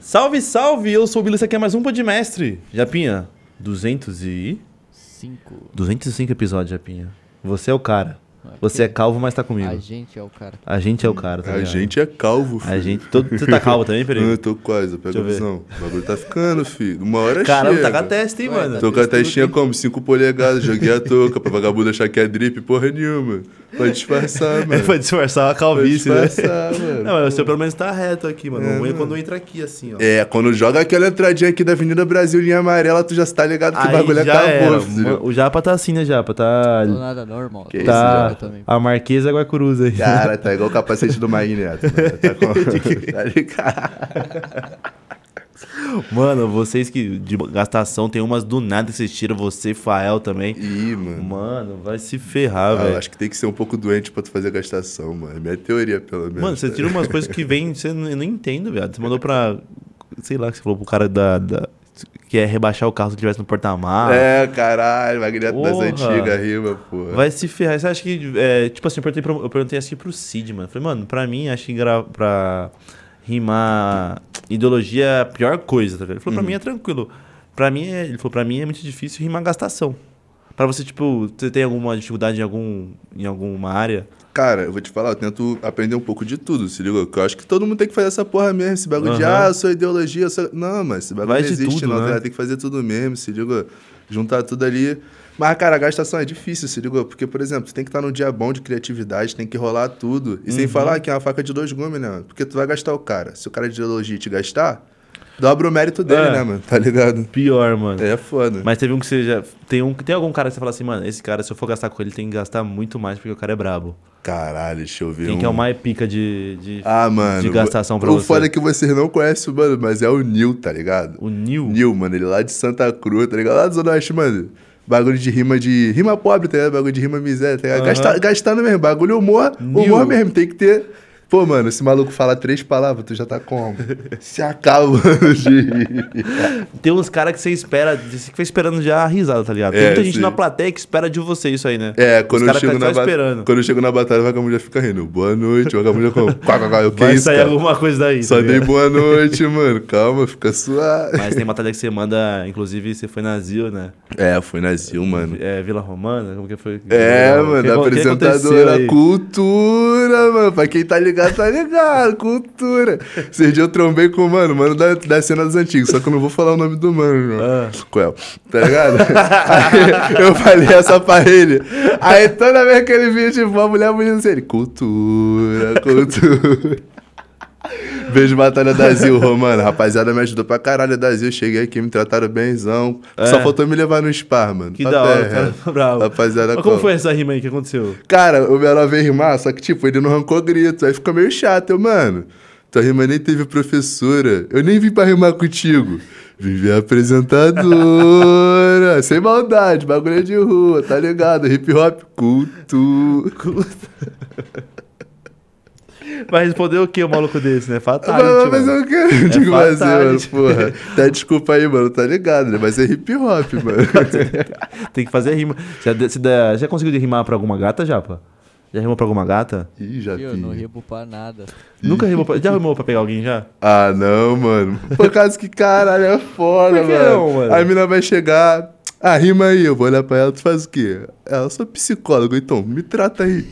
Salve, salve! Eu sou o Bilo, isso aqui é mais um Podmestre. Japinha, 200 e... Cinco. 205 episódios, Japinha. Você é o cara. Você é calvo, mas tá comigo. A gente é o cara. A gente é o cara, tá A ligado? gente é calvo, filho. A gente... Todo... Você tá calvo também, Não, eu Pereira? tô quase, Deixa pega eu a ver. visão. O bagulho tá ficando, filho. Uma hora Caramba, chega. tá com a testa, hein, Ué, mano? tá- Tô com a testinha como? 5 polegadas, joguei a touca pra vagabundo achar que é drip, porra nenhuma. Vai disfarçar, É mano. pra disfarçar a Vai calvície, né? disfarçar, mano. Não, mas o seu pelo menos tá reto aqui, mano. O ruim é quando entra aqui, assim, ó. né? É, quando joga aquela entradinha aqui da Avenida Brasil, linha amarela, tu já tá ligado que o bagulho já acabou, era. filho. Mano, O Japa tá assim, né, Japa? Tá... Do nada normal. Que tá... Eu também. a Marquesa Guacuruza aí. Cara, tá igual o capacete do Magneto. mano. Tá, com... tá ligado? Mano, vocês que de gastação tem umas do nada que vocês tiram, você, Fael também. Ih, mano. Mano, vai se ferrar, Ah, eu Tá, velho. acho que tem que ser um pouco doente pra tu fazer gastação, mano. É minha teoria, pelo menos. Mano, você tira umas coisas que vem, você não, eu não entendo, viado. Você mandou pra. Sei lá, que você falou pro cara da. da- que é rebaixar o carro se ele tivesse no porta-malas. É, caralho, Magneto das Ah. Porra. antigas, rima, pô. Vai se ferrar. Você acha que. é, tipo assim, eu perguntei, pra, eu perguntei assim pro Cid, mano. Falei, mano, pra mim, acho que gra, pra rimar ideologia é a pior coisa, tá ligado? Ele falou, Uhum. pra mim é tranquilo. Pra mim é, ele falou, pra mim é muito difícil rimar gastação. Pra você, tipo, você tem alguma dificuldade em, algum, em alguma área? Cara, eu vou te falar, eu tento aprender um pouco de tudo, se ligou? Porque eu acho que todo mundo tem que fazer essa porra mesmo, esse bagulho de, Aham. ah, sua ideologia, sua... Não, mas esse bagulho Vai não de existe, tudo, não, tá né? ligado? tem que fazer tudo mesmo, se ligou? Juntar tudo ali. Mas, cara, a gastação é difícil, se ligou? Porque, por exemplo, tu tem que estar num dia bom de criatividade, tem que rolar tudo. E Uhum. sem falar que é uma faca de dois gumes, né? mano? Porque tu vai gastar o cara. Se o cara de ideologia te gastar, dobra o mérito dele, É. né, mano? Tá ligado? Pior, mano. É foda. Mas teve um que você já. Tem, um, tem algum cara que você fala assim, mano, esse cara, se eu for gastar com ele, tem que gastar muito mais porque o cara é brabo. Caralho, deixa eu ver Quem um. que é o mais pica de, de, Ah, mano. de gastação pra o você? foda é que vocês não conhecem, mano, mas é o Nil, tá ligado? O Nil. Nil, mano, ele lá de Santa Cruz, tá ligado? Lá do Zona Oeste, mano. Bagulho de rima de. Rima pobre, tá ligado? Bagulho de rima miséria, tá ligado? Aham. Gasta- gastando mesmo. Bagulho humor, Nil. humor mesmo. Tem que ter. Pô, mano, esse maluco fala três palavras, tu já tá como? Se acabando de rir. Tem uns caras que você espera, você fica esperando já a risada, tá ligado? Tem É, muita gente sim. na plateia que espera de você isso aí, né? É, Os quando eu, caras chego ficam na só ba- esperando. quando eu chego na batalha, o vagabundo já fica rindo. Boa noite, o vagabundo já como. Quá, quá, quá, eu, que Vai isso, sair cara? alguma coisa daí. tá Só dei ligado? boa noite, mano. Calma, fica suave. Mas tem batalha que você manda, inclusive você foi na Zil, né? É, foi na Zil, mano. É, Vila Romana, como que foi? É, O que- mano, o a que aconteceu apresentadora aí? cultura, mano. Pra quem tá ligado, tá ligado, cultura. Esses dias eu trombei com o mano, mano da, da cena dos antigos, só que eu não vou falar o nome do mano, não. Ah. Qual? Tá ligado? Aí eu falei essa pra ele. Aí toda vez que ele vinha, tipo, uma mulher bonita, assim, ele, cultura, cultura. Beijo, Batalha da Zil, Romano. Rapaziada, me ajudou pra caralho da Zil. Cheguei aqui, me trataram benzão. Só É. faltou me levar no spa, mano. Que Pra da hora, terra. cara, bravo. Tá Rapaziada, Mas como como? foi essa rima aí que aconteceu? Cara, o Menor veio rimar, só que, tipo, ele não arrancou grito. Aí ficou meio chato. Eu, mano, tua rima nem teve professora. Eu nem vim pra rimar contigo. Vim ver a apresentadora. Sem maldade, bagulho é de rua, tá ligado? Hip hop, culto. Vai responder o que o maluco desse, né? Fatality, Mas- mas mano. eu quero digo É fatality. mais, mano, porra. Tá, desculpa aí, mano, tá ligado, né? Mas é hip hop, mano. Tem que fazer rima. Você já, você já- já conseguiu rimar pra alguma gata, Japa? Já rimou pra alguma gata? Ih, já Eu não vi. rebo pra nada. Nunca rimou pra... Já rimou pra pegar alguém, já? Ah, não, mano. Por causa que, caralho, é foda, Por que mano. não, mano? A mina vai chegar. Ah, rima aí, eu vou olhar pra ela, tu faz o quê? Ela, eu sou psicólogo, então me trata aí.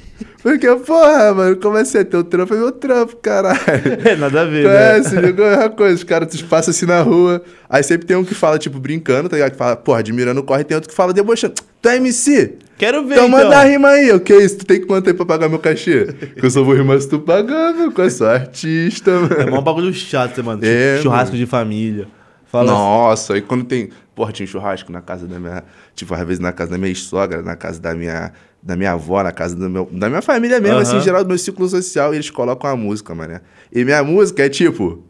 Porque, porra, mano, como é que é teu trampo? É meu trampo, caralho. É, nada a ver, É, né? se ligou? É uma coisa, os caras, tu passa assim na rua. Aí sempre tem um que fala, tipo, brincando, tá ligado? Que fala, porra, admirando o corre. Tem outro que fala, debochando. Tu é MC? Quero ver, Então então. manda a rima aí, o que é isso? Tu tem quanto aí pra pagar meu cachê? Que eu só vou rimar se tu pagar, meu. Que eu sou artista, mano. É mó bagulho chato, mano. É, Chu- Churrasco mano. de família. Fala assim, Nossa, e quando tem. Porra, tinha um churrasco na casa da minha. Tipo, às vezes na casa da minha sogra, na casa da minha. Da minha avó, na casa do meu. Da minha família mesmo, Aham. assim, em geral, do meu círculo social, e eles colocam a música, mané. E minha música é tipo.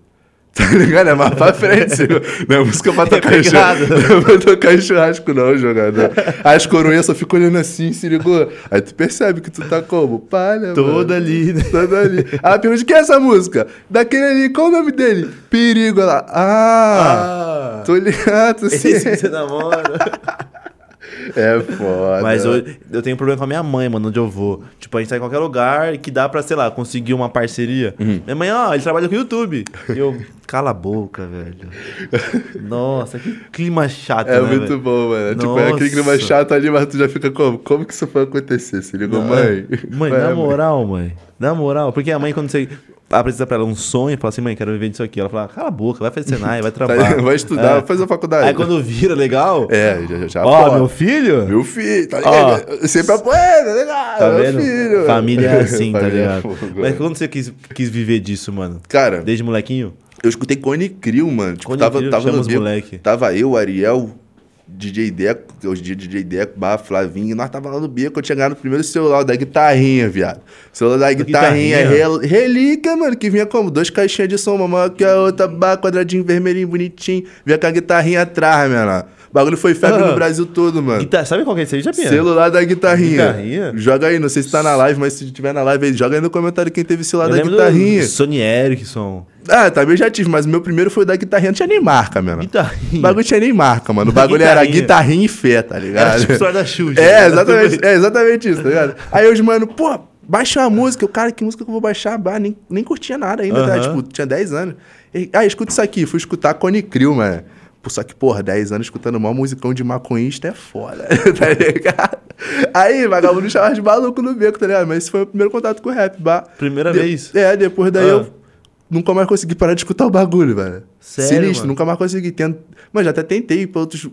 Tá ligado? É mais pra frente. senhor. Não é música pra tocar em pegado. churrasco. Não é pra tocar em churrasco, não, jogador. As coroinhas só ficam olhando assim, se ligou? Aí tu percebe que tu tá como? Palha, toda mano. ali, né? Tá ali. Aí pergunta de quem é essa música? Daquele ali, qual o nome dele? Perigo. Ela, ah, Ah, tô ligado, sim. tá esse que você namora. É foda. Mas eu, eu tenho problema com a minha mãe, mano, onde eu vou. Tipo, a gente tá em qualquer lugar que dá pra, sei lá, conseguir uma parceria. Uhum. Minha mãe, ó, ele trabalha com o YouTube. E eu, cala a boca, velho. Nossa, que clima chato, É né, muito velho? bom, mano. Tipo, é aquele clima Nossa. chato ali, mas tu já fica como? Como que isso foi acontecer? Se ligou, mãe? é. Mãe, Vai, na moral, mãe. Na moral. Porque a mãe, quando você apresenta pra ela um sonho, fala assim, mãe, quero viver disso aqui. Ela fala, cala a boca, vai fazer Senai, vai Tá, trabalhar. vai estudar, É. vai fazer a faculdade. Aí quando vira legal, É, já, já, já ó, apoia. meu filho... Meu filho, tá Ó. ligado? Eu Sempre apoia, tá ligado? Tá meu vendo? filho. Família é assim, tá Família é ligado? fogo. Mas quando você quis, quis viver disso, mano? Cara, Desde molequinho? eu escutei Cone Crew, mano. Tipo, Cone tava, Crew, tava chama no os beco. moleque. Tava eu, Ariel, DJ Deco, que hoje em dia é DJ Deco, Barra Flavinho. Nós tava lá no beco, eu tinha ganhado o primeiro celular da guitarrinha, viado. Celular da guitarrinha, guitarrinha? rel- relíquia, mano, que vinha como? Dois caixinhas de som, uma maior que a outra, bah, quadradinho vermelhinho, bonitinho. Vinha com a guitarrinha atrás, mano. O bagulho foi febre Ah. no Brasil todo, mano. Guitar- Sabe qual que é isso aí, Japinha? Celular da guitarrinha. Guitarrinha? Joga aí, não sei se tá na live, mas se tiver na live aí, joga aí no comentário quem teve celular Eu da lembro guitarrinha. do Sony Ericsson. Ah, também já tive, mas o meu primeiro foi o da guitarrinha, não tinha nem marca, mano. O Guitarrinha. Ah. bagulho tinha nem marca, mano. O bagulho era Guitarrinha. guitarrinha e fé, tá Era ligado? tipo história da Xuxa. É, Era exatamente, tudo- é exatamente isso, tá ligado? Aí os mano, pô, baixa uma música. O cara, que música que eu vou baixar? Bah, nem, nem curtia nada ainda, tá? Aham. Tipo, tinha 10 anos. E, ah, escuta isso aqui. Fui escutar Cone Crew, mano. Pô, Só que, porra, 10 anos escutando mal musicão de maconhista é foda, tá ligado? Aí, vagabundo chamava de maluco no beco, tá ligado? Mas esse foi o meu primeiro contato com o rap, bah. Primeira De- vez. É, depois daí Ah. eu nunca mais consegui parar de escutar o bagulho, velho. Sério, Sinistro, mano? nunca mais consegui. Tent... Mano, já até tentei pra outros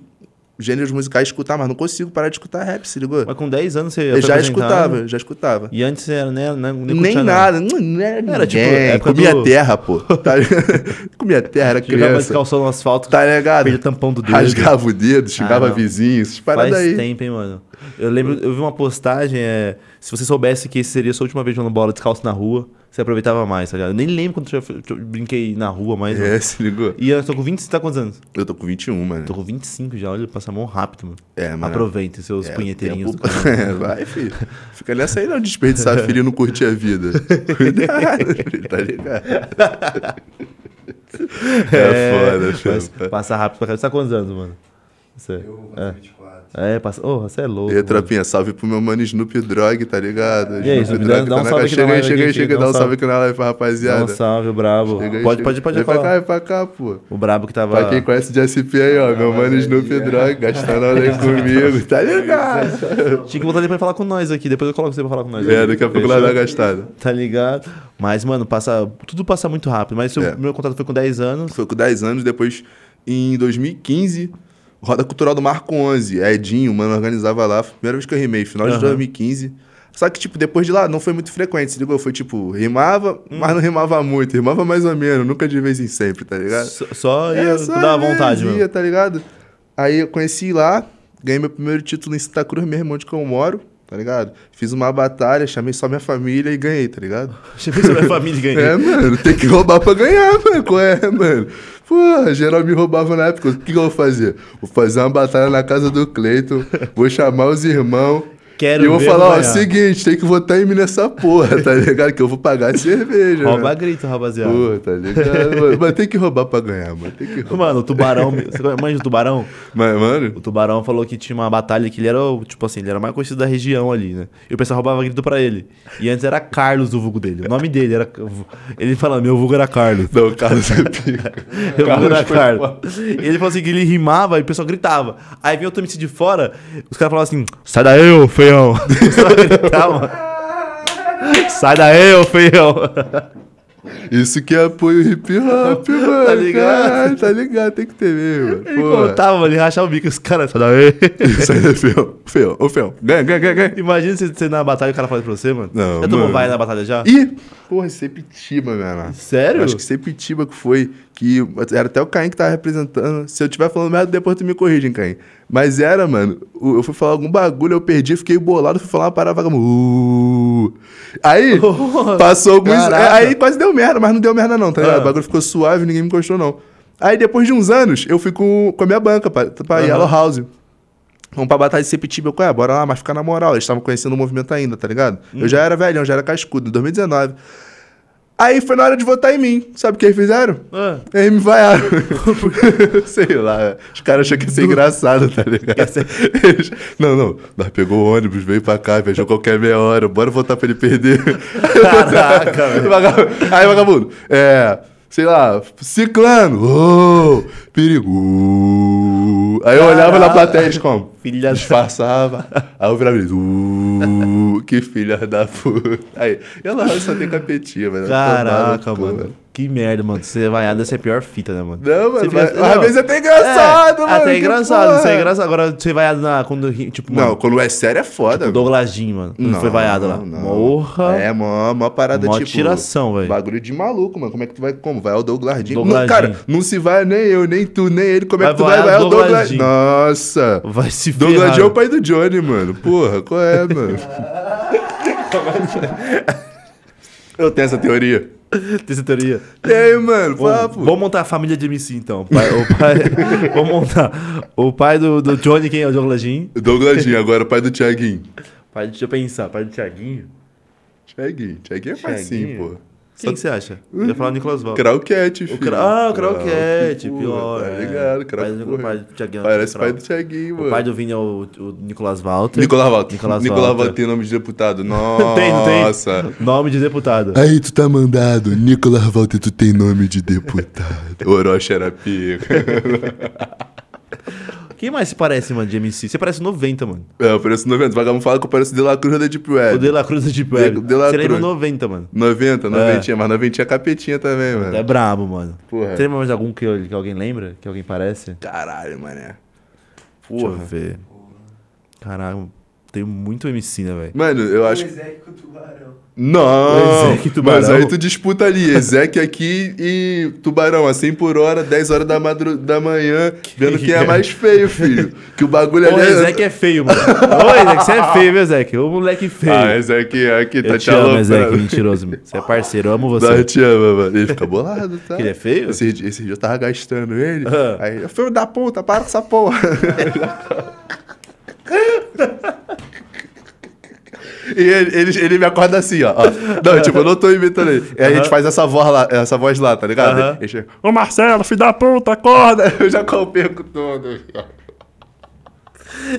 gêneros musicais escutar, mas não consigo parar de escutar rap, se ligou? Mas com 10 anos você eu já apresentava. escutava, já escutava. E antes você era, né? né, Nem curtia nada, não, não era, Era, tipo, ninguém. época comia do- terra, pô. Tá ligado? comia terra, era Jogava esse criança. calção no asfalto, Tá ligado? perdia tampão do dedo. Rasgava o dedo, xingava Ah, não. vizinhos, essas Faz paradas aí. tempo, hein, mano. Eu lembro, eu vi uma postagem, é, se você soubesse que esse seria a sua última vez jogando bola descalço na rua, você aproveitava mais, tá ligado? Eu nem lembro quando eu já fui- eu brinquei na rua, mas... É, se ligou? E eu tô com 20, você tá quantos anos? Eu tô com 21, mano. Tô com 25 já, olha, passa a mão rápido, mano. É, mano. Aproveitem seus É, punheteirinhos. tempo- É, vai, filho. Fica nessa aí não, desperdiçar filho e não curtir a vida. Cuidado, filho, tá ligado? É, foda, filho. mas Passa rápido pra caralho. Você tá quantos anos, mano? Você? Eu, é. 24. É, passa... Ô, você é louco, E aí, mano. tropinha, salve pro meu mano Snoop Dogg, tá ligado? tá E aí, Snoop Dogg, dá um na salve aqui casa. na Chega aí, live chega aqui, aí, chega aí, dá dá um um salve aqui na live pra Dá um rapaziada. salve, o brabo. Chega aí, pode, chega- pode, pode Vem pra cá, falar. vem pra cá, pô. O brabo que tava... Pra quem conhece de SP aí, ó, meu mano Snoop Dogg, gastando aula aí comigo, tá ligado? Tinha que voltar depois pra falar com nós aqui. Depois eu coloco você pra falar com nós. É, aqui. daqui a pouco lá Fechou? dá gastada. Tá ligado? Mas, mano, passa, tudo passa muito rápido. Mas seu- É. Tá meu contato foi com 10 anos. Foi com 10 anos, depois em 2015, Roda Cultural do Marco 11. Edinho, mano, organizava lá. Foi a Primeira vez que eu rimei, final de Aham. 2015. Só que, tipo, depois de lá não foi muito frequente, se ligou? Foi tipo, rimava, Hum. mas não rimava muito, rimava mais ou menos, nunca de vez em sempre, tá ligado? Só, só É, ia só quando dava às vontade, vezes mano. ia, tá ligado? Aí eu conheci lá, ganhei meu primeiro título em Santa Cruz mesmo, onde que eu moro, tá ligado? Fiz uma batalha, chamei só minha família e ganhei, tá ligado? Chamei sobre a família e ganhei. É, mano, tem que roubar pra ganhar, mano. Qual é, mano? Pô, geral me roubava na época. O que, que eu vou fazer? Vou fazer uma batalha na casa do Cleiton, vou chamar os irmãos. Quero e eu vou ver falar, ó, ganhar. seguinte, tem que votar em mim nessa porra, tá ligado? Que eu vou pagar a cerveja. Rouba né? grito, rapaziada. Porra, tá ligado? mano? Mas tem que roubar pra ganhar, mano. Tem que roubar. Mano, o tubarão. Você manja o tubarão? Mas, mano, O tubarão falou que tinha uma batalha que ele era, o- tipo assim, ele era o mais conhecido da região ali, né? E o pessoal roubava grito pra ele. E antes era Carlos o vulgo dele. O nome dele era. Ele falando, meu vulgo era Carlos. não, o Carlos é pica. Eu Carlos vou na foi cara. Ele falou assim que ele rimava e o pessoal gritava. Aí vinha outro MC de fora, os caras falavam assim, sai daí, ô feião. Os caras gritavam. Sai daí, ô feião. Isso que é apoio hip hop, mano. Tá ligado? Caralho, tá ligado, tem que ter mesmo. Ele porra. contava, ele rachava o bico, os caras, sai daí. Isso aí é feio, feio, ô feio. Ganha, ganha, ganha, ganha. Imagina você, você na batalha e o cara fala pra você, mano. Não, já tomou mano. vai na batalha já? Ih! Porra, Sepitiba, mano. Sério? Acho que Sepitiba que foi, que era até o Caim que tava representando. Se eu tiver falando merda, depois tu me corrige, hein, Caim. Mas era, mano, o- eu fui falar algum bagulho, eu perdi, fiquei bolado, fui falar uma parada vagabundo. Uh. Aí, passou alguns... é, Caraca. Aí quase deu merda, mas não deu merda não, tá ligado? Ah. O bagulho ficou suave, ninguém me encostou não. Aí depois de uns anos, eu fui com, com a minha banca pra, pra Aham. Yellow House. Vamos pra batalha de Sepitiba. Eu, qual é? Bora lá, mas fica na moral. Eles estavam conhecendo o movimento ainda, tá ligado? Eu já era velhão, já era cascudo, em 2019. Aí foi na hora de votar em mim. Sabe o que eles fizeram? Ah, Eles me vaiaram. Sei lá. Os caras acham que ia ser engraçado, tá ligado? Eles, não, não. Nós pegou o ônibus, veio pra cá, viajou qualquer meia hora. Bora votar pra ele perder. Caraca, velho. Vagabundo. Aí, vagabundo. É. Sei lá, ciclano, oh, perigo. Aí eu olhava na Caraca. plateia eles como? Filha da- Disfarçava. Aí eu virava eles, uh, que filha da puta. Aí, ela só tem capetinha, velho. Caraca, Tomar no cu, mano. Que merda, mano. Ser vaiado deve ser a pior fita, né, mano? Não, mano, Você mas, fica- mas às não. vezes é até engraçado, mano. Até que engraçado, isso porra. é engraçado. Agora você vaiado na. Quando, ri- tipo, Não, mano, quando é sério é foda. o Douglas Jean, mano. Quando Não, foi vaiado lá. não. Morra. É, mó, mó parada Mó tipo. tiração, velho. Bagulho de maluco, mano. Como é que tu vai. Como? Vai ao Douglas Jean. Douglas Não, cara, Jean. não se vai nem eu, nem tu, nem ele. Como é Vai que tu vai? vaiar Vai ao Douglas Douglas Jean. Nossa. Vai se Douglas ferrar. Jean é o pai do Johnny, mano. Porra, qual é, mano? eu tenho essa teoria. Terceira teoria. E aí, mano? Papo. Vamos montar a família de MC, então. Pai- o pai, vamos montar. O pai do, do Johnny, quem é o Douglas Jean? Douglas Jean, agora pai do Thiaguinho. Pai, deixa eu pensar. Pai do Thiaguinho. Thiaguinho, Thiaguinho é facinho, Thiaguinho? pô. Quem que você acha? Eu ia falar o Nicolas Val. Krauquete, filho. O cra... Ah, o Croquete, Porra, pior. Tá é. ligado, Pai do- Krauquete. pai do Thiaguinho, Parece Nicolas pai Val. do Thiaguinho, mano. O pai do Vini é o, o Nicolas Walter. Nicolas Walter. Nicolas Nicolas, Walter. Walter. tem nome de deputado. Nossa. Tem, não tem? Nome de deputado. Aí tu tá mandado, Nicolas Walter, tu tem nome de deputado. Orochi era pica. Quem mais se parece, mano, de MC? Você parece 90, mano. É, eu pareço 90. Vagabundo fala que eu pareço De La Cruz é da Deep Web. O De La Cruz do Deep Web. De La Você lembra Cruz. 90, mano. 90, 90, mas 90 é capetinha também, mano. É brabo, mano. Porra. Você lembra mais algum que, que alguém lembra? Que alguém parece? Caralho, mané. Deixa eu Porra. ver. Caralho, tem muito MC, né, velho? Mano, eu acho que. Ezequiel Tubarão. Não! Ezequiel e Tubarão. Mas aí tu disputa ali, Ezequiel aqui e Tubarão, a 100 por hora, 10 horas da, madru... da manhã, vendo quem é mais feio, filho. Que o bagulho Ô, ali Ezequiel é feio, mano. Ô, Ezequiel, você é feio, viu, Ezequiel? Ô, moleque feio. Ah, Ezequiel aqui tá é Eu te amo, Ezequiel, mentiroso. Você é parceiro, eu amo você. Não, te ama, mano. Ele fica bolado, tá? Que ele é feio? Esse, dia- esse dia eu tava gastando ele. Ah. Aí eu falei, da puta, para com essa porra. E ele, ele, ele me acorda assim, ó. ó. Não, tipo, eu não tô imitando ele. Aí a gente faz essa voz lá, essa voz lá tá ligado? Aham. Ele chega, ô Marcelo, filho da puta, acorda! Eu já perco todo.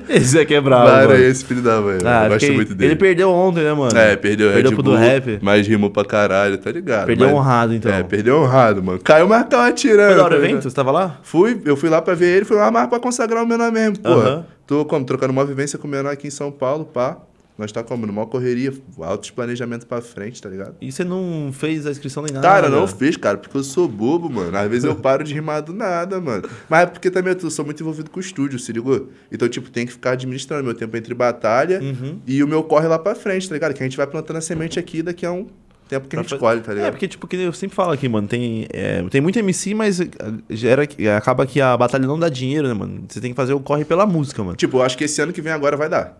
Ezequiel é brabo, Cara, mano. esse filho da mãe. Ah, eu gosto fiquei- muito dele. Ele perdeu ontem, né, mano? É, perdeu, Perdeu Red pro Bull, do rap. Mas rimou pra caralho, tá ligado? Perdeu Mas- honrado, então. É, perdeu honrado, mano. Caiu, mas tava atirando. Foi da hora o tá ligado? evento? Você tava lá? Fui, eu fui lá pra ver ele, fui lá mais pra consagrar o meu nome mesmo, pô. Aham. Tô como, trocando uma vivência com o menor aqui em São Paulo, pá. Nós tá como, numa correria, altos planejamentos pra frente, tá ligado? E você não fez a inscrição nem nada? Uhum. Cara, eu não fiz, cara, porque eu sou bobo, mano. Às vezes eu paro de rimar do nada, mano. Mas é porque também eu tô- sou muito envolvido com o estúdio, se ligou? Então, tipo, tem que ficar administrando meu tempo entre batalha Uhum. e o meu corre lá pra frente, tá ligado? Que a gente vai plantando a semente aqui daqui a um tempo que a gente colhe, tá ligado? É, porque, tipo, que eu sempre falo aqui, mano, tem, é, tem muito MC, mas eh, gera, acaba que a batalha não dá dinheiro, né, mano? Você tem que fazer o corre pela música, mano. Tipo, eu acho que esse ano que vem agora vai dar.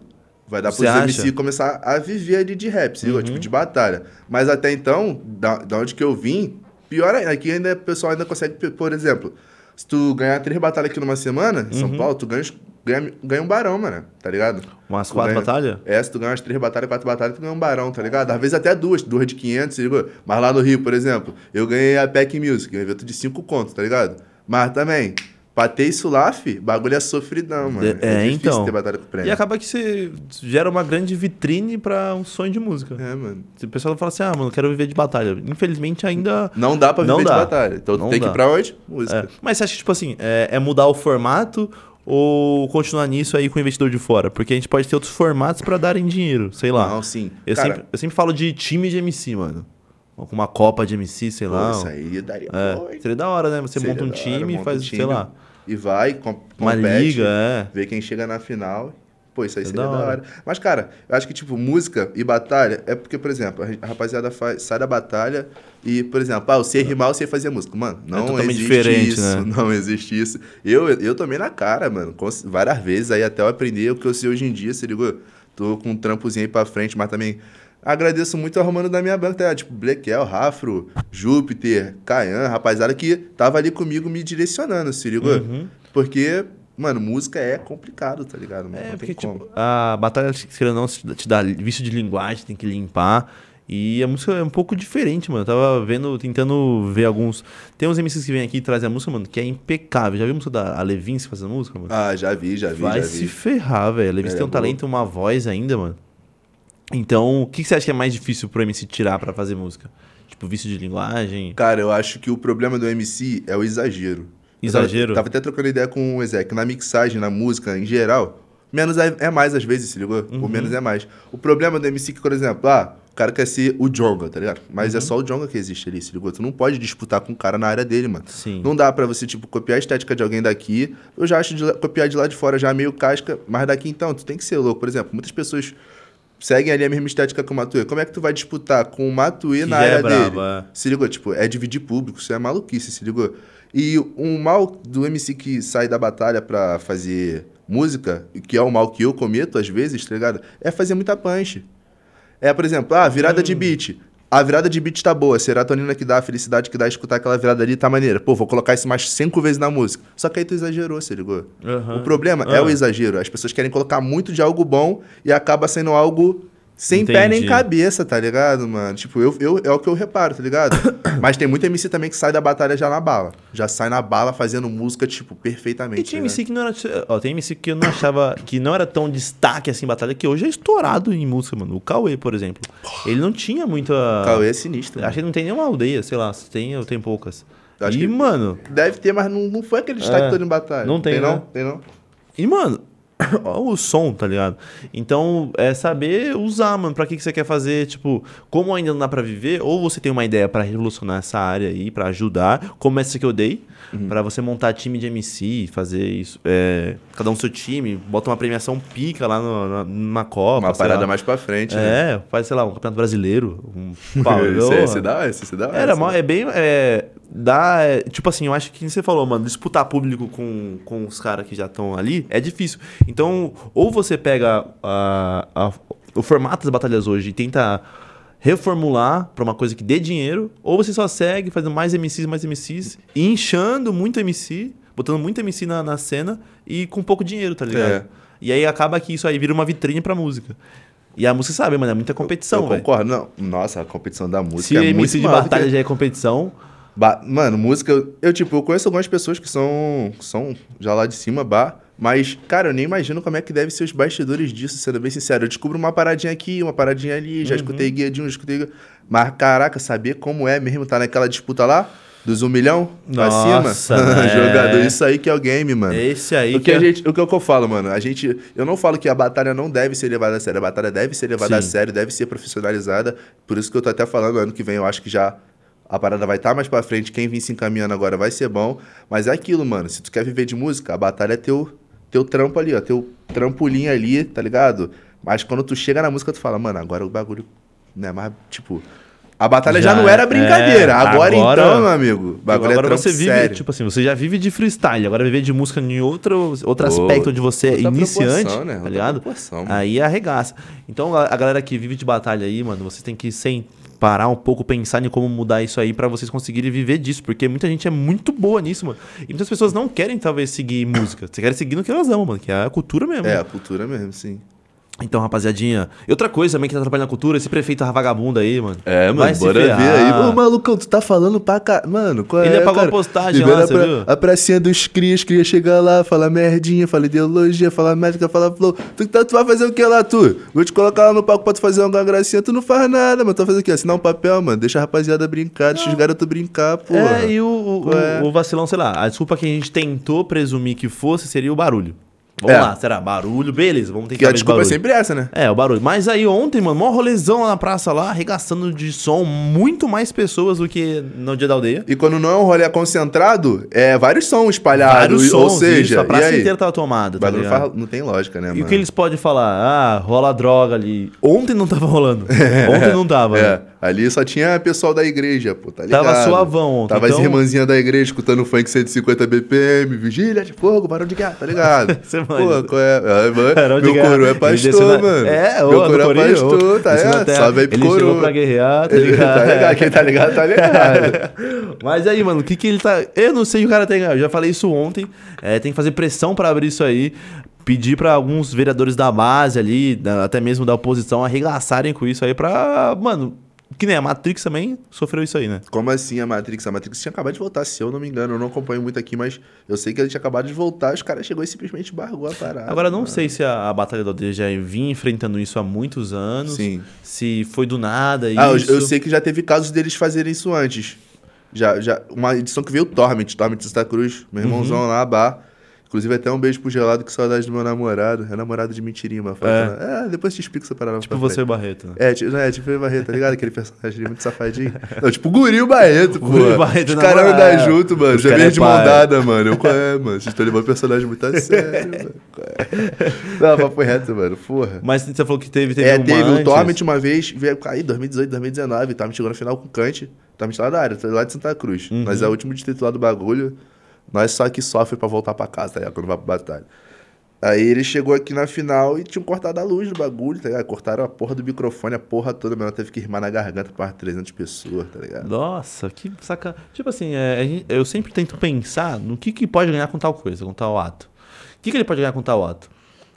Vai dar Você pros MC acha? Uhum. começar a viver ali de rap, se ligou? tipo de batalha. Mas até então, da, da onde que eu vim, pior ainda, aqui ainda o pessoal ainda consegue, pe- por exemplo, se tu ganhar três batalhas aqui numa semana, em Uhum. São Paulo, tu ganha, os- ganha, ganha um barão, mano, tá ligado? Umas Tu quatro ganha- batalhas? É, se tu ganha umas três batalhas, quatro batalhas, tu ganha um barão, tá ligado? Às vezes até duas, duas de 500, se ligou? Mas lá no Rio, por exemplo, eu ganhei a Pack Music, um evento de cinco contos, tá ligado? Mas também, pra ter isso lá, fi, bagulho é sofridão, mano. É, difícil então. ter batalha com prêmio. E acaba que você gera uma grande vitrine pra um sonho de música. É, mano. Se O pessoal fala assim, ah, mano, quero viver de batalha. Infelizmente ainda. Não dá pra viver Não de dá. batalha. Então Não tu tem dá. que ir pra onde? É. Música. Mas você acha que, tipo assim, é, é mudar o formato ou continuar nisso aí com o investidor de fora? Porque a gente pode ter outros formatos pra darem dinheiro, sei lá. Não, sim. eu, Cara, sempre, eu sempre falo de time de MC, mano. Com uma Copa de MC, sei pô, lá. um isso aí daria É, muito. seria da hora, né? Você Seria monta um da hora, time e monta um faz, sei time, lá, E vai, com, uma compete, liga, é. Ver quem chega na final. Pô, isso aí É seria da da hora. hora. Mas, cara, eu acho que, tipo, música e batalha é porque, por exemplo, a gente- a rapaziada faz- sai da batalha e, por exemplo, ah, eu sei rimar, eu sei fazer música. Mano, não É totalmente existe diferente, isso. né? Não existe isso. Eu, eu tomei na cara, mano, cons- várias vezes aí até eu aprender o que eu sei hoje em dia, se ligou? Tô com um trampozinho aí pra frente, mas também agradeço muito ao Romano da minha banca, tá? ligado? tipo, Blequel, Rafro, Júpiter, Caian, rapaziada que tava ali comigo me direcionando, se ligou? Uhum. Porque, mano, música é complicado, tá ligado? Não É, tem porque, como. tipo, a batalha, querendo ou não, te dá vício de linguagem, tem que limpar. E a música é um pouco diferente, mano. Eu tava vendo, tentando ver alguns. Tem uns MCs que vêm aqui e trazem a música, mano, que é impecável. Já viu a música da Levins fazendo música, mano? Ah, já vi, já vi, Vai já se vi. ferrar, velho. A Levins É, tem um boa. talento, uma voz ainda, mano. Então, o que que você acha que é mais difícil pro MC tirar pra fazer música? Tipo, vício de linguagem. Cara, eu acho que o problema do MC é o exagero. Eu tava- Exagero. Tava, até trocando ideia com o Ezek. Na mixagem, na música, em geral, menos é é mais às vezes, se ligou? Uhum. O menos é mais. O problema do MC é que, por exemplo, ah, o cara quer ser o Jonga, tá ligado? Mas Uhum. é só o Jonga que existe ali, se ligou? Tu não pode disputar com o cara na área dele, mano. Sim. Não dá pra você, tipo, copiar a estética de alguém daqui. Eu já acho de lá- copiar de lá de fora já meio casca, mas daqui então, tu tem que ser louco. Por exemplo, muitas pessoas seguem ali a mesma estética que o Matuê. Como é que tu vai disputar com o Matuê Que na já é área dele? braba, é. Se ligou? Tipo, é dividir público, isso é maluquice, se ligou? E um mal do MC que sai da batalha pra fazer música, que é o mal que eu cometo às vezes, tá ligado? É fazer muita punch. É, por exemplo, ah, virada de beat. A virada de beat tá boa, a serotonina que dá, a felicidade que dá escutar aquela virada ali tá maneira. Pô, vou colocar isso mais cinco vezes na música. Só que aí tu exagerou, se ligou? Aham. O problema é Ah. o exagero. As pessoas querem colocar muito de algo bom e acaba sendo algo sem pé nem Entendi. cabeça, tá ligado, mano? Tipo, eu, eu, é o que eu reparo, tá ligado? Mas tem muito MC também que sai da batalha já na bala. Já sai na bala fazendo música, tipo, perfeitamente. E tinha tá ligado? MC que não era. Ó, tem MC que eu não achava. que não era tão destaque assim em batalha, que hoje é estourado em música, mano. O Cauê, por exemplo. Ele não tinha muita. O Cauê é sinistro. Acho mano. que não tem nenhuma aldeia, sei lá, se tem ou tem poucas. Acho e, que- mano. Deve ter, mas não, não foi aquele destaque É. todo em batalha. Não tem, não? né? Tem não? E, mano. ó o som, tá ligado? Então, é saber usar, mano, pra que, que você quer fazer, tipo, como ainda não dá pra viver, ou você tem uma ideia pra revolucionar essa área aí, pra ajudar, como essa que eu dei, Uhum. pra você montar time de MC, fazer isso, é, cada um seu time, bota uma premiação pica lá no- na, numa Copa, Uma sei parada lá. mais pra frente, né? É, faz, sei lá, um campeonato brasileiro, um pau, Isso eu- aí se dá, isso se dá. Era isso mal, dá. é bem. É, dá. é, tipo assim, eu acho que você falou, mano, disputar público com, com os caras que já estão ali é difícil. Então, ou você pega a- a- o formato das batalhas hoje e tenta reformular pra uma coisa que dê dinheiro, ou você só segue fazendo mais MCs, mais MCs, e inchando muito MC, botando muito MC na, na cena e com pouco dinheiro, tá ligado? É. E aí acaba que isso aí vira uma vitrine pra música. E a música sabe, mano, é muita competição, Eu velho. concordo, não. Nossa, a competição da música Se é muito MC de maior do que- batalha já é competição, Ba- Mano, música. eu- Eu, tipo, eu conheço algumas pessoas que são, são já lá de cima, bar. Mas, cara, eu nem imagino como é que deve ser os bastidores disso, sendo bem sincero. Eu descubro uma paradinha aqui, uma paradinha ali, já escutei guia de um, já escutei. guia- Mas, caraca, saber como é mesmo tá naquela disputa lá, dos um milhão pra Nossa, cima. né? Jogador, isso aí que é o game, mano. É esse aí O que, a gente, o que é o que eu falo, mano? A gente. Eu não falo que a batalha não deve ser levada a sério. A batalha deve ser levada a Sim. sério, deve ser profissionalizada. Por isso que eu tô até falando, ano que vem eu acho que já. A parada vai estar mais pra frente. Quem vir se encaminhando agora vai ser bom. Mas é aquilo, mano. Se tu quer viver de música, a batalha é teu, teu trampo ali, ó. Teu trampolim ali, tá ligado? Mas quando tu chega na música, tu fala, mano, agora o bagulho. Né, mas, tipo. A batalha já, Já não era é, brincadeira. agora, agora- então, meu amigo. o Bagulho tipo, agora é trampo você vive, sério. tipo assim, você já vive de freestyle, agora viver de música em outro, outro Pô, aspecto onde você é outra iniciante, proporção, né? tá Outra ligado? proporção, mano. Aí arregaça. Então a a galera que vive de batalha aí, mano, você tem que sem parar um pouco pensar em como mudar isso aí pra vocês conseguirem viver disso, porque muita gente é muito boa nisso, mano. E muitas pessoas não querem talvez seguir música, você quer seguir no que elas amam, mano, que é a cultura mesmo. é, a cultura mesmo, sim. Então, rapaziadinha, e outra coisa também que tá atrapalhando a cultura, esse prefeito vagabundo aí, mano. É, mano, Vai se bora ver aí. ferrar. Ô, malucão, tu tá falando pra cá. Mano, qual Ele é, apagou cara? a postagem Libera lá, a você viu? A pracinha dos crias, cria chegar lá, fala merdinha, fala ideologia, fala médica, fala flow. Tu, tá- tu vai fazer o que lá, tu? Vou te colocar lá no palco pra tu fazer uma gracinha. Tu não faz nada, mano. Tu vai fazer o quê? Assinar um papel, mano. Deixa a rapaziada brincar, deixa os garotos brincar, pô. É, e o, o, Ué. o- o vacilão, sei lá, a desculpa que a gente tentou presumir que fosse seria o barulho. Vamos É. lá, será? Barulho, beleza, vamos que tentar a ver de desculpa é barulho. sempre essa, né? É, o barulho. Mas aí ontem, mano, mó rolezão lá na praça lá, arregaçando de som muito mais pessoas do que no dia da aldeia. E quando não é um rolê concentrado, é vários sons espalhados. Vários ou sons, seja, isso, a praça e aí? inteira tava tomada, O tá bagulho ligado? fala- não tem lógica, né, E mano? o que eles podem falar? Ah, rola droga ali. Ontem não tava rolando. Ontem não tava. né? É, ali só tinha pessoal da igreja, pô, tá ligado? Tava suavão ontem, Tava as então- irmãzinhas da igreja escutando funk 150 BPM, vigília de fogo, barulho de guerra, tá ligado? Você pô, manja. qual é? Ah, mano, Barão de meu guerra. coro é Ele desceu pastor, na- mano. É, ô, meu no coro é Corinho, ô, pastor, tá desceu na ligado? terra. Salve aí pro Ele chegou coro. pra guerrear, tá Ele- ligado? tá ligado, quem tá ligado, tá ligado. Mas aí, mano, o que, que ele tá. Eu não sei o que o cara tem. Eu já falei isso ontem. É, tem que fazer pressão pra abrir isso aí. Pedir pra alguns vereadores da base ali, da- até mesmo da oposição, arregaçarem com isso aí pra. Mano. Que nem a Matrix também sofreu isso aí, né? Como assim a Matrix? A Matrix tinha acabado de voltar, se eu não me engano. Eu não acompanho muito aqui, mas eu sei que ela tinha acabado de voltar. Os caras chegou e simplesmente barrou a parada. Agora, não mano. sei se a, a Batalha da Aldeia já vinha enfrentando isso há muitos anos. Sim. Se foi do nada É isso. Ah, eu, eu sei que já teve casos deles fazerem isso antes. Já, já, uma edição que veio o Torment, Torment de Santa Cruz, meu Uhum. irmãozão lá, Bar. Inclusive, até um beijo pro gelado, que saudade do meu namorado. É namorado de mentirinha, mas é. depois te explico essa parada. Tipo pra frente. você e o Barreto, né? É, tipo, é, tipo o Barreto, tá ligado? Aquele personagem muito safadinho. Não, tipo o Guri e o Barreto, pô. Guri e o Barreto Os na caras moral. andam junto, mano. Os Já cara veio é de mão pai. dada, mano. Eu, qual é, mano? Vocês estão levando o personagem muito a sério, mano. Qual é? Não, papo reto, mano. Porra. Mas você falou que teve, um teve é, uma teve o antes. Torment uma vez, veio cair 2018, 2019. Torment chegou na final com o Kant. Torment lá da área, lá de Santa Cruz. Uhum. Nós é o último distrito lá do bagulho. Nós só que sofre pra voltar pra casa, tá ligado? Quando vai pra batalha. Aí ele chegou aqui na final e tinham cortado a luz do bagulho, tá ligado? Cortaram a porra do microfone, a porra toda, mas ela teve que rimar na garganta pra umas 300 pessoas, tá ligado? Nossa, que saca. Tipo assim, é, a gente- eu sempre tento pensar no que, que pode ganhar com tal coisa, com tal ato. O que, que ele pode ganhar com tal ato?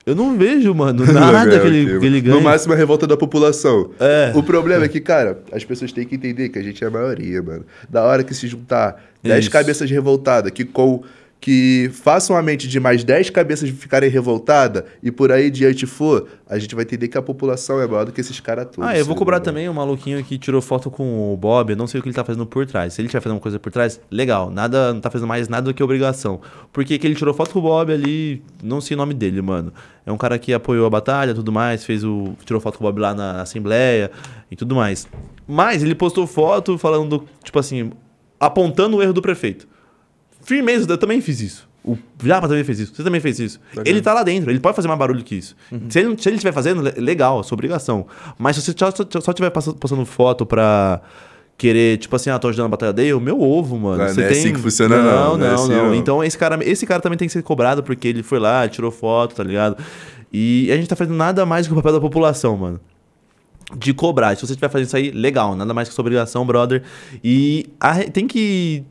Eu não vejo, mano, nada que, ele, que ele ganha. No máximo, a revolta da população. É. O problema é que, cara, as pessoas têm que entender que a gente é a maioria, mano. Da hora que se juntar 10 Isso. cabeças revoltadas que com que façam a mente de mais 10 cabeças ficarem revoltadas e por aí diante for, a gente vai entender que a população é maior do que esses caras todos. Ah, eu vou tá cobrar ligado? também o maluquinho que tirou foto com o Bob. Eu não sei o que ele tá fazendo por trás. Se ele tiver fazendo uma coisa por trás, legal. Nada, não tá fazendo mais nada do que obrigação. Porque que ele tirou foto com o Bob ali, não sei o nome dele, mano. É um cara que apoiou a batalha, tudo mais, fez o tirou foto com o Bob lá na assembleia e tudo mais. Mas ele postou foto falando tipo assim, apontando o erro do prefeito. Firmeza, eu também fiz isso. O Japa também fez isso. Você também fez isso. Ele tá lá dentro, ele pode fazer mais barulho que isso. Uhum. Se ele se ele estiver fazendo, le- legal, é sua obrigação. Mas se você só, só, só tiver passando, passando foto pra querer, tipo assim, ah, tô ajudando a Batalha Day, o meu ovo, mano. Não, você não é tem... assim que funciona, não. Não, Não é assim, não. Então esse cara, esse cara também tem que ser cobrado porque ele foi lá, tirou foto, tá ligado? E a gente tá fazendo nada mais que o papel da população, mano de cobrar. Se você estiver fazendo isso aí, legal, nada mais que sua obrigação, brother. E a re- tem que.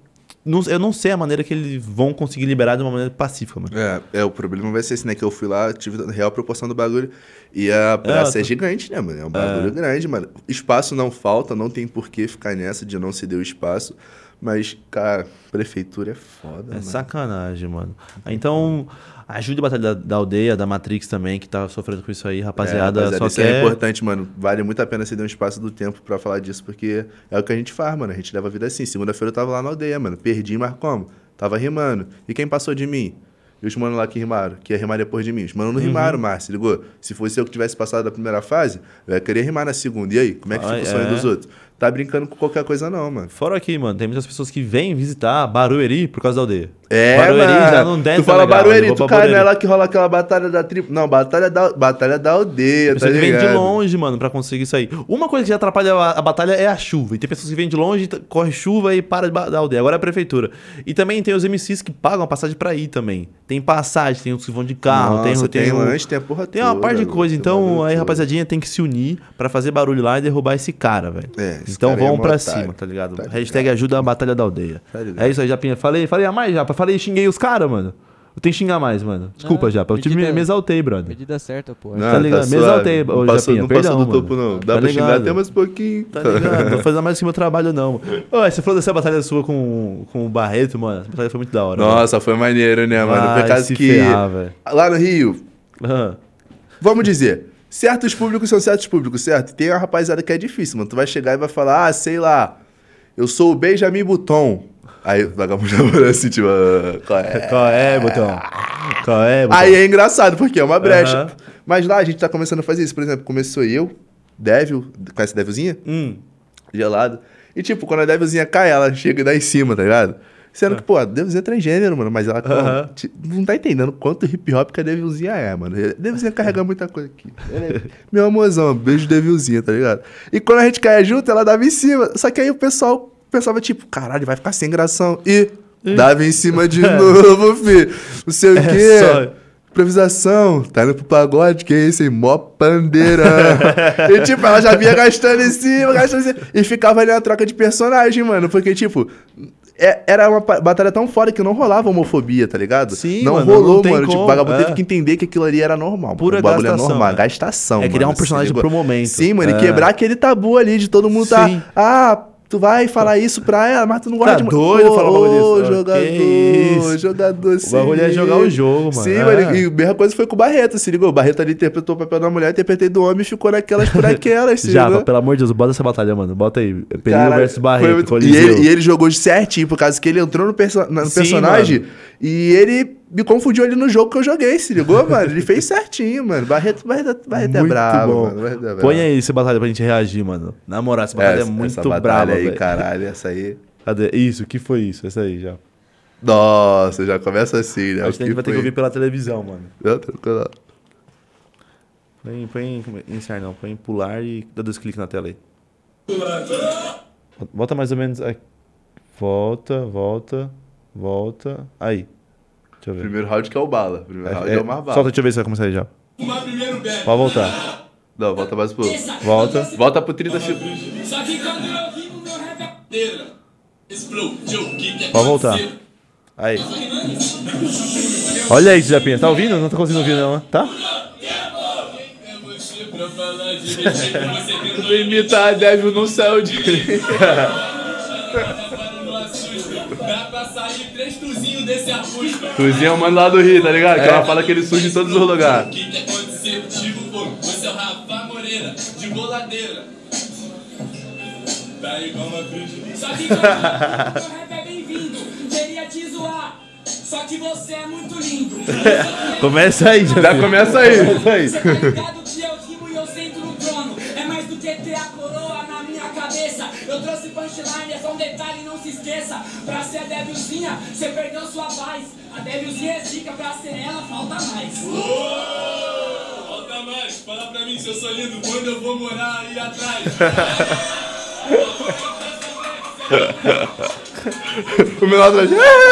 não- eu não sei a maneira que eles vão conseguir liberar de uma maneira pacífica, mano. É, é, o problema vai ser esse, né? Que eu fui lá, tive a real proporção do bagulho. E a praça é, eu tô- gigante, né, mano? É um bagulho grande, mano. Espaço não falta, não tem por que ficar nessa de não se deu espaço. Mas, cara, prefeitura é foda, É mano. sacanagem, mano. Então, ajude a Batalha da, da Aldeia, da Matrix também, que tá sofrendo com isso aí, rapaziada. É, rapaziada, só isso é quer... importante, mano. Vale muito a pena você dar um espaço do tempo pra falar disso, porque é o que a gente faz, mano. A gente leva a vida assim. Segunda-feira eu tava lá na aldeia, mano. Perdi, mas como? Tava rimando. E quem passou de mim? E os mano lá que rimaram, que ia rimar depois de mim. Os Uhum. mano não rimaram, Márcio, ligou? Se fosse eu que tivesse passado da primeira fase, eu ia querer rimar na segunda. E aí, como é que fica Ah, o sonho é. dos outros? Tá brincando com qualquer coisa, não, mano. Fora aqui, mano, tem muitas pessoas que vêm visitar Barueri por causa da aldeia. É, Barueri mano. já não desce Tu fala legal, eu Barueri, vou pra tu cai Barueri. nela que rola aquela batalha da tribo. Não, batalha da, batalha da aldeia, tá Pessoas que vêm de ligado? longe, mano, pra conseguir isso aí. Uma coisa que já atrapalha a, a batalha é a chuva. E tem pessoas que vêm de longe, t- corre chuva e para de ba- da aldeia. Agora é a prefeitura. E também tem os MCs que pagam a passagem pra ir também. Tem passagem, tem os que vão de carro, tem Nossa, tem, tem o- lanche, tem a porra Tem uma toda, parte de mano. coisa. Tem Então, bagulho aí, todo. rapaziada, tem que se unir pra fazer barulho lá e derrubar esse cara, velho. É, esse então cara é vamos um pra otário. cima, tá ligado? Tá ligado. Hashtag ajuda a batalha da aldeia. Tá ligado. é isso aí, Japinha. Falei, falei a mais, Japa. Falei, xinguei os caras, mano. Eu tenho que xingar mais, mano. Desculpa, Não, Japa. Eu te- me, medida- me exaltei, brother. Medida certa, pô. Não, Tá ligado? Me suave. exaltei, ô, Não passou, Japinha, não passou perdão, do topo, mano. não. Tá Dá pra xingar ligado. até mais um pouquinho. Tá ligado? Não fazendo mais em cima do trabalho, não. É. Ô, você falou dessa batalha sua com, com o Barreto, mano. Essa batalha foi muito da hora. Nossa, foi maneiro, né, mano. mano? Por Vai causa se que. ferrar, velho. lá no Rio, Aham. vamos dizer. Certos públicos são certos públicos, certo? Tem uma rapaziada que é difícil, mano. Tu vai chegar e vai falar, ah, sei lá, eu sou o Benjamin Button. Aí o vagabundo já falou assim, tipo, ah, qual é? Qual é, botão? Qual é, botão? Aí é engraçado, porque é uma brecha. Aham. Mas lá a gente tá começando a fazer isso. Por exemplo, começou eu, Devil, conhece Devilzinha? Hum. gelado. E tipo, quando a Devilzinha cai, ela chega e dá em cima, tá ligado? Sendo que, pô, a Devilzinha é transgênero, mano, mas ela Ah. Aham. ti- não tá entendendo quanto hip hop que a Devilzinha é, mano. A Devilzinha carrega muita coisa aqui. Ela é- Meu amorzão, beijo Devilzinha, tá ligado? E quando a gente caia junto, ela dava em cima. Só que aí o pessoal pensava, tipo, caralho, vai ficar sem gração. E dava em cima de novo, filho. Não sei o É, quê. só- Improvisação, tá indo pro pagode, que é isso aí, mó pandeirão. e tipo, ela já vinha gastando em cima, gastando em cima. E ficava ali na troca de personagem, mano. Porque, tipo, é- era uma pa- batalha tão fora que não rolava homofobia, tá ligado? Sim, não mano, rolou, não tem mano. Tipo, como, o vagabundo é. teve que entender que aquilo ali era normal. Pura o bagulho gastação, é normal, né? gastação. É criar mano, um personagem se pro ligou? momento. Sim, mano, É. e quebrar aquele tabu ali de todo mundo Sim. tá. Ah, tu vai falar isso pra ela, mas tu não gosta Tá de doido Ô, falar um bagulho desse? Que jogador, isso? jogador, O se bagulho é jogar liga. o jogo, mano. Sim, é. mano, e a mesma coisa foi com o Barreto, se ligou? O Barreto ali interpretou o papel da mulher, interpretei do homem e ficou naquelas por aquelas, se Japa, ligou? pelo amor de Deus, bota essa batalha, mano. Bota aí. Pereira Caralho, versus foi Barreto. muito- e, Coliseu. ele, e ele jogou de certinho, por causa que ele entrou no, perso- na- no Sim, personagem e ele me confundiu ali no jogo que eu joguei, se ligou, mano? Ele fez certinho, mano. Barreto, Barreto, Barreto é Muito bravo, bom. mano. Barreto é bravo. Põe aí essa batalha pra gente reagir, mano. Na moral, essa batalha é, muito essa batalha brava, aí, velho. caralho, essa aí. Cadê? Isso, o que foi isso? Essa aí já. Nossa, já começa assim, né? Acho que a gente vai ter que ouvir É. pela televisão, mano. Não, tranquilo. Põe, põe iniciar não, põe pular e dá dois cliques na tela aí. Volta mais ou menos aqui. Volta, volta, volta. Aí. Deixa eu ver. Primeiro round que é o bala. Primeiro round é, É, o mais bala. solta, deixa eu ver se vai começar aí já. Fumar primeiro bebe. Pode voltar. Não, volta mais pro. Volta. Volta pro 30 segundos. Só que quando eu vi o meu rap é inteira, explodiu. O que que aconteceu? Pode voltar. Aí. Olha isso, Japinha. Tá ouvindo? Não tá conseguindo ouvir, não, né? Tá? É você pra falar direitinho, você tentou Imitar a Devil não saiu de. agora no assusto. Dá pra sair três tuzinhos desse arbusto. Tuzinho é o mano lá do Rio, tá ligado? É. Que ela fala que ele surge em todos os O lugares. que que aconteceu? Digo fogo, você é o Rafa Moreira, de boladeira. Tá igual uma crítica. Só que quando o rap é bem-vindo, queria te zoar. Só que você é muito lindo. é Começa aí, Já Japinha. começa aí. Você tá ligado que eu rimo e eu sento no trono. É mais do que ter a coroa na minha cabeça. Eu trouxe punchline, é só um detalhe, não se esqueça. Pra ser a Devilzinha, você perdeu sua paz. A Devilzinha é zica, pra ser ela falta mais. Volta mais, fala pra mim se eu sou lindo, quando eu vou morar aí atrás. O menor "Ah!" atrás.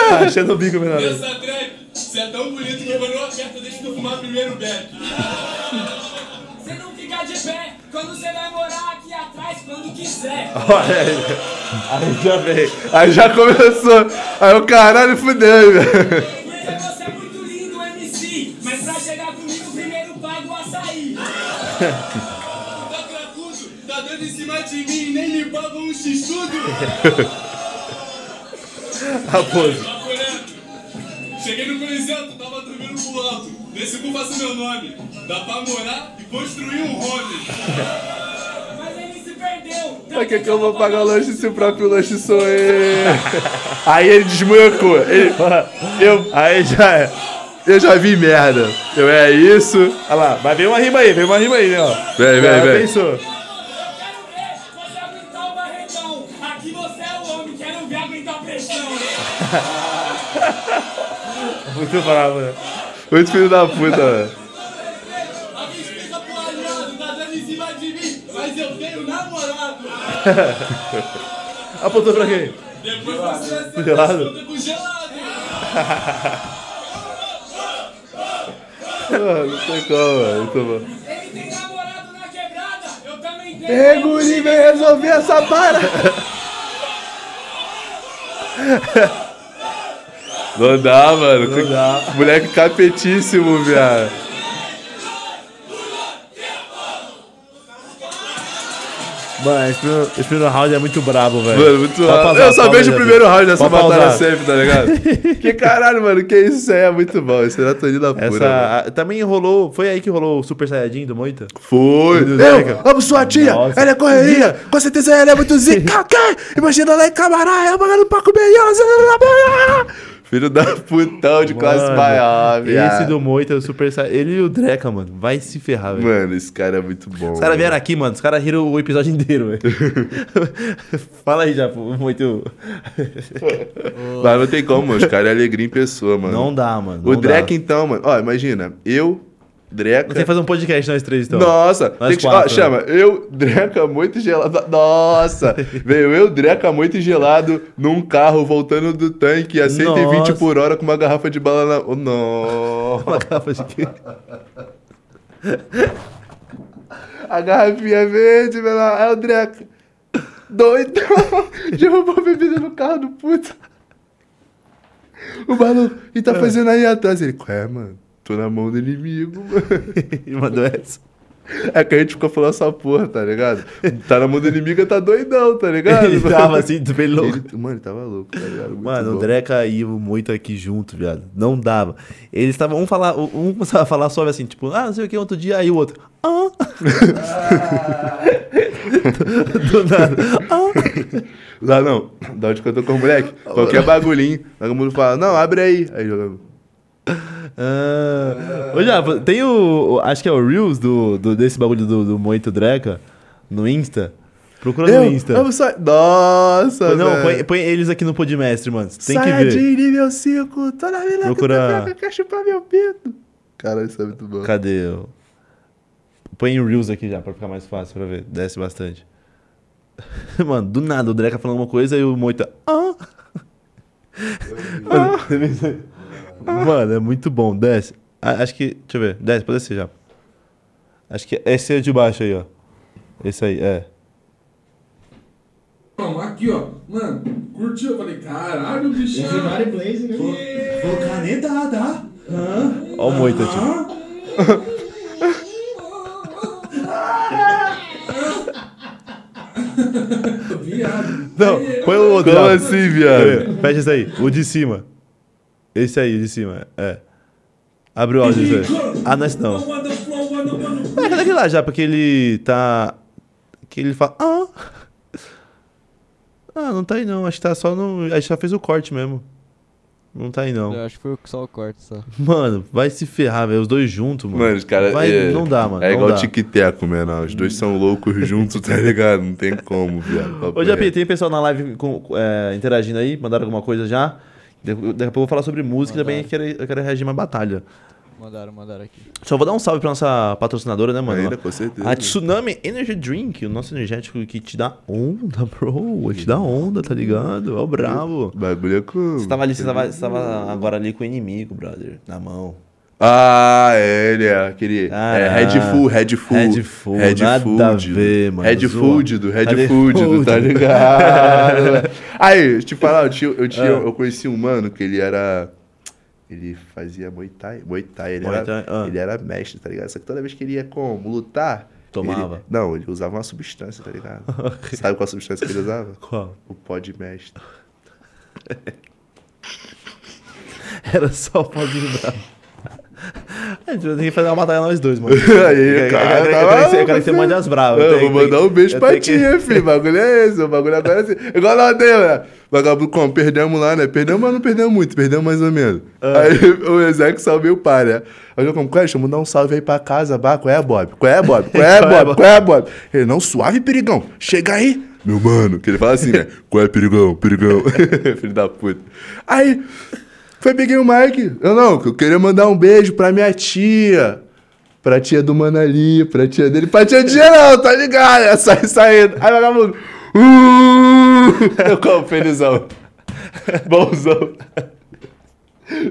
Tá achando o bico, menor. Essa trap, você é tão bonito que quando eu aperto, deixa eu fumar primeiro beck. Você não fica de pé quando você vai morar aqui atrás, quando quiser. Olha aí. Aí já veio. Aí já começou. Aí o caralho fudeu, velho. Porque você é muito lindo, MC. Mas pra chegar comigo, primeiro paga o açaí. Tá cracudo, tá dando em cima de mim, nem limpava um x-tudo. Raposo. Papo reto. Tá Cheguei no Coliseu, tava dormindo pro alto. Desse cu faço meu nome. Dá pra morar e construir um home. Mas ele se perdeu. Pra que, que eu vou pagar lanche se o próprio lanche sou eu? Aí ele desmanhou. Ele, eu, Aí já é. eu já vi merda. Eu é isso. Olha lá. Mas vem uma rima aí, vem uma rima aí, né? ó. Vem, vem, Já vem. Pensou. Eu quero ver você aguentar o barretão. Aqui você é o homem, quero ver aguentar a pressão. Muito bravo, né? Muito filho da puta, velho. Alguém explica pro aliado, tá dando em cima de mim, mas eu tenho namorado. Apontou pra quem? Depois você vai ser Gelado. consulta com gelado. Ah, Não sei como, velho. Muito bom. Ele tem namorado na quebrada, eu também tenho. Ei, guri, vem resolver essa para. Não dá, mano. Não dá. Moleque capetíssimo, viado. Mano, esse primeiro, esse primeiro round é muito brabo, velho. Mano, muito Pode alto. pausar, Eu só pausa vejo aí, o Gabi. primeiro round dessa Pode batalha pausar. sempre, tá ligado? que caralho, mano, que isso isso aí é muito bom. Isso é naturina pura. mano. Essa, a- também rolou. Foi aí que rolou o Super Saiyajin do Moita? Foi. Zeca. Eu amo sua tia. Nossa. Ela é correria. Com certeza ela é muito zica. ok? Imagina lá em Camará, é ela pagando Paco Benhosa. Filho da putão de classe Mano, maior, viado. Esse do Moita, o Super Saiyajin. Ele e o Dreca, mano. Vai se ferrar, velho. Mano, esse cara é muito bom. Os caras vieram aqui, mano. Os caras riram o episódio inteiro, velho. Fala aí já, pô, Moito. Mas não tem como, mano. Os caras é alegria em pessoa, mano. Não dá, mano. O não dá. Dreca, então, mano. Ó, imagina. Eu, Dreca. Tem que fazer um podcast nós três, então. Nossa, Nós tem que- ó, quatro, né? chama, eu, Dreca muito gelado. Nossa, veio eu, Dreca muito gelado num carro voltando do tanque a 120 Nossa. por hora com uma garrafa de bala na. Oh, não. Uma capa de quê? A garrafinha verde, meu lá, é o Dreca. Doido. Derrubou a bebida no carro do puto. O maluco, e É. tá fazendo aí atrás? Ele, qual é, mano? Tô na mão do inimigo, mano. Ele mandou essa. É que a gente ficou falando essa porra, tá ligado? Tá na mão do inimigo, tá doidão, tá ligado? Ele tava assim, bem louco. Ele- mano, ele tava louco, tá ligado? Muito Mano, o bom. Dreca e o Moita aqui junto, viado. Não dava. Eles estavam, um, falar, um começava a falar sobre assim, tipo, ah, não sei o que, outro dia, aí o outro, ah. Ah. Do nada, ah. Lá não, da onde que eu tô com o moleque? Qualquer bagulhinho, todo mundo fala, não, abre aí. Aí joga. Ah. Ô, Japa, tem o, o- acho que é o Reels do, do- desse bagulho do, do Moita e o Dreca no Insta. Procura no Insta. eu só... Nossa, não, põe, velho. põe eles aqui no Podmestre, mano. Tem que ver. Saiyajin nível 5, tô na vila Procura- que quer chupar meu pinto. Caralho, isso é muito bom. Cadê? o- Põe o Reels aqui já, pra ficar mais fácil pra ver. Desce bastante. Mano, do nada o Dreca falando uma coisa e o Moita. Ah! Mano, você vê isso aí? Mano, é muito bom. Desce. A- acho que. Deixa eu ver. Desce, pode descer já. Acho que é esse de baixo aí, ó. Esse aí, é. Calma, aqui, ó. Mano, curtiu? Eu falei, caralho, bichão. Vou canetar, tá? Ó o Moita, tipo. tio. Viado. Não, põe o outro. Como ó. assim, viado? Fecha esse aí. O de cima. Esse aí, o de cima. É. Abre o áudio esse aí. Ah, não é esse não. É, cadê aquele lá já? Porque ele tá. Que ele fala. Ah! Ah, não tá aí não. Acho que tá só no. Acho que só fez o corte mesmo. Não tá aí Eu É. não. acho que foi só o corte, só. Mano, vai se ferrar, velho. Os dois juntos, mano. Mano, os caras. Vai- é- Não dá, mano. É não igual dá. tic-teco, menor. Os dois são loucos juntos, tá ligado? Não tem como, viado. Papo Ô, Japi, reto. tem pessoal na live com- é, interagindo aí? Mandaram alguma coisa já? Da- Daqui a pouco eu vou falar sobre música também. Mandaram. Quero, eu quero reagir uma batalha. Mandaram, mandaram aqui. Só vou dar um salve pra nossa patrocinadora, né, mano? Ainda, com certeza. A Tsunami Energy Drink, o nosso energético que te dá onda, bro. Te dá onda, tá ligado? É o brabo. Bagulho é com. Você tá tava ali, você tava, você tava agora ali com o inimigo, brother, na mão. Ah, é, ele é aquele. é Caralho. Red Full, Red Full. Red Full, nada a ver, mano, Red zoa. Food do Red, Red Food, do, tá Food. ligado? mano? Aí, deixa eu te falar, eu, tinha, eu, tinha, Ah. eu conheci um mano que ele era. Ele fazia Muay Thai. Muay Thai, ele, Muay Thai, era, ah. ele era mestre, tá ligado? Só que toda vez que ele ia como? Lutar. Tomava. ele- não, ele usava uma substância, tá ligado? Sabe qual substância que ele usava? Qual? O pó de mestre. Era só o pozinho brabo. A gente vai ter que fazer uma batalha nós dois, mano. Aí, Eu quero- eu cara, tá quero que você- eu maluco, quero que você mande as bravas. Eu Tem- vou mandar tem- um beijo eu pra tenho ti, filho. O bagulho é esse. O bagulho agora é assim. Igual lá dentro, né? Vagabundo, como? Perdemos lá, né? Perdemos, mas não perdemos muito. Perdemos mais ou menos. Ah. Aí o Ezequiel salvei o pai, né? Aí eu como, qual é? Deixa eu mandar um salve aí pra casa, bah. Qual é, Bob? Qual é, Bob? Qual é, Qual é, Bob? Qual é, Bob? Ele, não, suave, perigão. Chega aí. Meu mano, que ele fala assim, né? Qual é, perigão? Perigão. Filho da puta. Aí, foi, peguei o Mike. Eu não, que eu queria mandar um beijo pra minha tia. Pra tia do mano ali, pra tia dele, pra tia de geral, tá ligado? É sair saindo. Aí vagabundo. Uh! Eu como felizão. Bonzão.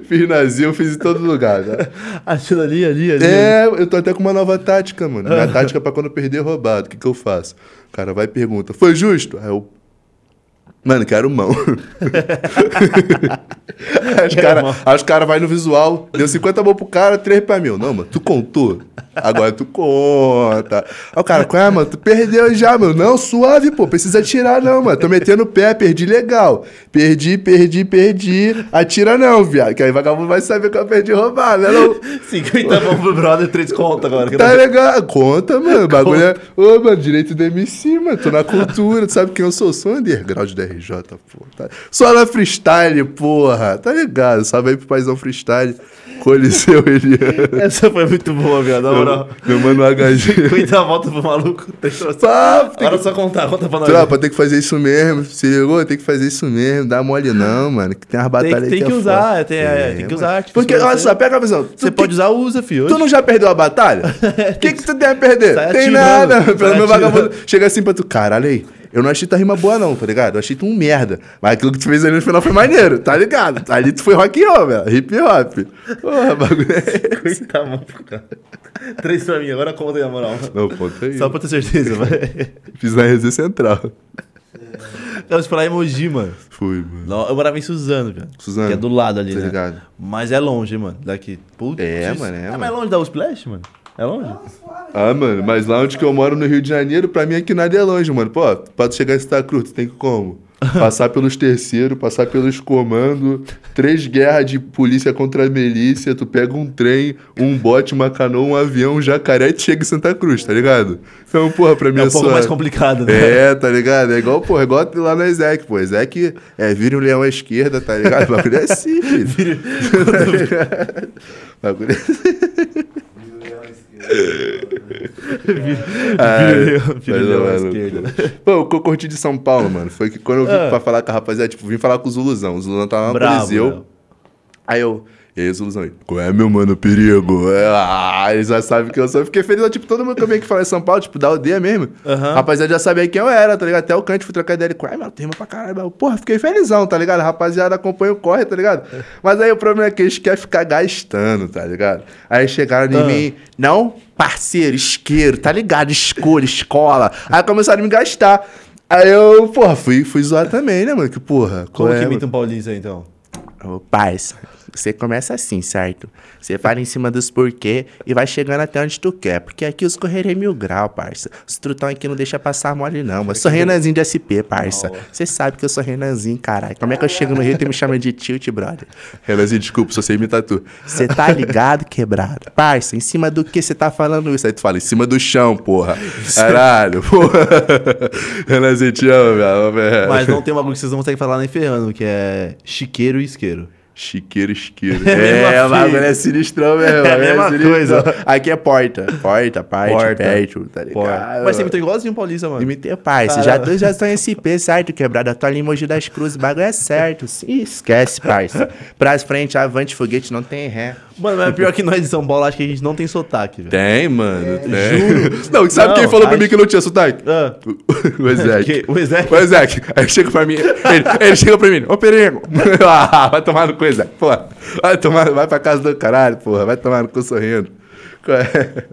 Fiz nazio, fiz em todo lugar. Né? Aquilo ali, ali, ali. É, eu tô até com uma nova tática, mano. Minha tática é pra quando eu perder roubado. O que, que eu faço? O cara vai e pergunta: Foi justo? Aí eu. Mano, quero mão. aí os Quero caras mão. cara, vai no visual, deu 50 mão pro cara, 3 pra mim. Eu, Não, mano, tu contou? Agora tu conta. Aí o cara, qual é, mano? Tu perdeu já, meu. Não, suave, pô. Precisa atirar, não, mano. Tô metendo o pé, perdi legal. Perdi, perdi, perdi. Atira não, viado. Que aí vagabundo vai saber que eu perdi roubado, né? Não? 50 mão pro brother, 3 conta agora. que Tá não- legal, conta, mano. O bagulho é. Ô, mano, direito do MC, mano. Tô na cultura, tu sabe quem eu sou? Eu Sou underground da RJ, pô. Tá- Só na freestyle, porra. Tá ligado? Salve aí pro paizão freestyle. Coliseu Eliano. Essa foi muito boa, viado. Na moral. Meu mano HG. 50 volta pro maluco. três pra- Papo, tem que- Agora é só contar, conta pra nós. Tropa, tem que fazer isso mesmo. Se ligou? Tem que fazer isso mesmo. Dá mole não, mano. Que tem umas Tem, batalhas que- aí tem que é usar, foda. tem, é, tem que mano. usar artifício Porque, pra olha você. só, pega a visão. Você pode usar, usa, filho. Tu não já perdeu a batalha? O que, que tu tem a perder? Sai tem atirando, nada. sai Pelo menos atirando. vagabundo chega assim pra tu. Caralho aí, eu não achei tua rima boa, não, tá ligado? Eu achei tu um merda. Mas aquilo que tu fez ali no final foi maneiro, tá ligado? Ali tu foi rock and roll, velho. Hip hop. Porra, bagulho é. 50 mão pro cara. 3 pra mim, agora conta aí, na moral. Não, ponto aí. Só pra ter certeza, vai. Fiz na Rede Central. Cara, você foi lá em Mogi, mano. Fui, mano. Lá- Eu morava em Suzano, cara. Suzano, Que é do lado ali, tô né? ligado. Mas é longe, mano, daqui. Putz, É, mano, é, mais mano. longe da Usplash, mano? É longe? Ah, mano, mas lá onde que eu moro no Rio de Janeiro, pra mim aqui nada é longe, mano. Pô, pra tu chegar em Santa Cruz, tu tem que como? Passar pelos terceiros, passar pelos comandos, três guerras de polícia contra milícia, tu pega um trem, um bote, uma canoa, um avião, um jacaré e tu chega em Santa Cruz, tá ligado? Então, porra, pra mim É é, um pouco só- mais complicado, né? É, tá ligado? É igual, porra, igual lá no Ezek, pô. Ezek é vira um leão à esquerda, tá ligado? O bagulho é assim, filho. Tá O bagulho é Filho- filho Ah, mas de é uma maluco. esquerda. Pô, o que eu curti de São Paulo, mano, foi que quando eu vim Ah. pra falar com a rapaziada, tipo, vim falar com o Zuluzão. O Zuluzão tava lá no Bravo, é. Coliseu. bravo. Aí eu. E aí, Zuluzão, ele, qual é, meu mano, perigo? É, Ah, eles já sabem que eu sou. Eu Fiquei feliz, ó, tipo, todo mundo que eu venho aqui falar em São Paulo, tipo, da aldeia mesmo. Aham. Rapaziada já sabia quem eu era, tá ligado? Até o Cante fui trocar ideia, ele, qual é, meu, tem irmão pra caralho. Mas, Porra, fiquei felizão, tá ligado? A rapaziada acompanha o corre, tá ligado? Mas aí o problema é que eles querem ficar gastando, tá ligado? Aí chegaram em Ah. mim, não, parceiro, isqueiro, tá ligado? Escolha, escola. Aí começaram a me gastar. Aí eu, porra, fui, fui zoar também, né, mano? Que porra. qual Como é, que mano? imita um paulista, então? Ô, parça, você começa assim, certo? Você fala em cima dos porquê e vai chegando até onde tu quer. Porque aqui os correrei mil grau, parça. Os trutão aqui não deixa passar mole, não. Mas sou Renanzinho de SP, parça. Você sabe que eu sou Renanzinho, caralho. Como é que eu chego no Rio e tu me chama de tilt, brother? Renanzinho, desculpa, só sei imitar tu. Você tá ligado, quebrado? Parça, em cima do que você tá falando isso? Aí tu fala, em cima do chão, porra. Caralho, porra. Renanzinho, te amo, meu. velho. Mas não tem uma coisa que vocês não conseguem falar nem ferrando, que é chiqueiro e isqueiro. Chiqueiro, isqueiro. mesma É, o bagulho fita. é sinistrão É mesmo. a o bagulho mesma sinistrão. coisa. Aqui é porta. Porta, parte, Porta. perto, tá ligado? Porra. Mas você imitou igualzinho um paulista, mano. Imitei, parça. Já, tô- já tô em SP, certo? Quebrada, tô ali em Mogi das Cruzes. O bagulho é certo. Ih, esquece, parça. Pra frente, avante, foguete, não tem ré. Mano, mas é pior que nós de São Paulo, acho que a gente não tem sotaque, velho. Tem, mano. É, Juro. Não, sabe Não, quem falou pra acho- mim que não tinha sotaque? Ah. O Ezek. Que- o Ezek? O Ezek. Aí chega pra mim. Ele, ele chega pra mim. Ô, perigo. Ah, vai tomar no cu, Ezek. Porra. Vai, tomar, vai pra casa do caralho, porra. Vai tomar no cu sorrindo. Qual é?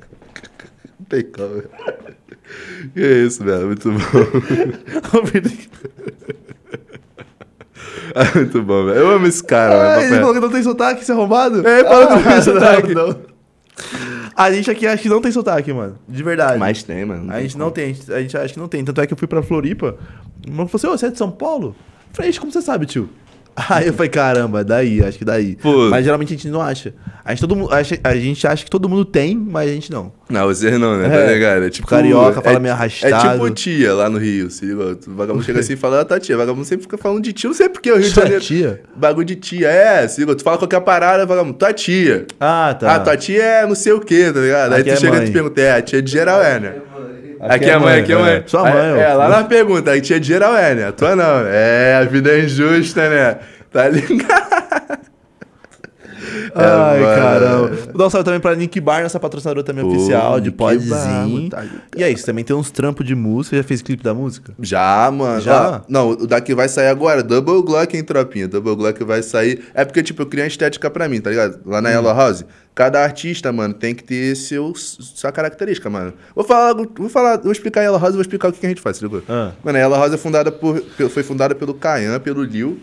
Não tem como. Que isso, velho. Muito tá bom. Ah, Muito bom, velho. Eu amo esse cara, Ah, velho. ele falou papai. que não tem sotaque, você é arrombado? É, fala que não tem sotaque. A gente aqui acha que não tem sotaque, mano. De é verdade. Mas tem, mano. A gente não tem, a gente, a gente acha que não tem. Tanto é que eu fui pra Floripa, o maluco falou assim, ô, você é de São Paulo? Eu falei, "Ixi, como você sabe, tio? Aí eu falei, caramba, é daí, acho que daí. Pô. Mas geralmente a gente não acha. A gente, todo mundo, acha- a gente acha que todo mundo tem, mas a gente não. Não, vocês não, né? Tá É. ligado? É tipo. Carioca, é- fala meio É arrastado. tipo tia lá no Rio, se liga. O vagabundo chega assim e fala, ah, tá tia. O vagabundo sempre fica falando de tia, não sei porque o Rio de Tua Janeiro. tia? Bagulho de tia, é, se liga. Tu fala qualquer parada, vagabundo, tua tia. Ah, tá. Ah, tua tia é não sei o quê, tá ligado? Aí Aqui tu é chega e mãe. tu pergunta, é, a tia de geral é, né? Aqui é a mãe, aqui é a mãe. Sua mãe, ó. É, é lá na pergunta, a tia de geral é, né? A tua não. né? É, a vida é injusta, né? Tá ligado? Ai, É, mano. caramba. Vou dar um salve também pra Nick Bar, nossa patrocinadora também Pô, oficial de Nick podzinho. Bar, tá ligado. e aí, você também tem uns trampos de música, já fez clipe da música? Já, mano. Já? Ó, não, o daqui vai sair agora. Double Glock, hein, tropinha? Double Glock vai sair. É porque, tipo, eu criei uma estética pra mim, tá ligado? Lá na Yellow House. Cada artista, mano, tem que ter seu, sua característica, mano. Vou falar, algo- vou falar, vou explicar a Yellow House e vou explicar o que que a gente faz, tá ligou? Ah. Mano, a Yellow House é fundada por, pe- foi fundada pelo Caian, pelo Liu,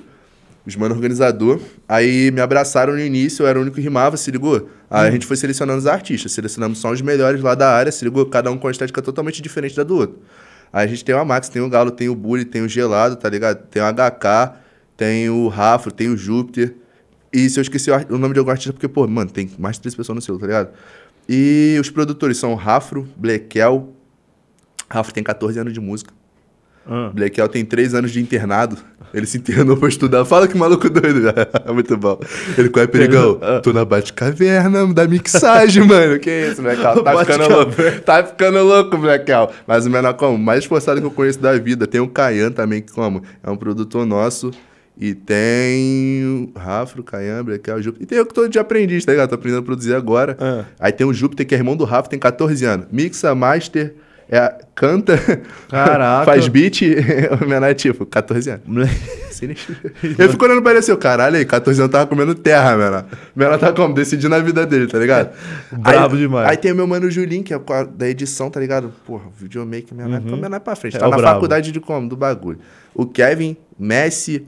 os mano organizador. Aí me abraçaram no início, eu era o único que rimava, se ligou? Aí a gente foi selecionando os artistas, selecionamos só os melhores lá da área, se ligou? Cada um com uma estética totalmente diferente da do outro. Aí a gente tem o Amax, tem o Galo, tem o Bully, tem o Gelado, tá ligado? Tem o HK, tem o Rafa, tem o Júpiter. E se eu esqueci o ar- o nome de algum artista, porque, pô, mano, tem mais de três pessoas no seu, tá ligado? E os produtores são o Rafro, Blekel. Rafro tem 14 anos de música. Ah. Blackel tem três anos de internado. Ele se internou pra estudar. Fala que maluco doido. É Muito bom. Ele qual é perigão? Tô na Batcaverna da mixagem, mano. Que isso, Blackel? Tá ficando Batcaverna. louco. Tá ficando louco, Blackel. Mas o menor como? Mais esforçado que eu conheço da vida. Tem o Caian também, que como? É um produtor nosso. E tem o Rafro, Caian, Blackel, Júpiter. E tem eu que tô de aprendiz, tá ligado? Tô aprendendo a produzir agora. Ah. Aí tem o Júpiter, que é irmão do Rafa, tem 14 anos. Mixa, Master, É, a- canta, Caraca. faz beat, homenagem tipo, 14 anos. Sinistro. Ele ficou olhando pra ele assim, caralho, aí, 14 anos tava comendo terra, mano. Mano tá como? Decidindo a vida dele, tá ligado? Brabo Aí- demais. Aí tem o meu mano Julinho, que é co- da edição, tá ligado? Porra, videomaker, minha uhum. minha pra frente. É Tá o na brabo. faculdade de como? Do bagulho. O Kevin, Messi,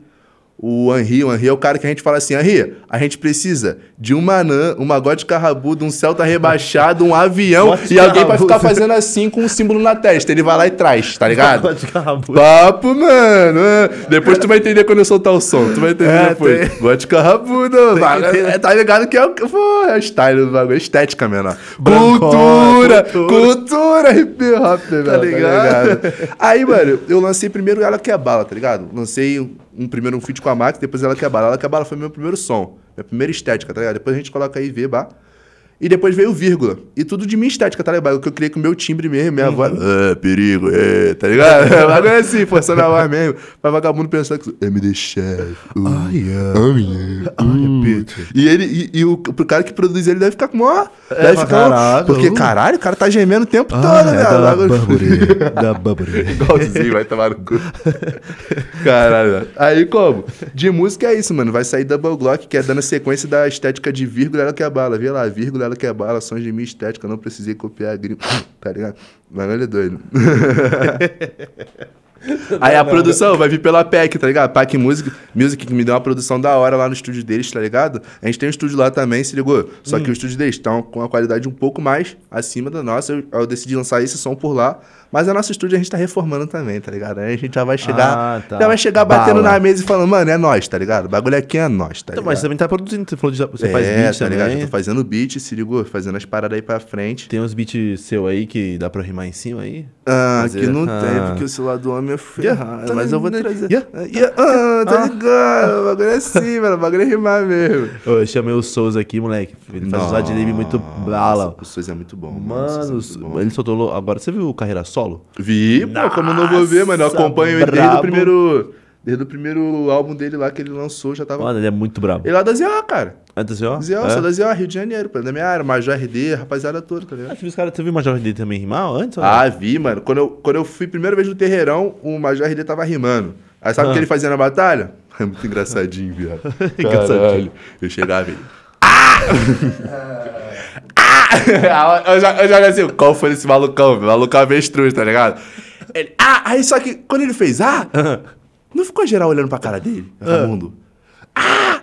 o Henry. O Henry é o cara que a gente fala assim, Henry, a gente precisa de um manã, um magote carrabudo, um Celta rebaixado, um avião Magote e alguém pra carrabudo. ficar fazendo assim com um símbolo na testa. Ele vai lá e traz, tá ligado? Pode carrabudo. Papo, mano. é. Depois tu vai entender quando eu soltar o som. Tu vai entender É, depois. tem- Bote carrabudo. mano. É, Tá ligado que é o que. Pô, é o style do bagulho. é Estética, menor. Brancona, Cultura, cultura. cultura hip hop, velho. Tá ligado? Aí, mano, eu lancei primeiro Ela Que É Bala, tá ligado? Lancei um, um primeiro um feat com a Max, depois Ela Que É Bala. Ela Que É Bala foi meu primeiro som. Minha primeira estética, tá ligado? Depois a gente coloca aí e vê, bah. E depois veio o vírgula. E tudo de minha estética, tá ligado? Que eu criei com o meu timbre mesmo, minha voz. Ah, perigo, é, tá ligado? Agora é assim, forçando a voz mesmo. Pra vagabundo pensando que. MD Chef. Uh, oh, yeah. Oh, yeah. uh. E ele, e, e o, pro cara que produz ele deve ficar com maior. deve mas ficar. caralho, porque, uh. caralho, o cara tá gemendo Ah, o é tempo todo, velho. Tá Agora- da Burberry. Igualzinho, vai tomar no cu. Caralho. Aí como? De música é isso, mano. Vai sair Double Glock, que é dando a sequência da estética de vírgula, ela que é bala. Vê lá, vírgula, ela que é bala, sons de minha estética, não precisei copiar a gringo. Tá ligado? Mas olha doido. Aí a produção vai vir pela PEC, tá ligado? PEC Music, Music que me deu uma produção da hora lá no estúdio deles, tá ligado? A gente tem um estúdio lá também, se ligou? Só Hum. que o estúdio deles tá com uma qualidade um pouco mais acima da nossa. Eu, eu decidi lançar esse som por lá. Mas a nosso estúdio a gente tá reformando também, tá ligado? Aí a gente já vai chegar. Ah, tá. Já vai chegar batendo Bala. na mesa e falando, mano, é nós, tá ligado? O bagulho aqui é nós, tá ligado? Mas você também tá produzindo, você falou de, você faz né? é, beat tá ligado? também. Eu tô fazendo beat, se ligou? Fazendo as paradas aí pra frente. Tem uns beats seu aí que dá pra rimar em cima aí? Ah, que Fazer. não tem, Ah. porque o celular do homem é ferrado. tá mas eu vou ligado. trazer. Yeah. Ah, yeah, ah, tá Ah. ligado? O bagulho é assim, mano. O bagulho é rimar mesmo. Ô, Eu chamei o Souza aqui, moleque. Ele faz uns adlib muito bala. Nossa, O Souza é muito bom. Mano, o Souza é muito bom. ele soltou lo- agora. Você viu o Carreira Solo? Vi, pô, como eu não vou ver, mano. Eu Nossa, acompanho ele desde o brabo. primeiro. Desde o primeiro álbum dele lá que ele lançou, já tava. Mano, ele é muito brabo. Ele é lá da ZO, cara. É do Zé? ZO, É? sou da ZO, Rio de Janeiro, pô, é da minha área, Major RD, rapaziada toda, tá ligado? Ah, você viu os caras, você viu o Major dele também rimar antes? ou não? Ah, vi, mano. Quando eu, quando eu fui primeira vez no Terreirão, o Major RD tava rimando. Aí sabe o que ele fazia na batalha? É muito engraçadinho, viado. Caralho. Eu chegava e... ele, Ah! Ah! eu, já, eu já assim, qual foi esse malucão? velho? Malucão avestruz, tá ligado? Ele, ah! Aí só que quando ele fez ah, não ficou geral olhando pra cara dele? Vagabundo. Ah,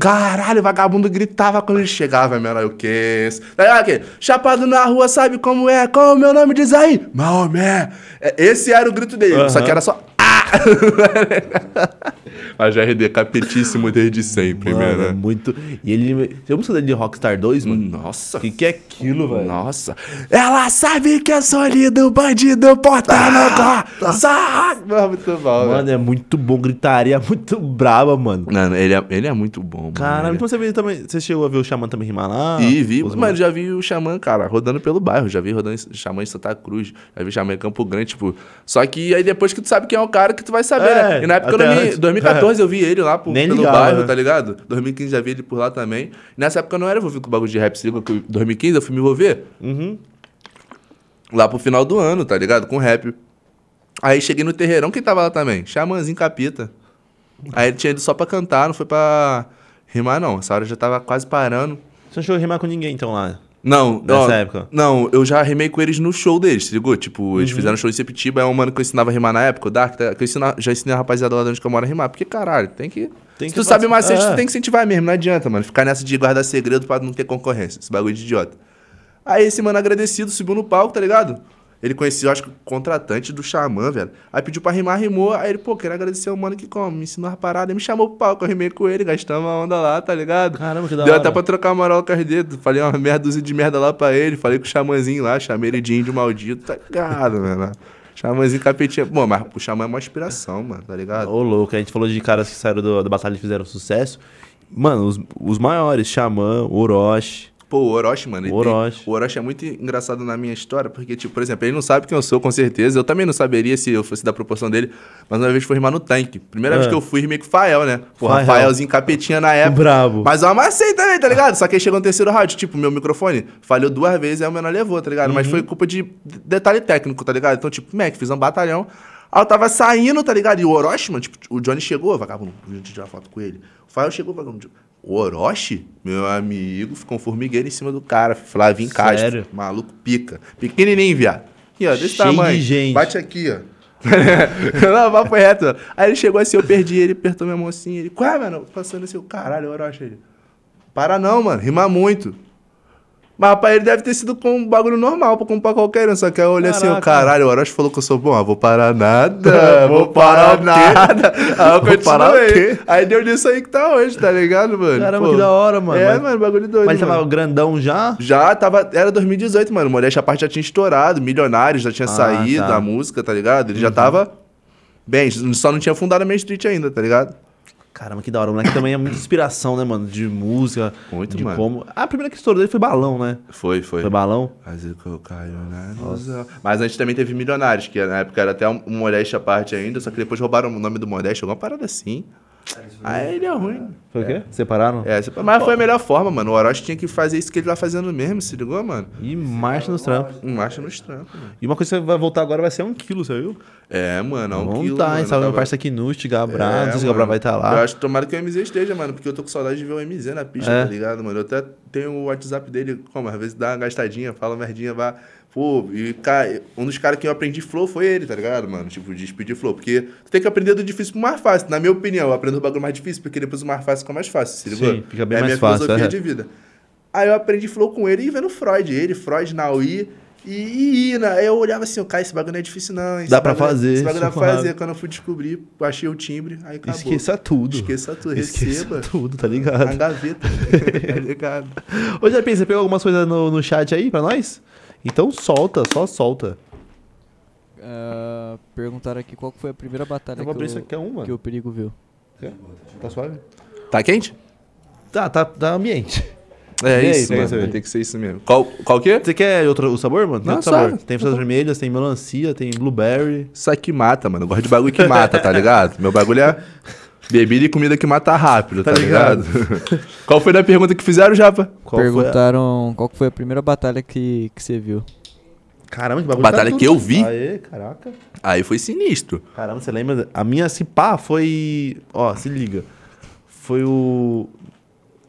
Caralho, o vagabundo gritava quando ele chegava, meu eu que isso? Tá ligado aquele? Chapado na rua, sabe como é? Qual o meu nome diz aí? Maomé. É, Esse era o grito dele, só que era só. Ah! Mas já é RD capetíssimo desde sempre, né? Mano, é mano. muito. E ele. Tem uma música dele de Rockstar 2, mano? Hum, Nossa. O que, que é aquilo, velho? Nossa. Ela sabe que é solido, bandido, porta no tá. Muito bom, Mano, é muito bom, gritaria muito braba, mano. Mano, ele é, ele é muito bom, Caralho, mano. então você, viu também, você chegou a ver o Xamã também rimar lá? E vi, Os mano, já vi o Xamã, cara, rodando pelo bairro. Já vi rodando em- Xamã em Santa Cruz, já vi Xamã em Campo Grande, tipo. Só que aí depois que tu sabe quem é o cara, que tu vai saber, É, né? E na época eu até não me- antes. 2014 eu vi ele lá por, Nem pelo ligava, bairro, né? tá ligado? 2015 já vi ele por lá também. E nessa época eu não era envolvido com o bagulho de rap single, que eu- 2015 eu fui me envolver. Uhum. Lá pro final do ano, tá ligado? Com rap. Aí cheguei no terreirão, quem tava lá também? Xamãzinho Capita. Aí ele tinha ido só pra cantar, não foi pra rimar, não. Essa hora eu já tava quase parando. Você não chegou a rimar com ninguém, então, lá. Não, Nessa ó, época? Uhum. Não, eu já rimei com eles no show deles, se ligou? Tipo, eles fizeram show em Septiba, é um mano que eu ensinava a rimar na época, o Dark, tá? que eu ensina- já ensinei a rapaziada lá de onde que eu moro a rimar, porque caralho, tem que. Tem se que tu sabe fazer- macete, é. tu tem que incentivar mesmo, não adianta, mano, ficar nessa de guardar segredo pra não ter concorrência, esse bagulho de idiota. Aí esse mano agradecido subiu no palco, tá ligado? Ele conhecia, eu acho que o contratante do Xamã, velho. Aí pediu pra rimar, rimou. Aí ele, pô, quero agradecer ao mano que como, me ensinou a parada. Ele me chamou pro palco, eu rimei com ele, gastamos a onda lá, tá ligado? Caramba, que da Deu hora. até pra trocar moral com as dedos. Falei uma meia dúzia de merda lá pra ele. Falei com o xamãzinho lá, chamei ele de índio maldito. Tá ligado, mano? Xamãzinho capetinha. Bom, mas o xamã é uma inspiração, mano, tá ligado? Ô, louco, a gente falou de caras que saíram do- da batalha e fizeram sucesso. Mano, os, os maiores, Xamã, Orochi. Pô, o Orochi, mano. ele O tem- Orochi. o Orochi é muito engraçado na minha história, porque, tipo, por exemplo, ele não sabe quem eu sou, com certeza. Eu também não saberia se eu fosse da proporção dele. Mas uma vez foi rimar no tanque. Primeira Ah. vez que eu fui, rimei com o Fael, né? Pô, Fael. Rafaelzinho capetinha na época. brabo. Mas eu amassei também, tá ligado? Só que aí chegou no terceiro round, tipo, meu microfone falhou duas vezes, aí o menor levou, tá ligado? Mas Uhum. foi culpa de detalhe técnico, tá ligado? Então, tipo, Mac, fiz um batalhão. Aí eu tava saindo, tá ligado? E o Orochi, mano, tipo, o Johnny chegou, vagabundo, a gente tirar foto com ele. O Fael chegou, vagabundo. tipo, O Orochi, meu amigo, ficou um formigueiro em cima do cara. Flavinho Castro. Sério? Maluco pica. Pequenininho, viado. Aqui, ó, desse Cheio de tamanho. gente. Bate aqui, ó. não, papo reto. Aí ele chegou assim, eu perdi, ele apertou minha mão assim, ele, qual é, mano? Passando assim, eu, caralho, Orochi, ele. Para não, mano, rima muito. Mas pra ele deve ter sido com um bagulho normal, pra comprar qualquer um. Só que aí eu olhei assim, eu, Caraca. caralho, o Orochi falou que eu sou bom, ah, vou parar nada, vou parar o parar quê? Ah, nada. Aí eu Vou parar o continuei. quê? Aí deu nisso aí que tá hoje, tá ligado, mano? Caramba, que da hora, mano. É, Mas- mano, bagulho doido. Mas ele mano. tava grandão já? Já tava. Era 2018, mano. O Modéstia à parte já tinha estourado, milionários já tinha saído, tá. a música, Ah, tá ligado? Ele já tava. Bem, só não tinha fundado a Main Street ainda, tá ligado? Caramba, que da hora. O moleque também é muita inspiração, né, mano? De música. Muito, de mano. como. Ah, A primeira que estourou dele foi balão, né? Foi, foi. Foi balão? Mas o que eu caio na ilusão. Mas antes também teve Milionários, que na época era até um um Modéstia à parte ainda, só que depois roubaram o nome do Modéstia, alguma parada assim. Aí ele é ruim. Foi o quê? Separaram? É, você- mas foi a melhor forma, mano. O Orochi tinha que fazer isso que ele tá fazendo mesmo, se ligou, mano? E marcha nos trampos. Um marcha nos trampos, mano. E uma coisa que vai voltar agora vai ser um quilo, você viu? É, mano, é um Vamos quilo, tá, mano. hein? Salve meu Tava- parceiro Kinush, Gabra. não sei se o É, mano. Gabra vai estar Eu lá. acho que tomara que o MZ esteja, mano, porque eu tô com saudade de ver o MZ na pista, É. tá ligado, mano? Eu até tenho o WhatsApp dele, como, às vezes dá uma gastadinha, fala merdinha, vá. Pô, e cara, um dos caras que eu aprendi flow foi ele, tá ligado, mano? Tipo, de speed flow. Porque tu tem que aprender do difícil pro mais fácil. Na minha opinião, eu aprendo o bagulho mais difícil, porque depois o mais fácil fica mais fácil, se ligou? Sim, fica bem é a mais minha fácil, filosofia é. de vida. Aí eu aprendi flow com ele e vendo Freud. Ele, Freud, Naui e, e Ina. Aí eu olhava assim, cara, esse bagulho não é difícil, não. Esse Dá pra bagulho- fazer, Esse bagulho dá isso pra é rápido. fazer. Quando eu fui descobrir, eu achei o timbre, aí acabou. Esqueça tudo. Esqueça tudo, Esqueça receba. tudo, tá Na ligado? gaveta. tá ligado? Ô, JP, você pegou algumas coisas no, no chat aí pra nós? Então solta, só solta. Ah, perguntaram aqui qual que foi a primeira batalha Eu vou abrir isso aqui, que, é uma. o, que o perigo viu. Tá suave? Tá quente? Tá, tá, tá ambiente. É E aí, isso, pega mano. essa aí. Tem que ser isso mesmo. Qual, qual que é? Você quer outro, o sabor, mano? Tem Não, outro sabor. sabe. Tem frutas vermelhas, tem melancia, tem blueberry. Isso aqui mata, mano. Eu gosto de bagulho que mata, tá ligado? Meu bagulho é bebida e comida que mata rápido, tá, Tá ligado? ligado? qual foi a pergunta que fizeram, Japa? Qual foi perguntaram qual que foi a primeira batalha que, que você viu. a... Caramba, que bagulho. Batalha tá que tudo. eu vi. Aê, caraca. Aí foi sinistro. Caramba, você lembra? A minha se pá foi. Ó, se liga. Foi o.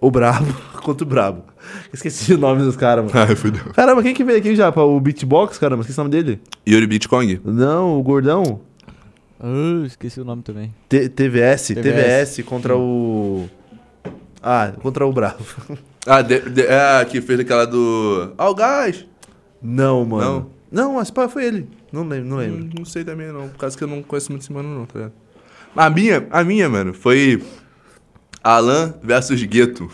O Brabo contra o Brabo. Esqueci o nome dos caras, mano. Ai, fudeu. Caramba, quem que veio aqui já? O beatbox, caramba, esqueci o nome dele. Yuri Bitcoin? Não, o gordão. Ah, esqueci o nome também. T- TVS, TVS, TVS. contra o. Ah, contra o Bravo. Ah, de, de- é, que fez aquela do. Ah, o gás! Não, mano. Não, mas pá, foi ele. Não lembro, não lembro. Hum, Não sei também, não. Por causa que eu não conheço muito esse mano, não, tá ligado? A minha, a minha, mano, foi Alan versus Gueto.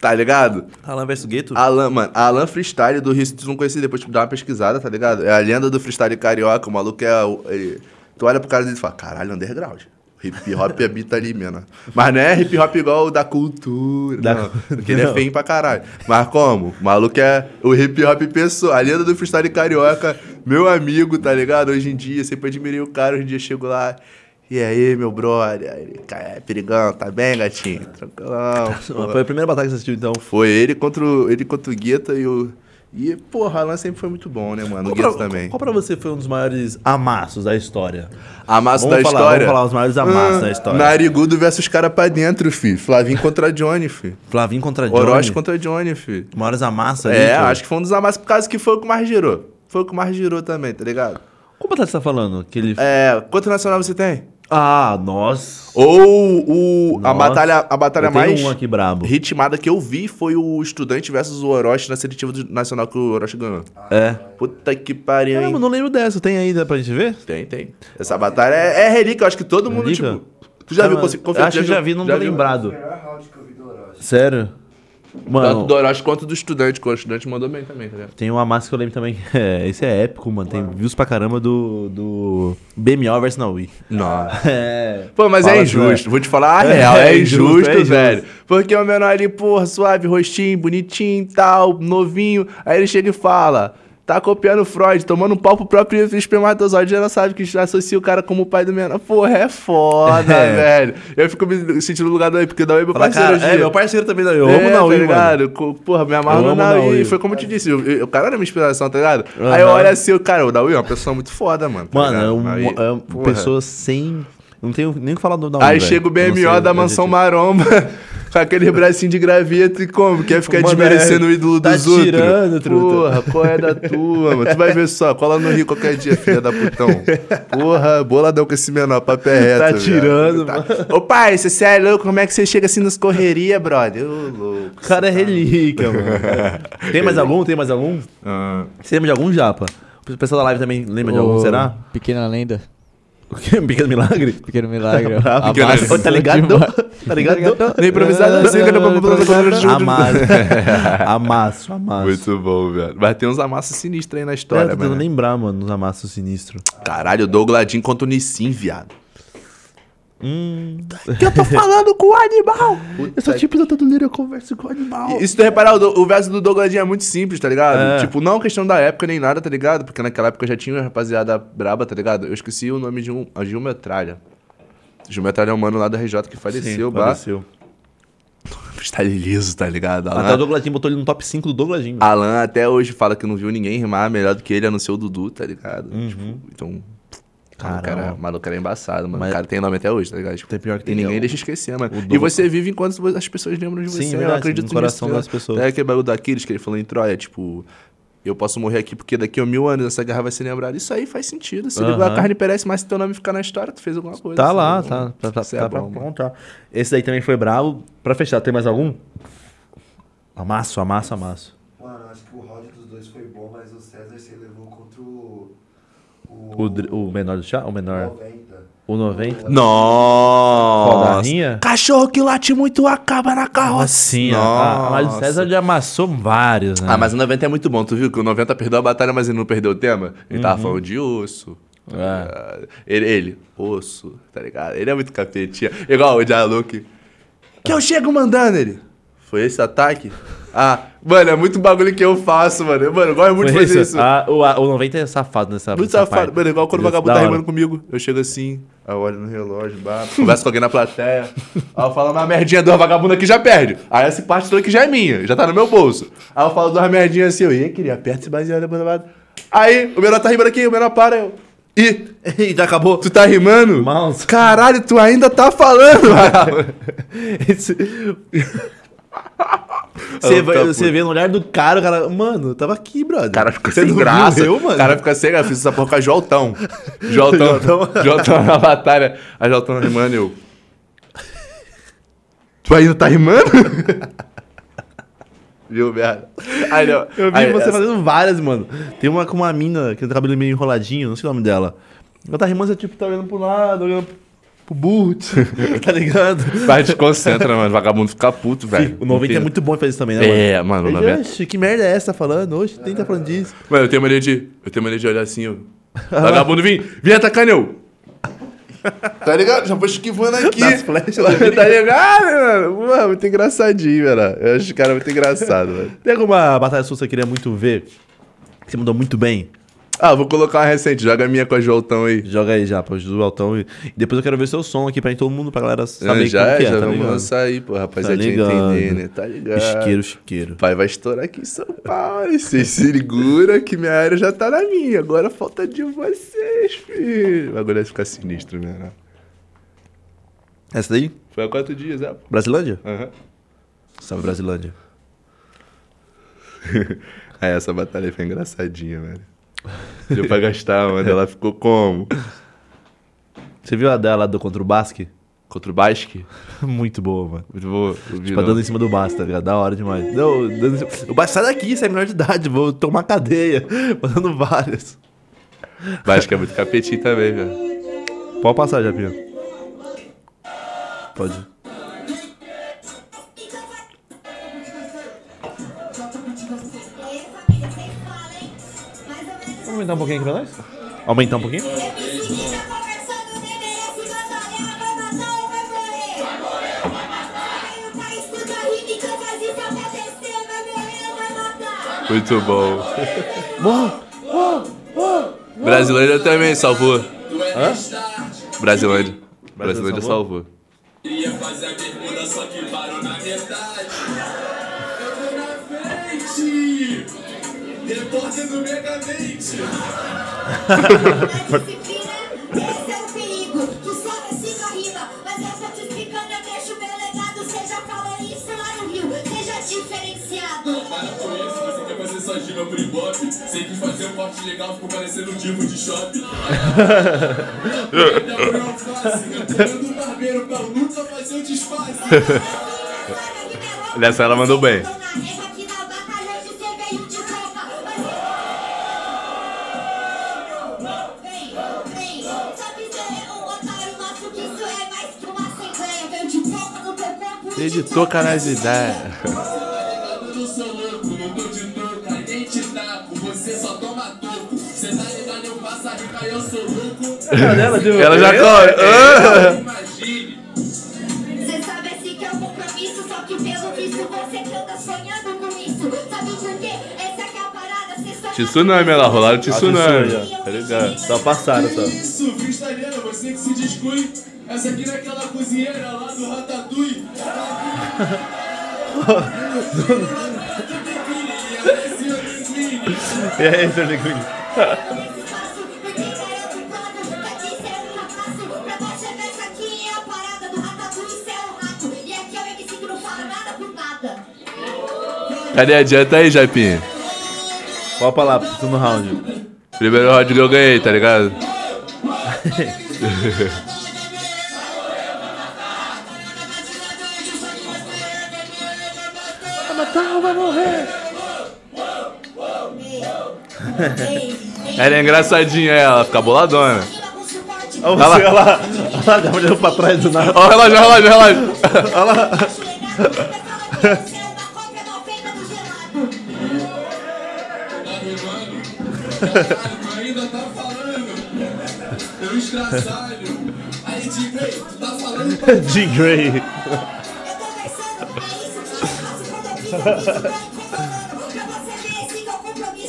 Tá ligado? Alan versus Gueto? Alan, mano, Alan Freestyle do Rio, se tu não conhecer, depois tu dá uma pesquisada, tá ligado? É a lenda do freestyle carioca, o maluco é. o- ele- tu olha pro cara dele e fala, caralho, underground. Hip hop habita ali, mano. Mas não é hip hop igual o da cultura. Da não. cu- Porque ele é não. feio pra caralho. Mas como? O maluco é o hip hop pessoa. A lenda do freestyle carioca, meu amigo, tá ligado? Hoje em dia, sempre admirei o cara, hoje em dia chego lá. E aí, meu brother? Aí ele, "Cara, é perigão, tá bem, gatinho? Tranquilão. pô." Foi a primeira batalha que você assistiu, então. Foi ele contra o, ele contra o Guetta e o. E, porra, Alan sempre foi muito bom, né, mano? O Guetta também. qual pra você foi um dos maiores amassos da história? Amasso Vamos da falar, vamos história. falar os maiores amassos Ah, da história. Narigudo versus cara pra dentro, fi. Flavinho contra Johnny, fi. Flavinho contra Johnny. Orochi contra Johnny, fi. Maiores amassos ali. É, acho que foi um dos amassos por causa que foi o que mais girou. Foi o que mais girou também, tá ligado? Qual batalha você tá falando? Aquele... É, quanto nacional você tem? Ah, nossa. Ou o, a Nossa. batalha, a batalha Eu tenho mais um aqui brabo. ritmada que eu vi foi o Estudante versus o Orochi na seletiva do nacional que o Orochi ganhou. É. Puta que pariu, hein? Caramba, não lembro dessa. Tem ainda pra gente ver? Tem, tem. Essa batalha é, é relíquia, eu acho que todo mundo, Relíquia? Tá, tipo. Tu já viu Caramba, confi- eu Acho que eu já vi, não tô lembrado. Sério? Mano, Tanto do Orochi quanto do estudante, que o estudante mandou bem também, tá ligado? Tem uma massa que eu lembro também. É, esse é épico, mano. Tem views pra caramba do, do BMO versus Naui. Nossa. É. Pô, mas é Fala, injusto. Zé. Vou te falar a É, real. É, é injusto, injusto, é injusto. velho. Porque o menor ali, porra, suave, rostinho, bonitinho e tal, novinho. Aí ele chega e fala. Tá copiando o Freud, tomando um pau pro próprio espermatozoide, ela sabe que associa o cara como o pai do menor. Porra, é foda, É. velho. Eu fico me sentindo no lugar do Naui, porque o Naui é meu Fala, parceiro cara, hoje em é, dia. meu parceiro também, Naui. Eu É, amo um o Naui, tá mano. ligado? Co- Porra, me amarro Eu no amo Naui. Naui. Foi como eu te disse, eu- eu- o cara era minha inspiração, tá ligado? Aham. Aí eu olho assim, eu, cara, o Naui é uma pessoa muito foda, mano. tá Mano, é ligado? uma, Aí, é uma porra. pessoa sem. Não tenho nem o que falar do Naui. Aí velho. chega o Eu não sei é tipo- BMO da o mansão adjetivo. maromba com aquele bracinho de graveto e como? Quer ficar Mano, desmerecendo é, o ídolo tá dos outros? tirando, truta. Porra, qual é da tua, mano? Tu vai ver só, cola no Rio qualquer dia, filha da putão. Porra, boladão com esse menor, papel reto. Tá viado. tirando, Tá. Ô pai, você- você é louco? Como é que você chega assim nos correria, brother? Ô louco. O cara é relíquia, mano. Tem mais algum? Tem mais algum? Ah. Você lembra de algum, Japa? O pessoal da live também lembra de Ô, algum, será? Pequena lenda. O quê? Um pequeno milagre? Pequeno milagre. Bravo, ó. pequeno- Avançou Ô, tá ligado? demais. Tá ligado? Na improvisada, assim, quando eu- Amasso. Amasso, amasso. Muito bom, velho. Mas tem uns amassos sinistros aí É, na eu história, tô tentando mano. lembrar, mano, dos amassos sinistros. Caralho, o Dougladinho contra o Nissin, viado. Hum. Que eu tô falando com o animal! Eu sou tipo da tatuleira, eu converso com o animal. E se tu reparar, o, do- o verso do Dougladinho é muito simples, tá ligado? É. Tipo, não é uma questão da época nem nada, tá ligado? Porque naquela época já tinha uma rapaziada braba, tá ligado? Eu esqueci o nome de um. A Gil Metralha. Gil Metralha é um mano lá da RJ que faleceu, bah. Apareceu. Está liso, tá ligado? Alan Até o Dougladinho botou ele no top 5 do Dougladinho. velho. Alan até hoje fala que não viu ninguém rimar melhor do que ele, a não ser o Dudu, tá ligado? Tipo, então. Cara, o cara, Uhum. Caramba. o maluco era embaçado, mano. Mas- O cara tem nome até hoje, tá ligado? Tipo, Tem pior que e tem ninguém algum- deixa esquecer, mano. o E Douglas- você vive enquanto as pessoas lembram de Sim, você. né? eu verdade, acredito no coração nisso, tá das ligado? pessoas. É aquele bagulho daqueles que ele falou em Troia, tipo. Eu posso morrer aqui porque daqui a mil anos essa guerra vai ser lembrada. Isso aí faz sentido. Se Aham. a carne perece, mas se teu nome ficar na história, tu fez alguma coisa. Tá assim, lá, né? tá. Tá, tá, Isso é tá bom, pra mano. contar. Esse daí também foi bravo. Pra fechar, tem mais algum? Amasso, amasso, amasso. Mano, acho que o round dos dois foi bom, mas o César se levou contra o. O, dr- o menor do chá? O menor. 90. O 90? Nossa! Rodarinha? Cachorro que late muito acaba na Sim, carrocinha. Assim, Ah, a, a Mário César já amassou vários, né? Ah, mas o 90 é muito bom. Tu viu que o 90 perdeu a batalha, mas ele não perdeu o tema? Ele Uhum. tava falando de osso. É. tá ligado? Ele, ele, osso, tá ligado? Ele é muito capetinha. Igual o Dialog. Que eu chego mandando ele. Foi esse ataque? Ah, mano, é muito bagulho que eu faço, mano. Eu, Mano, eu gosto muito de Foi fazer isso? isso. Ah, o, a- o 90 é safado nessa Muito nessa safado. parte. Mano, igual quando o Isso, é vagabundo da tá hora. rimando comigo. Eu chego assim, aí eu olho no relógio, bato, converso com alguém na plateia. Aí eu falo uma merdinha, duas vagabundas aqui já perde. Aí essa parte toda aqui já é minha, já tá no meu bolso. Aí eu falo duas merdinhas assim, eu ia, queria, aperta esse baseado, baseado. Aí o menor tá rimando aqui, o menor para, eu. Ih, E já acabou. tu tá rimando? Mouse. Caralho, tu ainda tá falando, mano. Esse- Você, Eu vai- tô você puto. vê no olhar do cara, o cara, mano, eu tava aqui, brother. O cara fica Você sem não viu graça. Eu, mano. O cara fica sem graça. Fiz essa porra com a Joltão. Joltão, Joltão na batalha. A Joltão rimando e eu. Tu ainda tá rimando? Viu, merda? Aí, não. Eu vi Aí, você essa- fazendo várias, mano. Tem uma com uma mina que tem o cabelo meio enroladinho, não sei o nome dela. Ela tá rimando, você tipo, tá olhando pro lado, olhando pro burro, tá ligado? Mas desconcentra, mano. Vagabundo fica puto, velho. O 90 é Não tem- muito bom em fazer isso também, né, mano? É, mano, o 90. Oxe, que merda é essa falando? Oxe, nem tá falando disso. Mano, eu tenho mania de. Eu tenho mania de olhar assim, ó. Vagabundo vim, vim atacando eu. Tá ligado? Já vou esquivando aqui. Das flechas, tá ligado, mano? Mano, muito engraçadinho, velho. Eu acho o cara muito engraçado, velho. Tem alguma batalha sua que você queria muito ver? Que você mandou muito bem? Ah, vou colocar uma recente. Joga a minha com a Joltão aí. Joga aí já, pô, do Altão. E e depois eu quero ver seu som aqui pra todo mundo, pra galera saber Né, já, como que é, já tá vamos ligado? Tá lançar aí, pô, rapaziadinha ligado. entender, né? Tá ligado? Chiqueiro, chiqueiro. Pai vai estourar aqui em São Paulo. Vocês se segura que minha área já tá na minha. Agora falta de vocês, filho. O bagulho vai ficar sinistro, né? né? Essa daí? Foi há quatro dias, é, pô. Brasilândia? Aham. Salve, Brasilândia. Aí essa batalha aí foi engraçadinha, velho. Deu pra gastar, mano. Ela ficou como? Você viu a dela do contra o Basque? Contra o Basque? Muito boa, mano. Muito bom. eu vi, Tipo, não. dando em cima do Basque, tá ligado? Da hora demais. Não, dando em cima... O Basque, sai daqui, você é menor de idade, vou tomar cadeia. Mandando várias. Basque é muito capetinho também, velho. Pode passar, Japinha. Pode. Vamos aumentar um pouquinho aqui pra nós? Aumentar um pouquinho? tá Muito bom. Brasilândia também salvou. Brasilândia. Brasilândia salvou. Queria fazer a bermuda, só que parou na metade. Eu vou na frente! Repórter do Megamente! Esse é o perigo, que só recicla rima. Mas eu tô te explicando, eu deixo meu legado. Seja paulista lá no Rio, seja diferenciado. Para com isso, você quer fazer sua giba por ibope? Sei que fazer um corte legal ficou parecendo um tipo de shopping. Ainda foi uma face, cantando um barbeiro pra nunca fazer o disfarce. Nessa ela mandou bem. Editou canalidade. Eu não sou louco, não tô de novo, nem te taco, tá você só toma toco. Cê tá ligado, eu faço a rica e eu sou louco. Ela já corre. Imagine. Você sabe assim que é um compromisso, só que pelo visto você que anda sonhando com isso. Sabe por quê? Essa que é a parada, você sonha. Tsunami, ela rolaram tsunami. tsunami, Tá ligado? Só passaram, só. Isso, freestyleira, você que se descuide. Essa aqui não é aquela cozinheira lá do Ratatouille. É, esse é o Negrini. um é Cadê? Adianta aí, Japinha. Qual a palavra? Segundo round. Primeiro round que eu ganhei, tá ligado? Ela é engraçadinha, ela fica boladona. Olha Olha lá. você, olha lá. Olha lá, dá uma olhada Tá pra trás do nada. Ó, relógio, relógio, relógio. Caralho, ainda tá falando. Eu estraçalho. Aí, Digrey, tu tá falando pra De Grey. é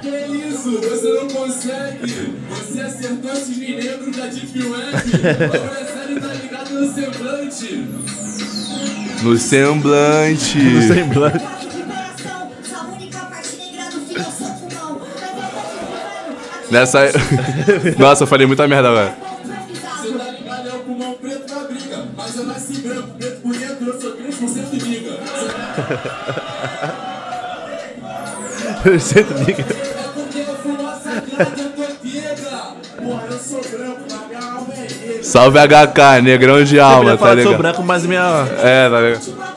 que é isso? Você não consegue. Você acertou esses mineiros da Deep Web. O adversário tá ligado no semblante. No semblante. Semblante. é Nessa. Nossa, eu falei muita merda agora. Você tá ligado, é o pulmão preto na briga. Mas eu nasci branco, preto por dentro, eu sou 3% liga. Você liga. É porque eu fui uma sagrada, eu tô pega. Porra, eu sou branco, mas minha alma é negra. Salve HK, negrão de alma, Eu tá falar sou ligado? branco, mas minha. É, tá ligado?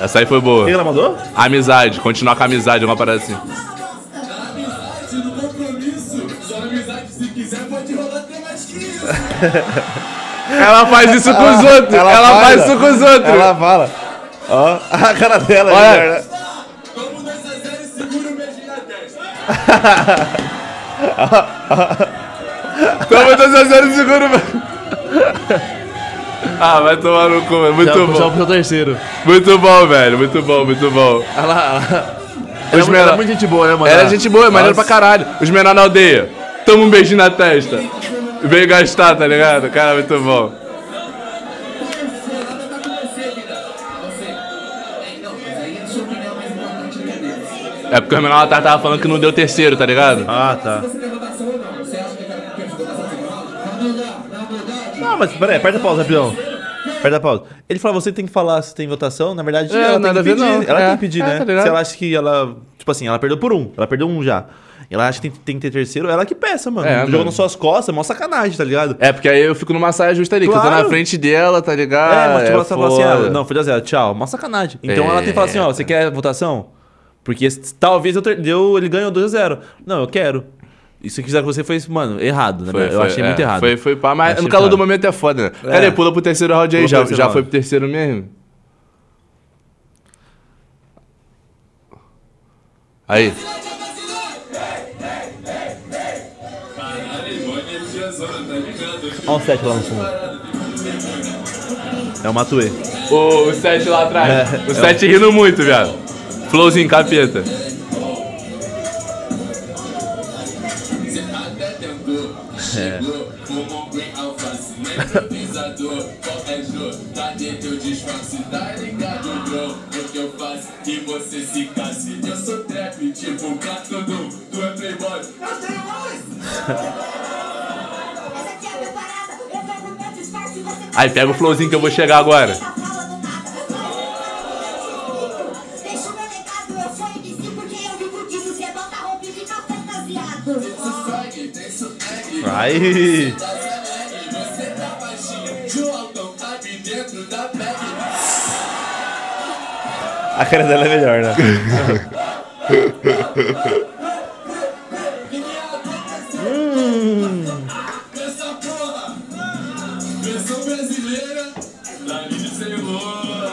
Essa aí foi O que boa. ela mandou? Amizade, continuar com a amizade, uma parada assim. Na amizade, no compromisso. Só amizade, se quiser, pode rolar até mais que isso. Ela faz isso com os outros, ela, faz isso com os outros. Ela fala. Ó, a cara dela. Olha. né? Vamos 2 a 0 e segura o beijinho na testa. Toma 2 a 0 seguro, Ah, vai tomar no cu, velho. Muito Puxar tá bom. pro seu É terceiro. Muito bom, velho. Muito bom, muito bom. Olha lá. Ela Os era menor... muito gente boa, né, mano? Era é gente boa, é maneiro pra Nossa. caralho. Os menores na aldeia. Toma um beijinho na testa. Vem gastar, tá ligado? Cara, muito bom. Nada tá com você, vida. Você. É, não, mas aí a sua opinião é mais importante do que a deles. É porque o menor na tarde tava falando que não deu terceiro, tá ligado? Ah, tá. Você tem votação ou não? Você acha que eu quero que eu te votação de volta? Na verdade, na verdade. Não, mas peraí, aperta a pausa rapidão. Aperta a pausa. Ele fala, você tem que falar se tem votação. Na verdade, É, ela tem nada que a ver, pedir. não. Ela É, tem que pedir, é, né? tá ligado? se ela acha que ela. Tipo assim, ela perdeu por um. Ela perdeu um já. Ela acha que tem, tem que ter terceiro, ela que peça, mano. É, Jogou mano. nas suas costas, é mó sacanagem, tá ligado? É, porque aí eu fico numa saia justa ali, que eu tô Claro. na frente dela, tá ligado? É, mas tipo, ela só fala assim, ah, foda. não, foi a zero, tchau, uma sacanagem. Então É. ela tem que falar assim, ó, você quer votação? Porque s- talvez eu ter- deu, ele ganhou 2 a 0. Não, eu quero. Isso que fizeram com você foi, mano, errado, né? Foi, eu foi, achei é, muito errado. Foi, foi, pá, mas Achei no calor do errado. momento é foda, né? É. Pera aí, pula pro terceiro round aí, Pula pro já, terceiro já round. foi pro terceiro mesmo? Aí, Caralho, mó energiazona, tá ligado? Olha um set lá no fundo. É o Matue. o, o 7 lá atrás. É. o 7 rindo muito, viado. Flowzinho, capeta. Cê até tentou, chegou, fumou bem alface, nem improvisador. Qual é Jô? Cadê teu disfarce? Tá ligado, bro? O que eu faço? Que você se case. Eu sou trap, tipo Cartodum, tu é playboy. Eu tenho mais! Essa aqui é a minha parada. Eu pego o meu disfarce e você tá Aí, pega o flowzinho que eu vou chegar agora. Essa fala do nada. Eu te explico. Deixa o meu legado, eu sou MC porque eu vivo disso. Cê bota roupa e fica fantasiado. Swag, tem swag. Aí! Tá swag, você tá baixinho. João cabe dentro da bag. A cara dela é melhor, né? Essa porra! Versão brasileira, da Lili Ceilona.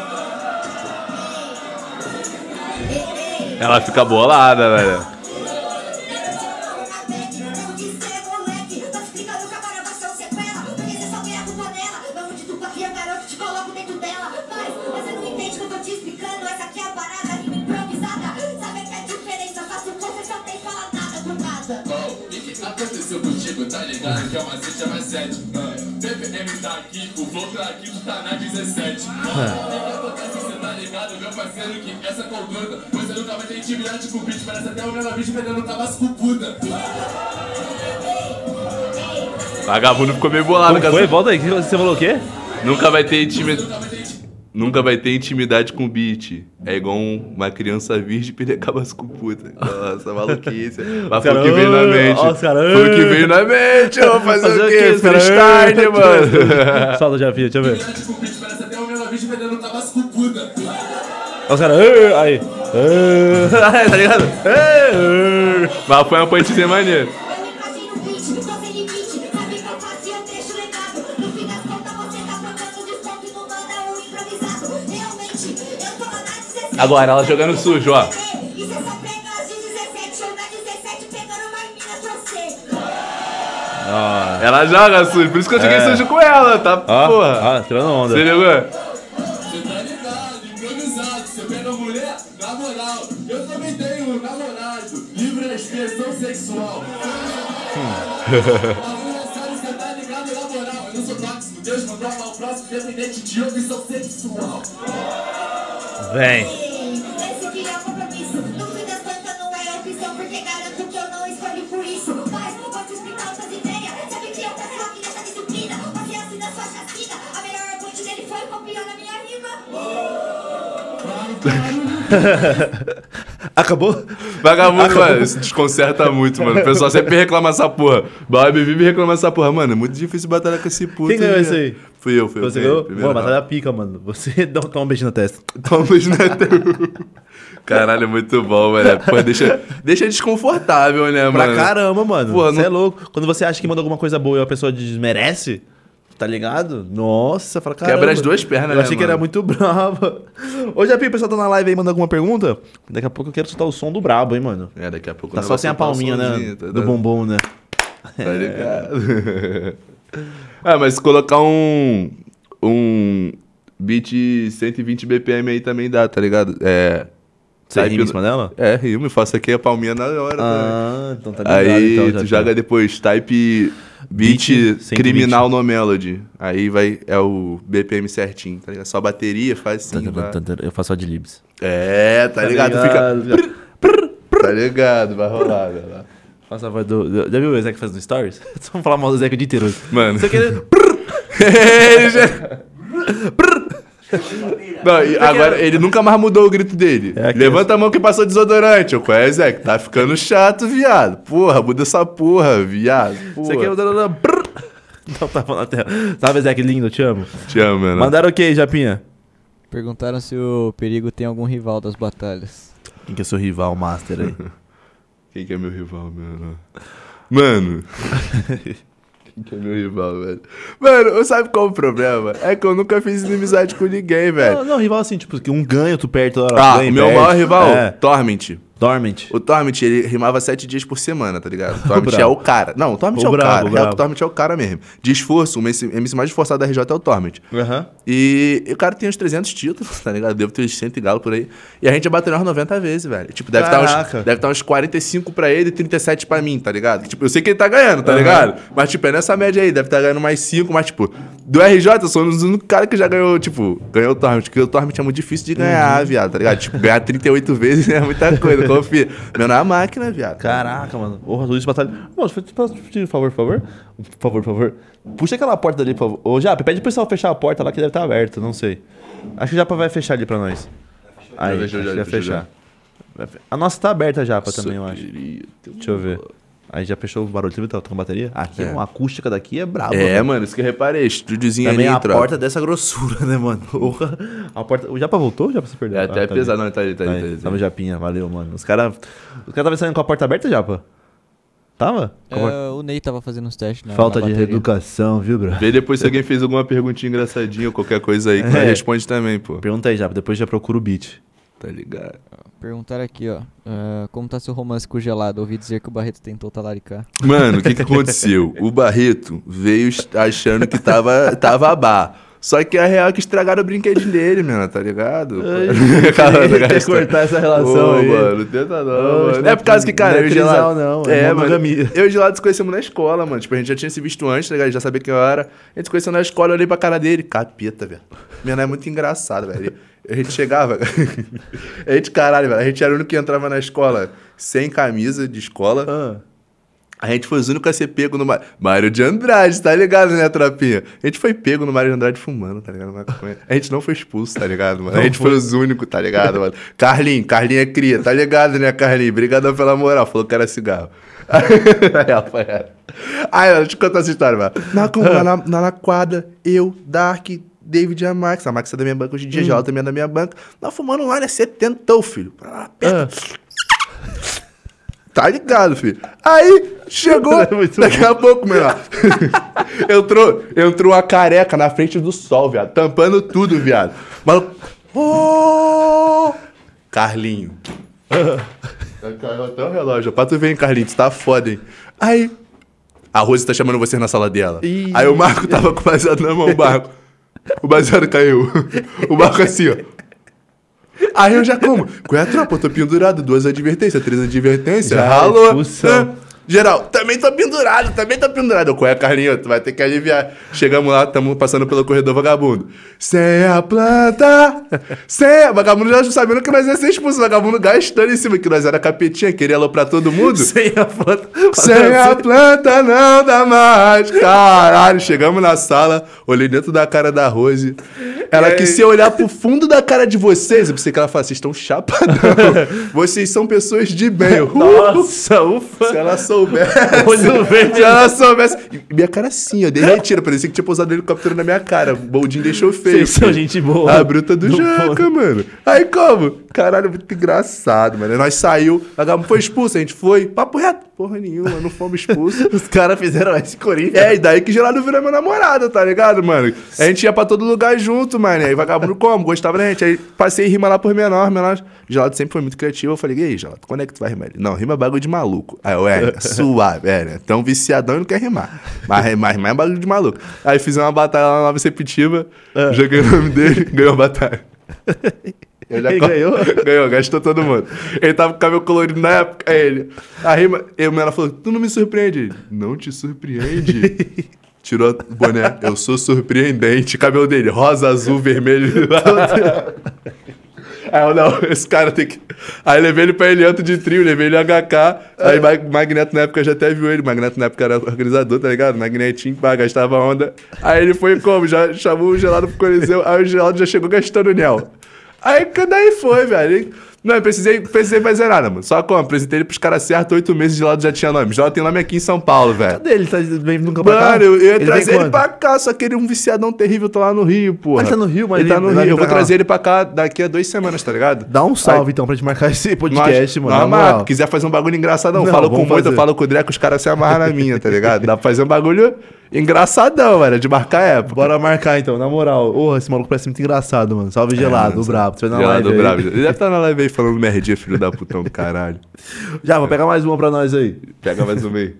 Ela fica bolada, velho. Não de ser moleque. Tô te explicando que agora você é um sequela. Porque você só ganha com panela. Vamos de tupa que a garota te coloco dentro dela. Mas você não entende que eu tô te explicando. Essa aqui é a parada rima improvisada. Sabe que é diferente? Eu faço coisa que não tem falar nada com nada. O que que aconteceu contigo, tá ligado? Que é uma 7 é mais 7. BPM tá aqui, o flow tá aqui, tu tá na 17. Ah, O que que acontece, cê tá ligado, meu parceiro? Que essa é conduta, você nunca vai ter intimidade com o bicho. Parece até o mesmo bicho pegando um tabasco com puta. Vagabundo ficou meio bolado. com Foi? essa- Volta aí. que Você falou o quê? Nunca vai ter intimidade. Nunca vai ter intimidade. Nunca vai ter intimidade com beat. É igual um- uma criança virgem perder cabas com puta. Nossa, é maluquice. Mas foi o que cara, veio na "Ah, mente. ó, os cara, Foi o que "Ah". veio na mente. Eu vou fazer, Fazer o quê? Os caras- Freestyle, mano. Solta já, filha, deixa eu ver. Intimidade com o bicho, parece até o mesmo bicho pegando um tabasco com puta. Olha os caras. "Ah", Aí. "Ah", tá ligado? "Ah". Mas foi uma punchzinha maneira. Eu me imagino beat, tô sem limite. Sabe que eu faço e eu deixo legado. No fim das contas, você tá trocando de foco e não manda um improvisado. Realmente, eu tô lá na 17. Agora, ela jogando sujo, ó. E você só pega as de 17, eu na 17 pegando uma mina você. Ela joga sujo. Por isso que eu joguei É. sujo com ela, tá? Ó, Porra. ó, tirando onda. Você ligou? Cê tá ligado, improvisado, cê pega mulher, na moral. Eu também tenho um namorado, livre expressão sexual. Bagulho é sério, cê tá ligado, na moral. Eu não sou tóxico, Deus mandou amar o próximo, dependente de opção sexual. Vem. Esse aqui é o compromisso. No fim das contas, não é opção, porque garanto que eu não escolhi por isso. Mas vou te explicar outras ideias. Sabe que eu peço aqui nessa disciplina. Você assina sua chacina. A melhor ponte dele foi copiando a minha rima. Acabou? Vagabundo, mano, isso desconcerta muito, mano. O pessoal sempre reclama essa porra. Bob vive reclama essa porra. Mano, é muito difícil batalhar com esse puto. Quem ganhou né? isso aí? Fui eu, fui eu. Você ganhei, ganhou? primeiro Mano, round. batalha pica, mano. Você dá um- toma um beijinho na testa. Thomas Neto. Caralho, muito bom, velho. Pô, deixa, deixa desconfortável, né, Pra mano? caramba, mano. Porra, você não- é louco. Quando você acha que manda alguma coisa boa e a pessoa desmerece, tá ligado? Nossa, fala caramba. as duas pernas, Eu né, achei que mano? era muito brava. Ô, Japinho, o pessoal tá na live aí, manda alguma pergunta? Daqui a pouco eu quero soltar o som do brabo, hein, mano. É, daqui a pouco Tá o só sem a negócio palminha, tá né? sozinho, tá, do bombom, né? Tá ligado? ah, mas se colocar um. Um. Beat 120 BPM aí também dá, tá ligado? É. Você type- rima em cima dela? É, rima, eu faço aqui a palminha na hora. tá Ah, então tá ligado. Aí então, tu Japinho. joga depois type beat, Beat 120. criminal no melody. Aí vai é o BPM certinho, tá ligado? Só bateria faz Tan, sim. tan, tan, tan, tan. Eu faço adlibs. É, tá, ligado? Fica Fica... Tá ligado, vai rolar, vai rolar. Nossa, a voz do. do- Já viu o Ezequiel fazendo stories? Só vamos falar mal do Ezequiel o dia inteiro. hoje. Mano. Você quer. Ele já- Não, e agora ele nunca mais mudou o grito dele. É, aquele- Levanta a mão que passou desodorante. Eu conheço, Zé, que tá ficando chato, viado. Porra, muda essa porra, viado. Você quer. Porra. Não, tá falando até. Sabe, Ezequiel lindo, eu te amo. Te amo, mano. Mandaram o que, Japinha? Perguntaram se o Perigo tem algum rival das batalhas. Quem que é seu rival master aí? Quem que é meu rival, mano? Mano. Quem que é meu rival, velho? Mano, sabe qual o problema? É que eu nunca fiz inimizade com ninguém, Não, velho. não, rival assim, tipo, que um ganha, tu perde toda hora. Ah, ganha, o meu perde. maior rival, É, Torment. Dormant. O Torment, ele rimava sete dias por semana, tá ligado? O Torment é brabo. o cara. Não, o Torment O é o brabo, cara. o Real que brabo. O Torment é o cara mesmo. De esforço, o MC, MC mais esforçado da RJ é o Torment. Aham. E e o cara tem uns 300 títulos, tá ligado? Devo ter uns 100 e galo por aí. E a gente já bateu nós 90 vezes, velho. Tipo, deve estar uns, Caraca. deve tá uns 45 pra ele e 37 pra mim, tá ligado? Tipo, eu sei que ele tá ganhando, tá Aham. ligado? Mas, tipo, é nessa média aí. Deve estar ganhando mais 5, mas, tipo... Do RJ, eu sou um dos únicos cara que já ganhou, tipo... Ganhou o Torment, porque o Torment é muito difícil de Uhum. ganhar, viado, tá ligado? Tipo, ganhar 38 vezes é muita coisa, confia. Meu nome é máquina, viado. Caraca, mano. Ô, Luiz Batalha. Moço, foi- posso te pedir um favor, por favor? Por favor, por favor. Puxa aquela porta ali, por favor. Ô, Japa, pede pro pessoal fechar a porta lá que deve estar aberta, não sei. Acho que o Japa vai fechar ali pra nós. Aí, acho Já fechou, que já, vai fechou, fechar. Vai fe- A nossa tá aberta, Japa, também, eu Só acho. queria ter um- Deixa eu ver. Aí já fechou o barulho. Você viu que tá tocando bateria? Aqui, É. uma acústica daqui é braba. É, mano, isso que eu reparei. Estúdiozinho Também ali, a tropa. porta dessa grossura, né, mano? Porra. A porta... O Japa voltou? Já se perdeu. É até Ah, tá pesado. bem. Não, tá ali, tá ali, tá ali, tá Tava ali. Japinha, valeu, mano. Os caras. Os caras tava saindo com a porta aberta, Japa? Tava? Com a porta- É, o Ney tava fazendo os testes na Falta na de bateria. educação, viu, bro? Vê depois se alguém fez alguma perguntinha engraçadinha ou qualquer coisa aí, que nós É. responde também, pô. Pergunta aí, Japa, depois já procura o beat. Tá ligado? Perguntaram aqui, ó. ah, como tá seu romance com o gelado? Ouvi dizer que o Barreto tentou talaricar. Mano, o que que aconteceu? O Barreto veio est- achando que tava, tava a bar. Só que a real é que estragaram o brinquedinho dele, mano, tá ligado? Cara, tem que cara, está- cortar essa relação Ô, aí. mano, tenta não, Ô, mano. não É é por causa que, cara, não é eu e o Gelado... trisal, não, é é, mano, monogamia. eu e o Gelado se conhecemos na escola, mano. Tipo, a gente já tinha se visto antes, tá ligado? A gente já sabia quem eu era. A gente se conheceu na escola, eu olhei pra cara dele. Capeta, velho. Minha mãe é muito engraçado, velho. A gente chegava... a gente, caralho, velho. A gente era o único que entrava na escola sem camisa de escola. A gente foi os únicos a ser pego no Ma- Mário de Andrade, tá ligado, né, tropinha? A gente foi pego no Mário de Andrade fumando, tá ligado? maconha. A gente não foi expulso, tá ligado, mano? A gente foi os únicos, tá ligado, mano? Carlinho, Carlinho é cria, tá ligado, né, Carlinho? Obrigadão pela moral, falou que era cigarro. Aí, rapaziada. Aí, mano, deixa eu contar essa história, mano. Na, com- lá na, na, na quadra, eu, Dark, David e a Max. A Max é da minha banca, hoje em dia, já também é da minha banca. Nós fumando lá, né, setentão, filho. Pra lá, perto. Tá ligado, filho. Aí chegou, Muito daqui a pouco, menor. entrou, entrou uma careca na frente do sol, viado. Tampando tudo, viado. Maluco. Ô! Carlinho. Caiu até o relógio. Pra tu ver, hein, Carlinho. Tu tá foda, hein? Aí. A Rose tá chamando você na sala dela. Ih. Aí o Marco tava com o baseado na mão, o Marco. O baseado caiu. O Marco assim, ó. Aí eu já como. Qual é a tropa? Eu tô pendurado. Duas advertências, três advertências. Já, Ralou. expulsão. Né? Geral, também tô pendurado, também tô pendurado. Eu, Qual é, Carlinho? Tu vai ter que aliviar. Chegamos lá, estamos passando pelo corredor vagabundo. Sem a planta, sem a... Vagabundo já sabendo que nós ia ser expulso. Vagabundo gastando em cima, que nós era capetinha, queria aloprar todo mundo. Sem a foto. Sem é a planta não dá mais. Caralho, chegamos na sala, olhei dentro da cara da Rose. Ela que se eu olhar pro fundo da cara de vocês, eu pensei que ela fala, vocês estão chapadão. Vocês são pessoas de bem. Eu, "Uh, Nossa, ufa. se ela soubesse. Olho verde. Se ela soubesse. E Minha cara assim, ó, derretida. Parecia que tinha pousado helicóptero na minha cara. O Boldin deixou feio. Vocês são filho. gente boa. A bruta do Não Jaca, foram. mano. Aí como? Caralho, é muito engraçado, mano. Aí Nós saiu, a Gabo foi expulso, a gente foi. Papo reto. Porra nenhuma, não fomos expulsos. Os caras fizeram esse Corinthians. É, e daí que Geraldo virou meu namorado, tá ligado, mano? A gente ia pra todo lugar junto, mano. Aí vagabundo como? Gostava da gente. Aí passei rima lá por menor, menor. Geraldo sempre foi muito criativo. Eu falei, e aí, Geraldo, quando é que tu vai rimar? Ele, não, rima é bagulho de maluco. Aí eu, é, suave, é, né? Tão viciadão e não quer rimar. Mas, mas, mas é bagulho de maluco. Aí fiz uma batalha lá na Nova Septiva, Ah. joguei o nome dele, ganhou a batalha. Eu já Ele co- ganhou? ganhou, gastou todo mundo. Ele tava com cabelo colorido na época. Aí ele. A rima. E o menor falou: Tu não me surpreende? Ele, Não te surpreende? Tirou o boné. Eu sou surpreendente. Cabelo dele, rosa, azul, vermelho. Aí eu, não, esse cara tem que. Aí levei ele pra Elianto de trio, levei ele HK. Aí Ma- Magneto na época já até viu ele. Magneto na época era organizador, tá ligado? Magnetinho, pá, gastava onda. Aí ele foi como? Já chamou o gelado pro Coliseu. Aí o gelado já chegou gastando o Nel. Aí que daí foi, velho. Aí- Não, eu precisei, precisei fazer nada, mano. Só como? Apresentei ele pros caras certos, oito meses de lado já tinha nome. Já tem nome aqui em São Paulo, velho. Cadê ele? Tá, vem nunca pra cá? Mano, eu ia vem trazer ele quando? pra cá, só que ele é um viciadão terrível, tá lá no Rio, porra. Ele tá no Rio, mas Ele tá ele no vai Rio. vir Eu vou pra cá. trazer ele pra cá daqui a duas semanas, tá ligado? Dá um salve, Aí- então, pra gente marcar esse Nós- podcast, mano. nós Na amarra. moral. quiser fazer um bagulho engraçadão, Não, falo com vamos muito, eu fazer. falo com o Dreco, os caras se amarram na minha, tá ligado? Dá pra fazer um bagulho engraçadão, era de marcar época. Bora marcar, então, na moral. Porra, esse maluco parece muito engraçado, mano. Salve gelado, o brabo. Você vai na É, Gelado live aí. bravo. Ele deve estar na live aí falando merdinha, filho da putão do caralho. Já, vou pegar mais uma pra nós aí. Deixa Pega mais um meio.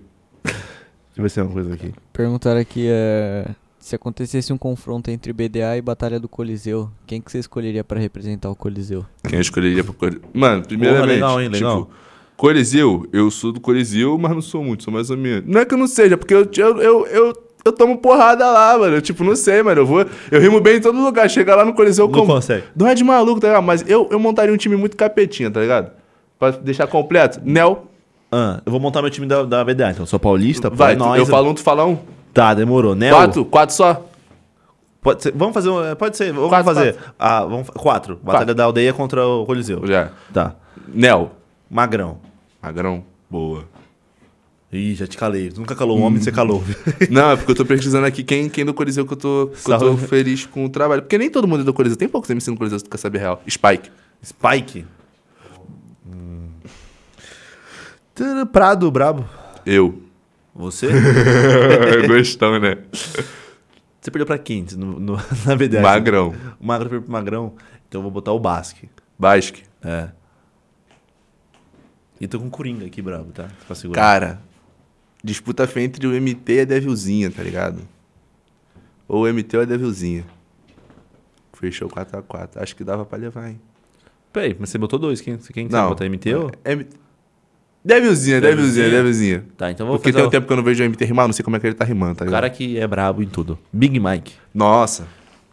eu ver se tem uma coisa aqui. Perguntaram aqui é, se acontecesse um confronto entre BDA e Batalha do Coliseu, quem que você escolheria pra representar o Coliseu? Quem eu escolheria pra Coliseu? Mano, primeiramente. legal, hein? Legal. Tipo, Coliseu, eu sou do Coliseu, mas não sou muito, sou mais ou menos. Não é que eu não seja, porque eu, eu, eu, eu, eu tomo porrada lá, mano. Eu, tipo, não sei, mano. Eu vou. Eu rimo bem em todo lugar. Chega lá no Coliseu Não como. consegue. Não é de maluco, tá ligado? Mas eu, eu montaria um time muito capetinha, tá ligado? Pra deixar completo. Nel, Ah, eu vou montar meu time da, da BDA, então. Sou paulista, pô, vai. é tu- nóis. eu falo um, tu fala um. Tá, demorou. Neo. Quatro, quatro só. Pode ser, vamos fazer um. é, Pode ser, vamos Quatro, fazer. Ah, vamos, fa- quatro. Batalha Quatro. da aldeia contra o Coliseu. Já. Tá. Nel. Magrão. Magrão. Boa. Ih, já te calei. Tu nunca calou um Hum. homem, você calou. Não, é porque eu tô pesquisando aqui quem, quem do Coliseu que eu, tô, que eu tô Salve. feliz com o trabalho. Porque nem todo mundo é do Coliseu. Tem poucos MC no Coliseu, se tu quer saber a real. Spike. Spike. Hum. Tã, Prado, brabo. Eu. Você? É, Gostão, né? Você perdeu pra quem no, no- na BDA? Magrão. O Magro perdeu pro Magrão. Então eu vou botar o Basque. Basque. É. E tô com o Coringa aqui, brabo, tá? Pra segurar. Cara, disputa feia entre o MT e a Devilzinha, tá ligado? Ou o MT ou a Devilzinha. Fechou 4x4. Acho que dava pra levar, hein? Peraí, mas você botou dois. Quem, quem que você vai botar? MT ou? É, M- Devilzinha, Devilzinha, Devilzinha. Devilzinha. Tá, então eu vou Porque tem fazer um o- tempo que eu não vejo o MT rimar, não sei como é que ele tá rimando, tá O ligado? cara que é brabo em tudo. Big Mike. Nossa.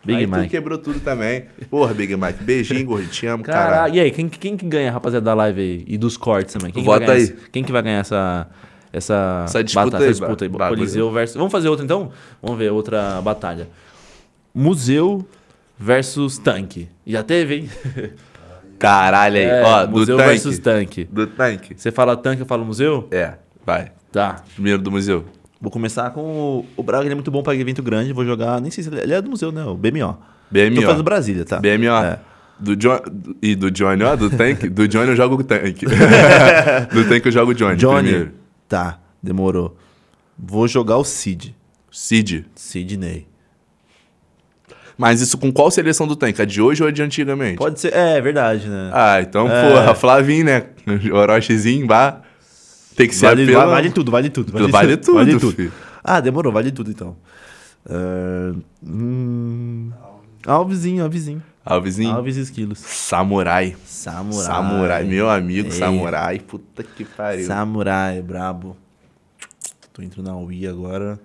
Big Aí Mike. tu quebrou tudo também. Porra, Big Mike. Beijinho, gordinho. Te amo, Caralho. caralho. E aí, quem, quem que ganha, rapaziada, da live aí? E dos cortes também? Quem Vota que vai ganhar aí. essa- quem que vai ganhar essa... Essa, Essa disputa batalha, aí, essa disputa aí. bagulho. Coliseu versus... Vamos fazer outra, então? Vamos ver, outra batalha. Museu versus tanque. Já teve, hein? Caralho aí. É, Ó, do museu tanque. versus tanque. Do tanque. Você fala tanque, eu falo museu? É, vai. Tá. Primeiro do museu. Vou começar com o... O Braga, ele é muito bom pra evento grande. Vou jogar... Nem sei se ele ele é do museu, né? O BMO. BMO. Tô fazendo Brasília, tá? BMO. É. Do John... do- E do Johnny, ó, do tanque. Do Johnny eu jogo o tanque. do tanque eu jogo o Johnny, Johnny. primeiro. Tá, demorou. Vou jogar o Cid. Cid. Sidney. Mas isso com qual seleção do tanque? A de hoje ou a de antigamente? Pode ser. É, é verdade, né? Ah, então, É. porra, Flavinho, né? Orochizinho, bah. Tem que ser vale, apelão. vale, vale tudo, vale tudo. Vale tudo, vale tudo. filho. Ah, demorou, vale tudo então. Ah, hum, Alvezinho, Alvezinho. Alvezinho. Alves e esquilos. Samurai. Samurai. Samurai, meu amigo, Ei. samurai. Puta que pariu. Samurai, brabo. Tô entrando na Wii agora.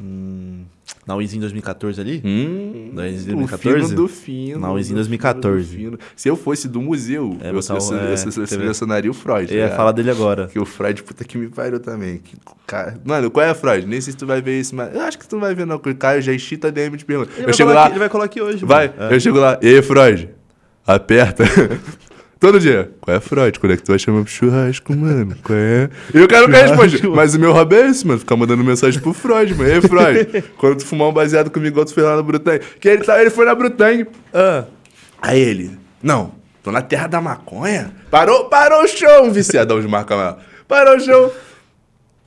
Hum, na Wiizinho 2014 ali? Hum, Da Wiizinho o 2014? fino do fino. Na Wiizinho do 2014. fino do fino. Se eu fosse do museu, É, eu, botar o- selecion- é, eu selecion- você vê. selecionaria o Freud. Eu ia tá falar ligado? dele agora. Que o Freud, puta que me pariu também. Que cara- Mano, qual é Freud? Nem sei se tu vai ver isso, mas eu acho que tu não vai ver, não. porque O Caio já enchita DM de pergunta. Ele Eu vai chego colar lá, aqui- ele vai colar aqui hoje. Vai, mano. É. eu chego lá, e aí, Freud? Aperta. Todo dia. Qual é, Freud? Quando é que tu vai chamar pro churrasco, mano? Qual é? E o cara nunca responde. Mas o meu hobby é esse, mano. Ficar mandando mensagem pro Freud, mano. E aí, Freud? quando tu fumar um baseado comigo, igual tu fez lá na Brutang. Que ele, tá, ele foi na Brutang. Ah. Aí ele, não, tô na terra da maconha. Parou, parou o show, um viciadão de marca maior. Parou o show.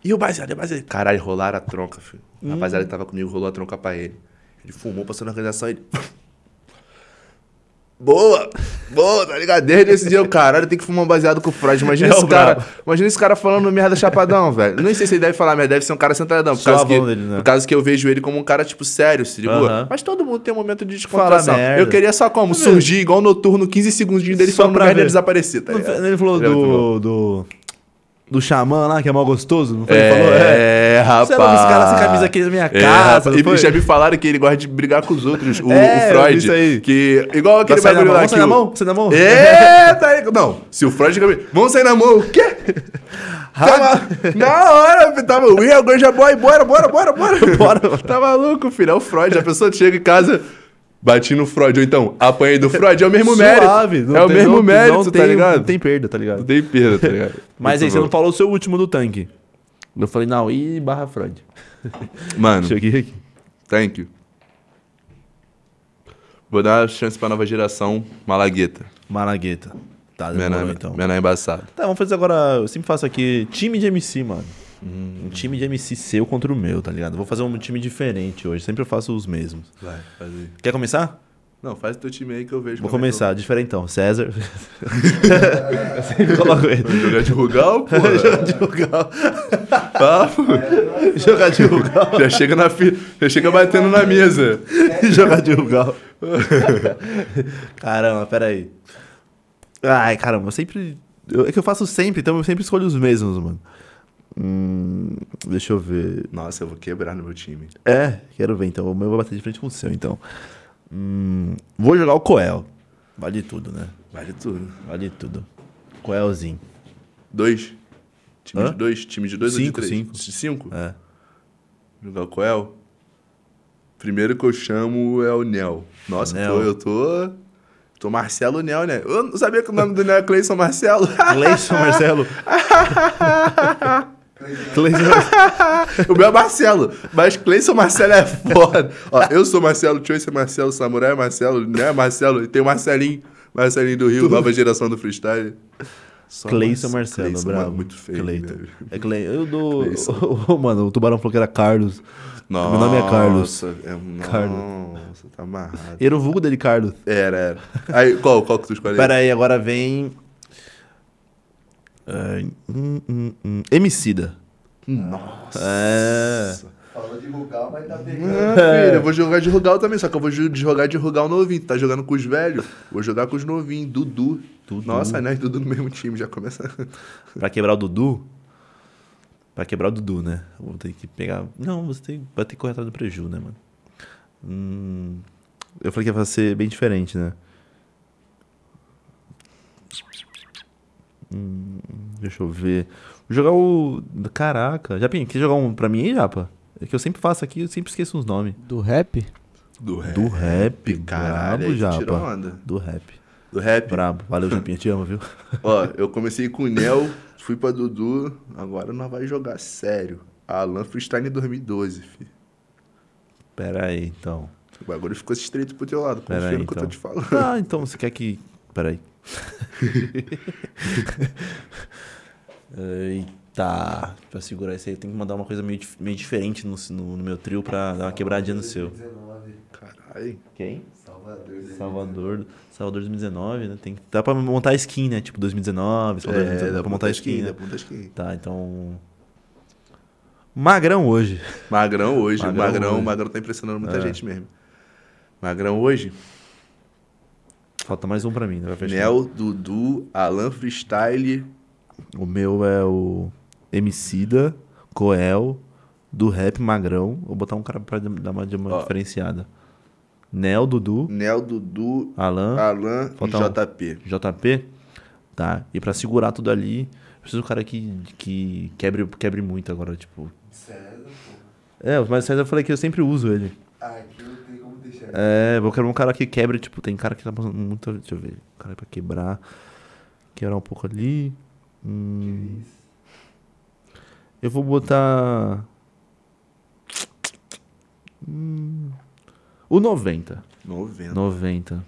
E o é baseado, e o baseado. Caralho, rolaram a tronca, filho. O Hum. rapaziada que tava comigo rolou a tronca pra ele. Ele fumou, passou na organização, ele... Boa! Boa, tá ligado? Desde esse dia, eu, caralho, tem que fumar um baseado com o Freud. É Imagina o esse cara. brabo. Imagina esse cara falando merda chapadão, velho. Nem sei se ele deve falar merda, deve ser um cara centradão. Por causa, Suavão que, dele, né? por causa que eu vejo ele como um cara, tipo, sério, se ligou? Aham. Mas todo mundo tem um momento de descontração. Fala merda. Eu queria só como? Surgir igual noturno, 15 segundinhos dele Só falando pra merda e ver. desaparecer, tá Não ligado? foi- ele falou Tá ligado? do, do. Do xamã lá, que é mal gostoso? Não foi? É, Ele falou? rapaz. Você é louco, esse cara sem camisa aqui na minha casa, É, rapaz. é não E foi? já me falaram que ele gosta de brigar com os outros, o, É, o eu vi Freud. isso aí. Que, igual aquele Vai sair na bagulho mão, lá vamos que sair o- na mão? Você na mão? É, tá aí. Não, se o Freud... Vamos sair na mão, o quê? Tava, na hora, tava o Will, agora já bora, bora, bora, bora, bora. Bora, mano. Tá maluco, filho, é o Freud. A pessoa chega em casa... Bati no Freud, ou então, apanhei do Freud, é o mesmo Suave, mérito. não É o tem- mesmo não- mérito, não tá tem, ligado? Não tem perda, tá ligado? Não tem perda, tá ligado? Mas Muito aí, você bom. não falou o seu último do tanque. Eu falei, não, e barra Freud. Mano, Cheguei aqui. thank you. Vou dar uma chance pra nova geração, Malagueta. Malagueta. Tá, demorou Menor, então. menor é embaçado. Tá, vamos fazer agora. Eu sempre faço aqui time de MC, mano. Um time de MC seu contra o meu, tá ligado? Vou fazer um time diferente hoje. Sempre eu faço os mesmos. Vai, faz aí. Quer começar? Não, faz o teu time aí que eu vejo. Vou como é começar, diferentão. César. Eu sempre coloco ele. que eu- Jogar de Rugal, pô. Jogar de rugal. Tá, pô. Jogar de rugal. Já chega, na fi... Já chega batendo na mesa. Jogar de rugal. Caramba, peraí. Ai, caramba, eu sempre. eu- É que eu faço sempre, então eu sempre escolho os mesmos, mano. Hum, deixa eu ver. Nossa, eu vou quebrar no meu time. É, quero ver então. O meu vai bater de frente com o seu, então. Hum, vou jogar o Coel. Vale tudo, né? Vale tudo. Vale tudo. Coelzinho. Dois. Time Hã? de dois? Time de dois Cinco, ou de três? cinco. De cinco? É. Jogar o Coel? Primeiro que eu chamo é o Nel. Nossa, Nel. Tô, eu tô. Tô Marcelo Nel, né? Eu não sabia que o nome do Nel é Cleison Marcelo. Cleison Marcelo. Cleison Marcelo. o meu é Marcelo. Mas Cleison Marcelo é foda. Ó, eu sou Marcelo, Choice é Marcelo, Samurai é Marcelo, Nel é Marcelo. E tem o Marcelinho. Marcelinho do Rio, nova geração do freestyle. Só Cleison Mar- Marcelo, Cleison, bravo. mano, Muito feio. Cleiton. velho. É Cleiton. Eu dou. Cleison. Ô, mano, o tubarão falou que era Carlos. Nossa, Meu nome é Carlos. É, nossa, Carlos. Nossa, tá amarrado. Era o vulgo dele, Carlos. Era, era. Aí, qual, qual que tu escolheu? Pera aí, agora vem. Ah, hum, hum, hum. Emicida. Nossa. É. Falou de Rugal, mas tá pegando. Ah, filho, eu vou jogar de Rugal também, só que eu vou ju- jogar de Rugal novinho. Tu tá jogando com os velhos, vou jogar com os novinhos. Dudu. Nossa, né? Dudu no mesmo time, já começa. Pra quebrar o Dudu. Pra quebrar o Dudu, né? Eu Vou ter que pegar. Não, você tem... vai ter que correr atrás do preju, né, mano? Hum, Eu falei que ia ser bem diferente, né? Hum, Deixa eu ver. Vou jogar o. Caraca. Japinha, quer jogar um pra mim aí, Japa? É que eu sempre faço aqui, eu sempre esqueço os nomes. Do rap? Do rap. Do rap, É, caralho, brabo, aí tu tirou Japa. onda. Do rap. Do rap. Brabo. Valeu, Japinha, te amo, viu? Ó, eu comecei com o Nel, fui pra Dudu, agora nós vai jogar sério. Alan Freestyle em 2012, filho. Pera aí, então. O bagulho ficou estreito pro teu lado, confia Pera aí, no que eu tô então. te falando. Ah, então você quer que. Peraí. Eita. Pra segurar isso aí, eu tenho que mandar uma coisa meio, dif- meio diferente no, no- no meu trio pra dar uma quebradinha no seu. 19, Caralho. Quem? né? Salvador. né? Salvador. Salvador 2019, né? Tem que, dá pra montar skin, né? Tipo 2019, Salvador 2019. Dá pra montar skin, né? É, dá pra montar skin. Tá, então. Magrão hoje. Magrão hoje, Magrão Magrão, Magrão, hoje. É. tá impressionando muita gente mesmo. Magrão hoje, Falta mais um pra mim, né? Vai fechar. Nel, Dudu, Alan Freestyle, O meu é o Emicida, Coel, do Rap Magrão. Vou botar um cara pra dar uma, dar uma Ó. diferenciada. Nel, Dudu, Nel, Dudu, Alan, Alan Falta um. e JP. JP. Tá, e pra segurar tudo ali, eu preciso de um cara que, que quebre, quebre muito agora, tipo... César, pô. É, mas César eu falei que eu sempre uso ele. Aqui não tem como deixar. É, vou querer um cara que quebre, tipo, tem cara que tá passando muito... Deixa eu ver, um cara pra quebrar, quebrar um pouco ali... Hum, Eu vou botar. Hum, O 90. 90. 90.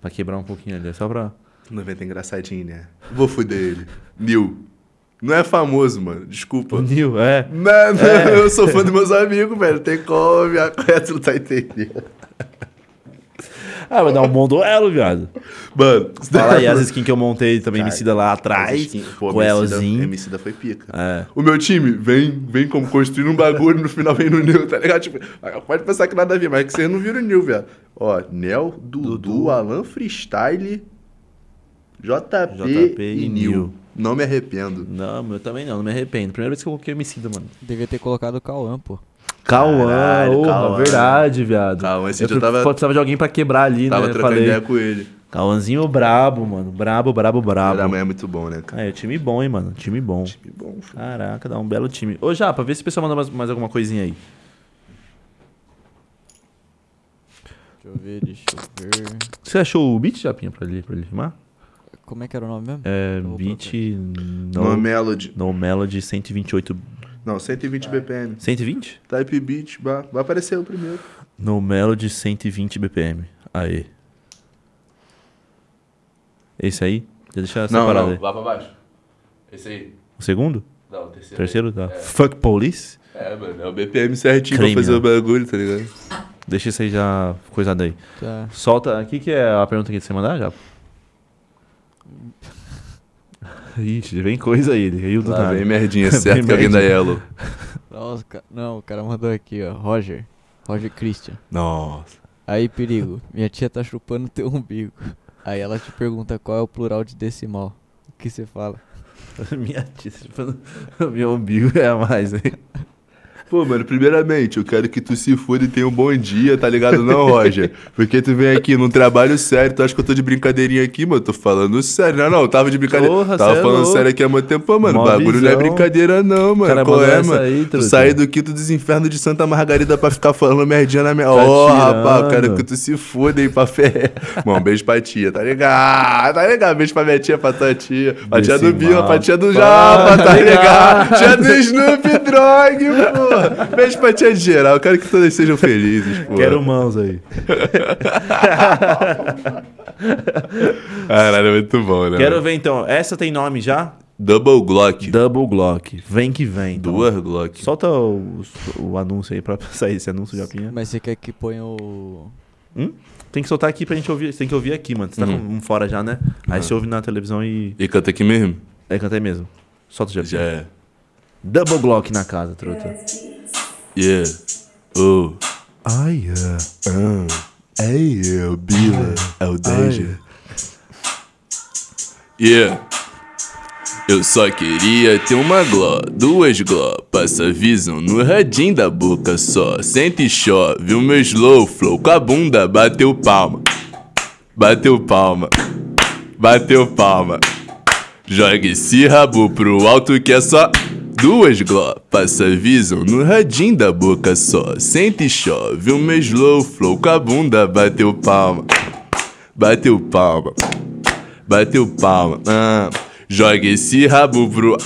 Pra quebrar um pouquinho ali. Só pra. 90 é engraçadinho, né? Vou fuder ele. Nil. Não é famoso, mano. Desculpa. O Nil, é. Não, não, eu sou fã dos meus amigos, velho. Tem como, minha coisa, tu não tá entendendo. Ah, vai dar um bom duelo, viado. Mano, Fala aí as skins que eu montei também, Cara, Emicida lá atrás. Pô, Com MC da, Elzinho. MC da foi pica. É. O meu time vem, vem como construindo um bagulho no final vem no Nil, tá ligado? Tipo, pode pensar que nada a ver, mas é que vocês não viram o Nil, velho. Ó, Nel, Dudu, Alan Freestyle, JP, JP e, e Nil. Nil. Não me arrependo. Não, eu também não, não me arrependo. Primeira vez que eu coloquei Emicida, mano. Devia ter colocado o Cauã, pô. Cauã, Caralho, porra, Cauã. verdade, viado. Cauã, esse eu dia eu tava- precisava de alguém pra quebrar ali, Tava né? Eu trocando falei. ideia com ele. Cauãzinho brabo, mano. Brabo, brabo, Café da brabo. manhã é muito bom, né, cara? Ah, é time bom, hein, mano. Time bom. Que bom, filho. Caraca, dá um belo time. Ô, Japa, vê se o pessoal manda mais, mais alguma coisinha aí. Deixa eu ver, deixa eu ver. Você achou o beat, Japinha, pra ele, pra ele rimar? Como é que era o nome mesmo? É, Eu vou beat No, no, Melody. no Melody 128... Não, 120 BPM. 120? Type Beat, bah, vai aparecer o primeiro. No Melody 120 BPM. Aí. Esse aí? Deixa eu deixar Não, separado não. aí. Lá pra baixo. Esse aí. O segundo? Não, o terceiro. Terceiro? Tá. Fuck Police? É, mano. É o BPM certinho pra Creme, fazer ó. o bagulho, tá ligado? Deixa isso aí já coisado aí. Tá. Solta. O que, que é a pergunta que você mandar, já? Ixi, vem coisa aí. Ele riu do Lá nada. vem merdinha, Bem certo que alguém da merdinha. Yellow. Nossa, ca- não, o cara mandou aqui, ó. Roger. Roger Christian. Nossa. Aí, perigo. Minha tia tá chupando teu umbigo. Aí ela te pergunta qual é o plural de decimal. O que você fala? Minha tia, tipo, meu umbigo é a mais, hein? Pô, mano, primeiramente, eu quero que tu se foda e tenha um bom dia, tá ligado? Não, Roger. Porque tu vem aqui num trabalho sério, tu acha que eu tô de brincadeirinha aqui, mano? Tô falando sério. Não, não, eu tava de brincadeira. Porra, tava cê é falando louco. sério aqui há muito tempo, Pô, mano. Mó bagulho não visão. é brincadeira, não, mano. Cara, Qual mandou é, essa mano? aí, tu truta. sair do quinto dos infernos de Santa Margarida pra ficar falando merdinha na minha. Ó, Tá rapaz, eu quero tirando. que tu se foda aí pra fé. Mano, beijo pra tia, tá ligado? Tá ligado? Beijo pra minha tia, pra tua tia. Pra tia Desse do Bila, mal. pra tia do Tá Japa, tá ligado? ligado? Tia do Snoop Dogg, pô. Beijo pra tia de geral. Eu Quero que todas sejam felizes, pô. Quero um mãos aí. Caralho, é muito bom, né? Quero mano? ver então. Essa tem nome já? Double Glock. Double Glock. Vem que vem. então. Duas Glock. Solta o, o anúncio aí pra sair esse anúncio, Japinha. Mas você quer que ponha o. Tem que soltar aqui pra gente ouvir. Você tem que ouvir aqui, mano. Você Uhum. tá com um fora já, né? Aí você ouve na televisão e. E canta aqui mesmo? Aí cantei mesmo. Solta o Japinha. Já é. Double Glock na casa, truta. Yeah. Oh. Ai, é. Ei, é o Bila, é o Danger. Yeah. Eu só queria ter uma gló, duas gló, passa visão no radinho da boca só. Sente e chove, o meu slow flow com a bunda bateu palma. Bateu palma, bateu palma. Joga esse rabo pro alto que é só duas gló. Passa visão no radinho da boca só. Sente e chove, o meu slow flow com a bunda bateu palma. Bateu palma. Bateu palma. Ah, joga esse rabo pro.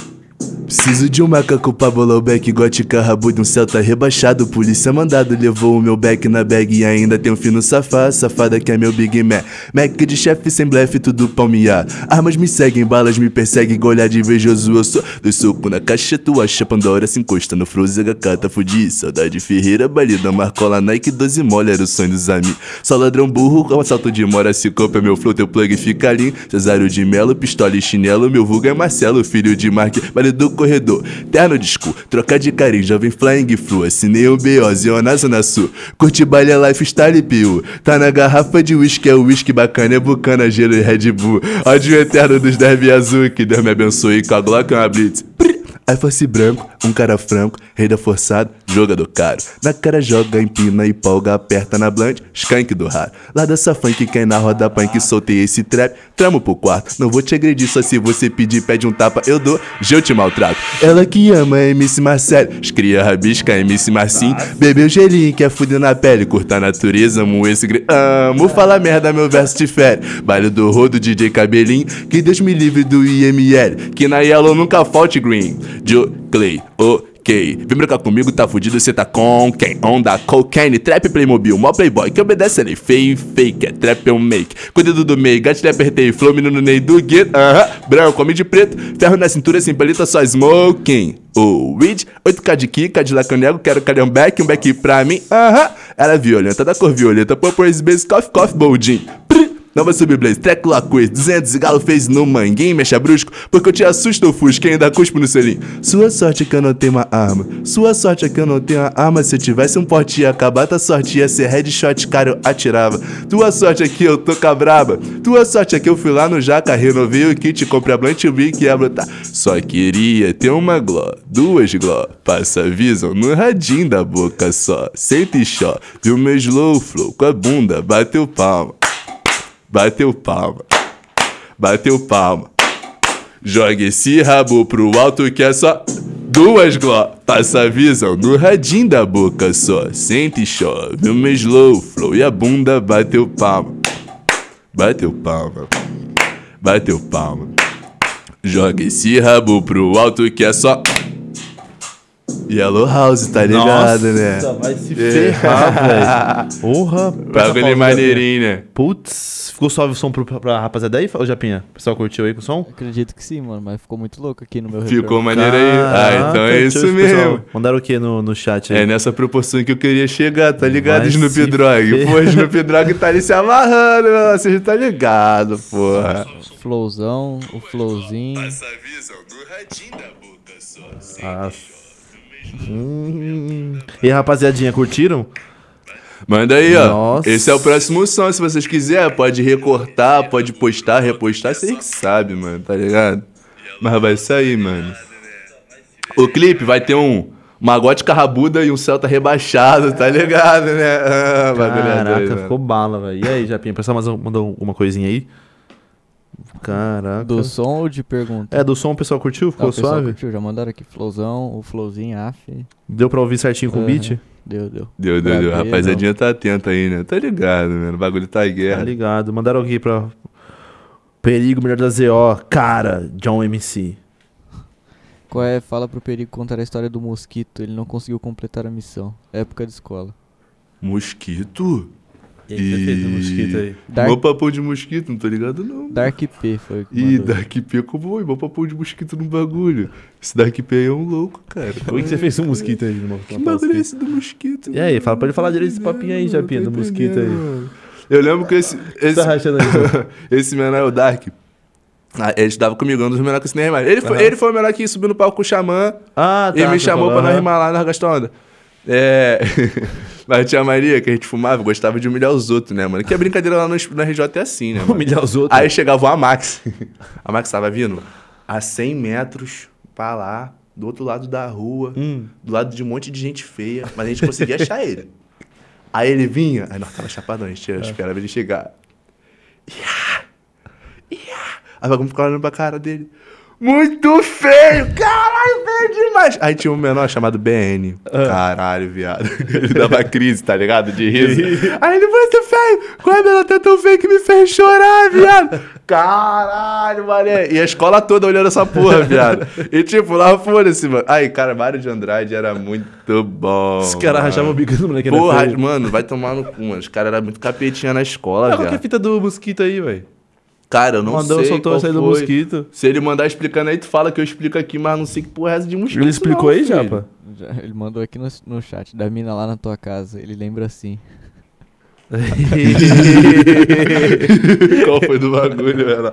Preciso de um macaco pra bolar o back, gótica, rabo de um celta rebaixado. Polícia mandado, levou o meu back na bag e ainda tem um fino safado, safada que é meu Big Mac. Mac de chefe sem blefe, tudo palmear. Armas me seguem, balas me perseguem, golhar de invejoso eu sou. Dois soco na caixa, tu acha Pandora se encosta no Frozen, gacata, fudi. Saudade Ferreira, balida, marcola Nike, 12 mole, era o sonho dos amigos. Só ladrão burro, com assalto de mora, se compra meu flow, teu plug fica lean. Cesário de Melo, pistola e chinelo, meu vulgo é Marcelo, filho de Mark, vale do corredor. Terno disco, troca de carinho, jovem flying flu, assinei o B.O. Ziona Zona Sul. Curte baile, é lifestyle pio. Tá na garrafa de uísque, é uísque bacana, é bucana, gelo e Red Bull. Ódio eterno dos derby azul, que Deus me abençoe com a Glock e uma Blitz. Pri. Aí fosse branco, um cara franco, rei da forçada, jogador caro. Na cara joga, empina e polga, aperta na blunt, skank do raro. Lá dessa funk, quem na roda punk, soltei esse trap, tramo pro quarto. Não vou te agredir, só se você pedir, pede um tapa, eu dou, já eu te maltrato. Ela que ama MC Marcelo, escria rabisca MC Marcinho, bebeu gelinho, quer fuder na pele, curta a natureza, amo esse gri... Amo falar merda, meu verso te fere. Baile do rodo, DJ Cabelinho, que Deus me livre do IML, que na Yellow nunca falte green. Joe Clay, ok. Vem brincar comigo, tá fudido, cê tá com quem? Onda, cocaine, trap, playmobil, mó playboy, que obedece a lei, feio e fake, é trap, eu make. Cuidado do meio, gato, apertei, flow, menino Ney do gueto, aham, branco, homem de preto, ferro na cintura, sem palita, só smoking. O weed, 8k de kick, Cadillac eu nego, quero cadê um back, um back pra mim, aham. Ela é violenta, da cor violeta, purple base, coffee, coffee, boldin. Pri. Nova Subblaze, Trek Lacuz, 200 e Galo fez no manguinho, mexa brusco, porque eu te assusto, eu fusco, e ainda cuspo no selinho. Sua sorte é que eu não tenho uma arma, sua sorte é que eu não tenho uma arma, se eu tivesse um porte ia acabar, tua sorte ia ser headshot, cara, eu atirava. Tua sorte é que eu tô cabraba, tua sorte é que eu fui lá no Jaca, renovei o kit, comprei a blunt e vi que ia brotar. Só queria ter uma gló, duas gló, passa visão no radinho da boca só, senta e chó, viu meu slow flow, com a bunda, bateu palma. Bateu palma. Bateu palma. Joga esse rabo pro alto que é só Duas glopas avisam no radinho da boca só. Sente e chove o meu slow flow e a bunda bateu palma. Bateu palma. Bateu palma. Joga esse rabo pro alto que é só. Yellow House, tá ligado, né? vai se ferrar, velho. Porra. Bagulho de maneirinho, né? Putz, ficou suave o som pro, pra rapaziada aí, ô Japinha? O pessoal curtiu aí com o som? Acredito que sim, mano, mas ficou muito louco aqui no meu Ficou retorno. maneiro aí. Ah, então Caraca, é isso tio, pessoal. mesmo. Mandaram o que no, no chat aí? É nessa proporção que eu queria chegar, tá ligado, Vai Snoop se Dogg? fer- Pô, Snoop Dogg tá ali se amarrando, meu, você já tá ligado, porra. Flowzão, o flowzinho. Ah, hum. E aí, rapaziadinha, curtiram? Manda aí, ó. Nossa. Esse é o próximo som, se vocês quiserem. Pode recortar, pode postar, repostar, vocês que sabem, mano, tá ligado? Mas vai sair, mano. O clipe vai ter um magote carrabuda e um Celta rebaixado, tá ligado, né? Ah, bagulho é doido, Caraca, mano. ficou bala, velho. E aí, Japinha, o pessoal mais um- mandou alguma coisinha aí? Caraca. Do som ou de pergunta? É, do som o pessoal curtiu? Ah, Ficou o pessoal suave? curtiu, já mandaram aqui flowzão, o flowzinho, af. Deu pra ouvir certinho com o beat? Deu, deu. Deu, deu, deu. Brabeza. Rapaziadinha tá atenta aí, né? Tá ligado, mano. O bagulho tá em Tá guerra. ligado. Mandaram aqui pra... Perigo, melhor da ZO. Cara, John MC. Qual é? Fala pro perigo contar a história do mosquito. Ele não conseguiu completar a missão. Época de escola. Mosquito? E aí, você fez o mosquito aí? Bom Dark, papão de mosquito, não tô ligado não. Dark P foi o que Ih, mandou. Dark P é como bom papão de mosquito no bagulho. Esse Dark P aí é um louco, cara. Como é que você fez um mosquito aí, irmão? Que bagulho é esse do mosquito? E aí, fala- mano? pode falar direito esse Não, papinho aí, não Japinha, tô do mosquito aí. entendendo, mano. Eu lembro que esse... esse... Tá rachando aí, Esse menor é o Dark. Ah, ele estudava comigo, um dos menores que eu ensinei a rimar. Ele foi, ele foi o menor que subiu no palco com o Xamã. Ah, tá. e me você chamou falou, pra nós aham. rimar lá na Gastão Onda. É. Mas tinha a Maria, que a gente fumava, gostava de humilhar os outros, né, mano? Que a brincadeira lá no, na RJ é assim, né? mano? Humilhar os outros. Aí chegava a Max. A Max tava vindo a 100 metros pra lá, do outro lado da rua, Hum. do lado de um monte de gente feia, mas a gente conseguia achar ele. Aí ele vinha, aí nós tava chapadão, a gente É. esperava ele chegar. Aí o bagulho ficava olhando pra cara dele. Muito feio! Caralho, feio demais! Aí tinha um menor chamado BN. Ah. Caralho, viado. Ele dava crise, tá ligado? De riso. Aí ele, muito feio! Qual é o menor tá tão feio que me fez chorar, viado? Caralho, mané. E a escola toda olhando essa porra, viado. E tipo, lá foda-se, mano. Aí, cara, Mário de Andrade era muito bom. Os caras mano. rachavam o bico do moleque. né? Porra, Foi- mano, vai tomar no cu, mano. Os caras eram muito capetinha na escola, Ah, Qual que é a viado. fita do mosquito aí, velho? Cara, eu não Mandou, sei soltou qual essa aí do foi. mosquito. Se ele mandar explicando aí, tu fala que eu explico aqui, mas não sei que porra é essa de mosquito. Ele explicou não, aí, filho. Japa? Já- Ele mandou aqui no, no chat. Da mina lá na tua casa. Ele lembra assim. qual foi do bagulho, velho?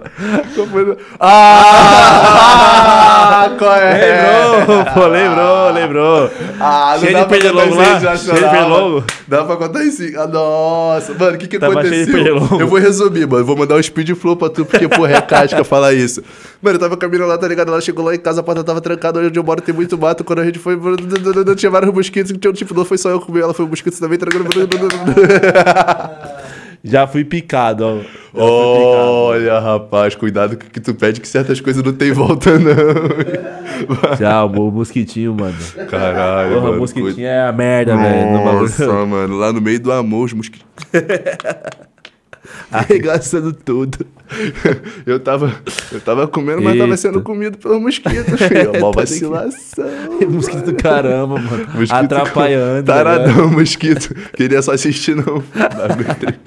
Qual foi do... Ah! qual é? Lembrou, pô, lembrou, lembrou. Ah, não Cheio dá de pra contar pernilongo isso aí é lá? é nacional, Cheio de mano. pernilongo? Dá pra contar isso aí. Ah, nossa. Mano, o que que Tava cheio de aconteceu? pernilongo. Eu vou resumir, mano. Vou mandar um speed flow pra tu, porque, porra, é casca falar isso. Mano, eu tava caminhando lá, tá ligado? Ela chegou lá em casa, a porta tava trancada. Onde eu moro tem muito mato. Quando a gente foi... Tinha vários mosquitos. Tinha um tipo, não foi só eu comer. Ela foi um mosquito também. Já fui picado, ó. Já fui Olha, rapaz. Cuidado que, que tu pede é que certas coisas não tem volta, não. picado. Já, o mosquitinho, mano. Caralho, Porra, mano. o mosquitinho cuida- é a merda, velho. no bagulho. Nossa, mano, lá no meio do amor, os mosquitos. Arregaçando tudo. Eu tava, eu tava comendo, mas tava Eita. sendo comido pelos mosquitos, filho. Tá Mó ligado. vacilação. Mosquito do caramba, mano. Mosquito Atrapalhando. né? Taradão, mosquito. Queria só assistir, não. Bagulho triste.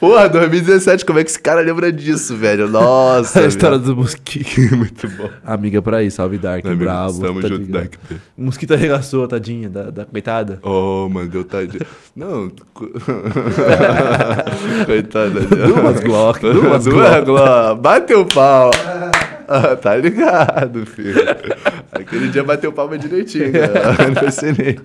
Porra, 2017, como é que esse cara lembra disso, velho? Nossa. A história viado. do mosquito. Muito bom. Amiga, pra aí, salve Dark, Amigo, bravo. Tá tamo junto, ligado? Dark. O mosquito arregaçou, tadinha, da, da coitada. Oh, mano, deu tadinha. Não. co- Coitada dela. Duas Glock, duas Duas Glock. Bateu pau. Ah, tá ligado, filho. Aquele dia bateu palma direitinho, né? cara. Não sei nem.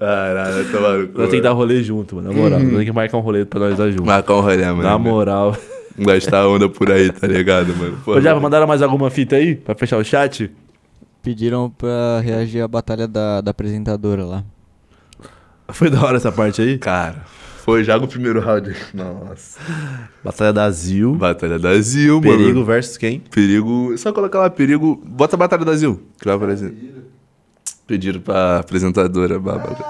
Caralho, tomaram Nós tem que dar rolê junto, mano. Na moral, nós tem que marcar um rolê pra nós dar junto. Marcar um rolê, mano. Na moral. Gastar onda por aí, tá ligado, mano? Pô, Ô, já mandaram mais alguma fita aí? Pra fechar o chat? Pediram pra reagir à batalha da, da apresentadora lá. Foi da hora essa parte aí? Cara. Foi, joga o primeiro round. Nossa. Batalha da Zil. Batalha da Zil, mano. Perigo versus quem? Perigo. é Só colocar lá, perigo. Bota a Batalha do Brasil, que vai aparecer. Pediram pra apresentadora, babaca.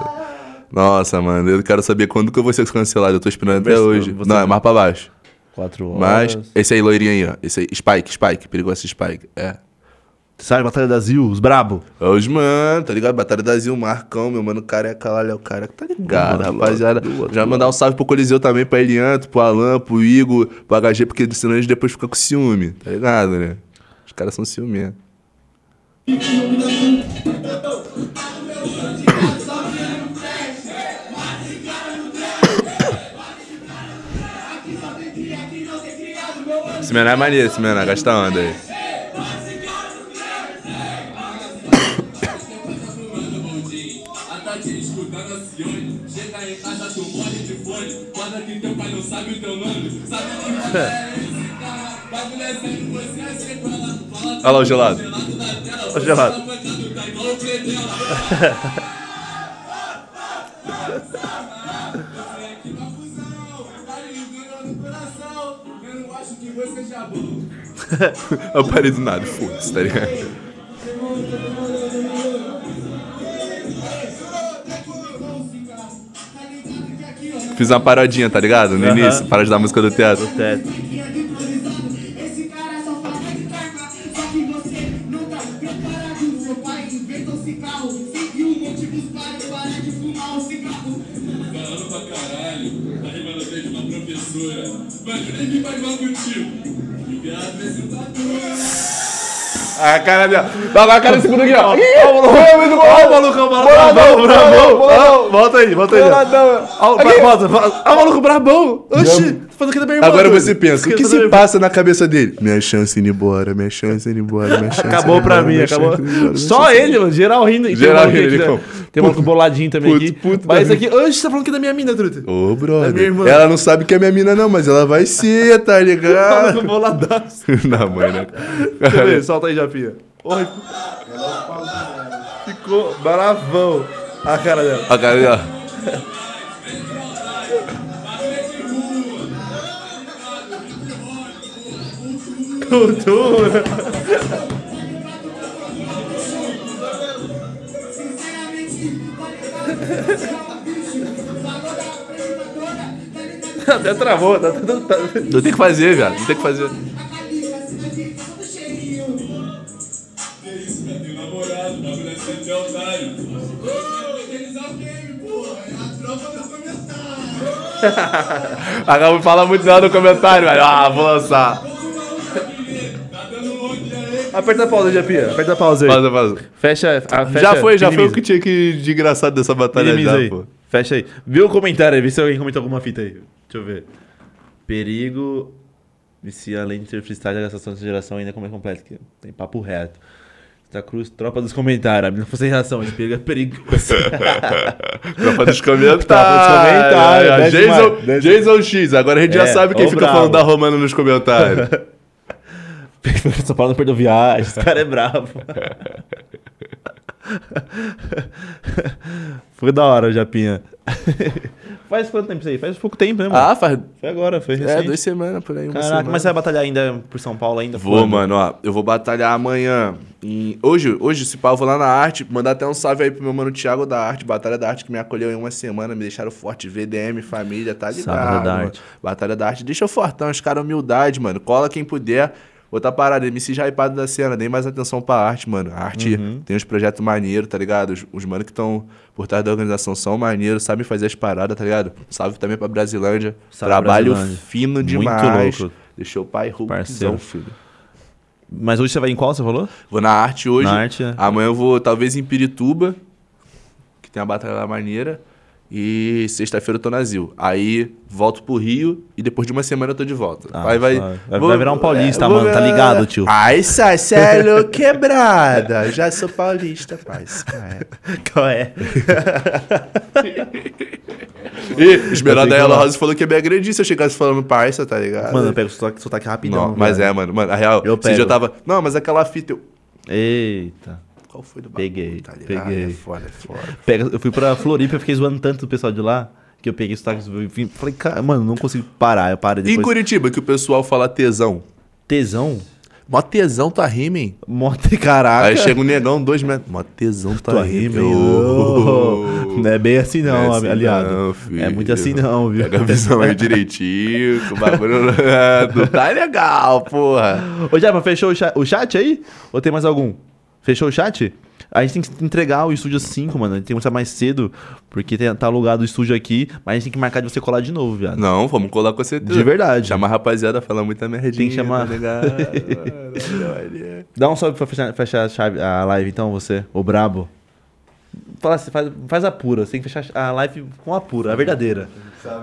Nossa, mano, eu quero saber quando que eu vou ser cancelado. Eu tô esperando até Mas, hoje. você- tá- Não, é mais pra baixo. Quatro horas. Mas, esse aí, loirinho aí, ó. Esse aí, Spike, Spike, perigoso esse Spike. É. Sabe, Batalha da Zil, os brabo. É Os mano, tá ligado? Batalha da Zil, Marcão, meu mano, careca lá, Léo Careca, tá Do ligado, outro rapaziada. lado, do outro Já mandar um salve pro Coliseu também, pra Elianto, pro Alan, pro Igor, pro HG, porque senão eles depois ficam com ciúme, tá ligado, né? Os caras são é. ciumentos. Esse menor é maneiro, esse menor, gasta onda aí. A Tati escutando a Cione. Chega em casa, tu morre de fone. Manda que teu pai não sabe o teu nome. Sabe que você é esse cara. Bagulho é sério, você é sequela. Fala Olha lá o gelado. gelado na tela. Ó o gelado. Fala, coitado, tá igual o Predela. Você é que uma fusão. Tá me ligando no coração. Eu não acho que você já bom. Eu parei do nada, foda-se, tá ligado? Fiz uma parodinha, tá ligado? No Aham. início, paródia da música do teatro. Teto. Esse cara só fala de cagar, só que você não tá preparado. Seu pai inventou cigarro, seguiu motivos para parar de fumar um cigarro. Falando pra caralho, tá rimando até de uma professora. Mas nem que faz mal contigo. E a apresentadora. Ah, cara, minha. Vai, cara, segundo aqui, ó. Ó o malucão, malucão, brabão, brabão. Ó, Volta aí, volta aí. Ó, o bra- volta, volta. Ó, o maluco brabão. Oxi, tá fazendo o que da minha irmã? Agora doido? você pensa, o que Tá se fazendo- passa na cabeça dele? Minha chance indo embora, minha chance indo embora, minha chance Acabou indo pra embora, mim, minha acabou. chance indo embora, minha Só chance indo ele, mano. Geral rindo. E tem um Geral maluco rindo, aqui, ele né? ficou, Tem um maluco boladinho também puto, aqui. puto Mas da aqui, oxe, tá falando que é da minha mina, truta. embora. Ô, É minha brother. irmã. Ela não sabe que é minha mina, não, mas ela vai ser, tá ligado? Maluco boladaço. Na mãe, né? Deixa eu ver, solta aí, Japinha. Oi. Ficou bravão a cara dela. Ó, cara, ó. Cultura. Até travou, tá tudo. Tá, Não tem o que fazer, viado. Não tem o que fazer. Que isso, já tem namorado, tá mulher sempre é otário. Organizar o game, porra, é a tropa dos comentários. Acabou de falar muito dela no comentário, velho. Ah, vou lançar. Tá dando onde aí? Aperta a pausa, Japinha. Aperta a pausa aí. Pausa, pausa. Fecha, a, fecha. Já foi, já foi o minimiza. que tinha que de engraçado dessa batalha Minimiza já, aí. pô. Fecha aí. Vê o comentário aí, vê se alguém comentou alguma fita aí. Deixa eu ver. Perigo. E se além de ser freestyle, a gastação de geração ainda é como é completo. Que tem papo reto. Santa Cruz, tropa dos comentários. A menina foi sem reação, esse perigo é perigoso. Tropa dos Tá, comentários. Tropa dos comentários, Ah, desce Jason, mais, desce. Jason X, agora a gente já É, sabe quem ô fica bravo. falando da Romana nos comentários. São Paulo não perdeu viagem, esse cara é bravo. foi da hora, Japinha. faz quanto tempo isso aí? Faz pouco tempo, né, mano? Ah, faz. Foi agora, É, foi recente. semanas por aí, uma Caraca, mas você vai batalhar ainda por São Paulo ainda? assim, Vou, Quando? mano, ó. Eu vou batalhar amanhã. em- Hoje, hoje, se pau, eu vou lá na arte, mandar até um salve aí pro meu mano Thiago da Arte, Batalha da Arte, que me acolheu em uma semana, me deixaram forte, VDM, família, tá ligado? Salve da mano. Arte. Batalha da Arte. Deixa eu fortão, os caras humildade, mano. Cola quem puder. Vou tá parado, MC já hypado da cena, dei mais atenção pra arte, mano. A arte Uhum. tem uns projetos maneiros, tá ligado? Os, os mano que estão por trás da organização são maneiros, sabem fazer as paradas, tá ligado? Salve também pra Brasilândia. Salve, Trabalho Brasilândia. fino Muito demais. louco. Deixou o pai Parceiro. roupizão, filho. Mas hoje você vai em qual, você falou? Vou na arte hoje. Ah. Na arte, né? Amanhã eu vou, talvez, em Pirituba, que tem a Batalha da Maneira. E sexta-feira eu tô na Zil. Aí volto pro Rio e depois de uma semana eu tô de volta. Ah, aí vai. suave. Vai- vai virar um paulista, vou- mano, tá ligado, tio? Ai, sai, cê é louco, quebrada. Já sou paulista, paz. Qual é? E Esmeralda Ela Rosa falou que é ia me agredir se eu chegasse falando parça, tá ligado? Mano, eu pego o sotaque, sotaque rapidão. não, mas velho. é, mano. Mano, a real, Eu esse dia eu pego. tava. Não, mas aquela fita eu. Eita. Qual foi do Peguei, bagulho, tá ligado? peguei. É foda, é foda. Pega, eu fui pra Floripa, eu fiquei zoando tanto o pessoal de lá. que eu peguei os sotaque e vim- falei, cara, mano, não consigo parar. Eu paro Em depois. Curitiba, que o pessoal fala tesão. Tesão? Mó tesão tá rima, hein? Moto e caraca. Aí chega um negão, dois metros. Mó tesão tá Tua rima, rima, hein? hein? Ô. Ô, Não é bem assim não, Não é assim aliado. não, é filho. muito assim não, viu? Pega a visão aí direitinho, que o bagulho não tá legal, porra. Ô, Japa, fechou o, cha- o chat aí? Ou tem mais algum? Fechou o chat? A gente tem que entregar o estúdio às 5, mano. A gente tem que começar mais cedo, porque tem- tá alugado o estúdio aqui, mas a gente tem que marcar de você colar de novo, viado. Não, vamos colar com certeza. De verdade. Chamar a rapaziada, falar muita merdinha. Tem que chamar. Tá ligado? Olha, olha. Dá um salve pra fechar, fechar a, chave- a live, então, você, o brabo. Fala, assim, faz, faz a pura, você tem que fechar a live com a pura, a verdadeira.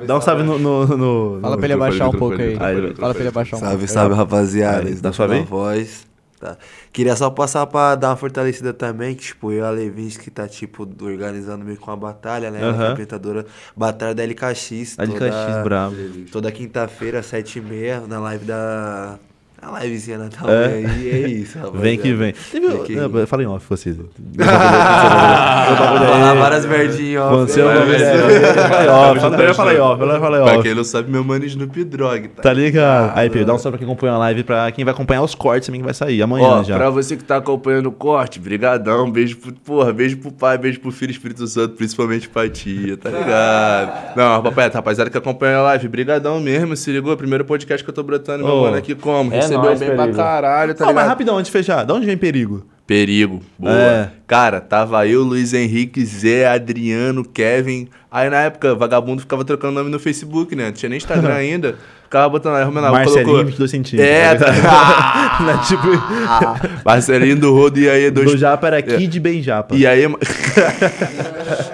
Dá um salve no. no, no- Fala no- pra ele abaixar um Microfone, pouco aí. microfone, Fala pra Tá ele microfone. abaixar um pouco. Salve, salve, rapaziada. Aí, Isso dá da sua vez? voz. Tá. Queria só passar pra dar uma fortalecida também, que, tipo, eu e a Levis, que tá, tipo, organizando meio com uma batalha, né? Aham. A apresentadora Batalha da LKX. A LKX, toda- brabo. Toda quinta-feira, às 7h30, na live da... A livezinha natal É. aí, é isso, rapaziada. Vem que vem. Teve, Vem que vem. não, Fala em off, vocês. Falar várias verdinhas, ó. Aconteceu É, uma vez. é, Fala em off, fala pra ele, fala em off, fala- fala em Pra off. quem não sabe, meu mano Snoop Dogg, tá? Tá ligado? Aí, é. Pedro, dá um salve pra quem acompanha a live, pra quem vai acompanhar os cortes também que vai sair amanhã Ó, já. pra você que tá acompanhando o corte, brigadão, beijo pro, porra, beijo pro pai, beijo pro filho Espírito Santo, principalmente pra tia, tá ligado? Não, papai, rapaziada que acompanha a live, brigadão mesmo, se ligou? é Primeiro podcast que eu tô brotando, meu Ô, mano aqui como? é Recebeu nóis, bem perigo. pra caralho, tá Não, mas ligado? rapidão, antes de fechar, de onde vem perigo? Perigo, boa. É. Cara, tava eu, Luiz Henrique, Zé, Adriano, Kevin. Aí na época, vagabundo ficava trocando nome no Facebook, né? Não tinha nem Instagram ainda. Ficava botando aí, Romenal, Marcelinho, colocou... 22 centímetros. É, tá... Não é tipo, Marcelinho do Rodo e aí dois... É. do Japa era Kid Bem Japa. E aí...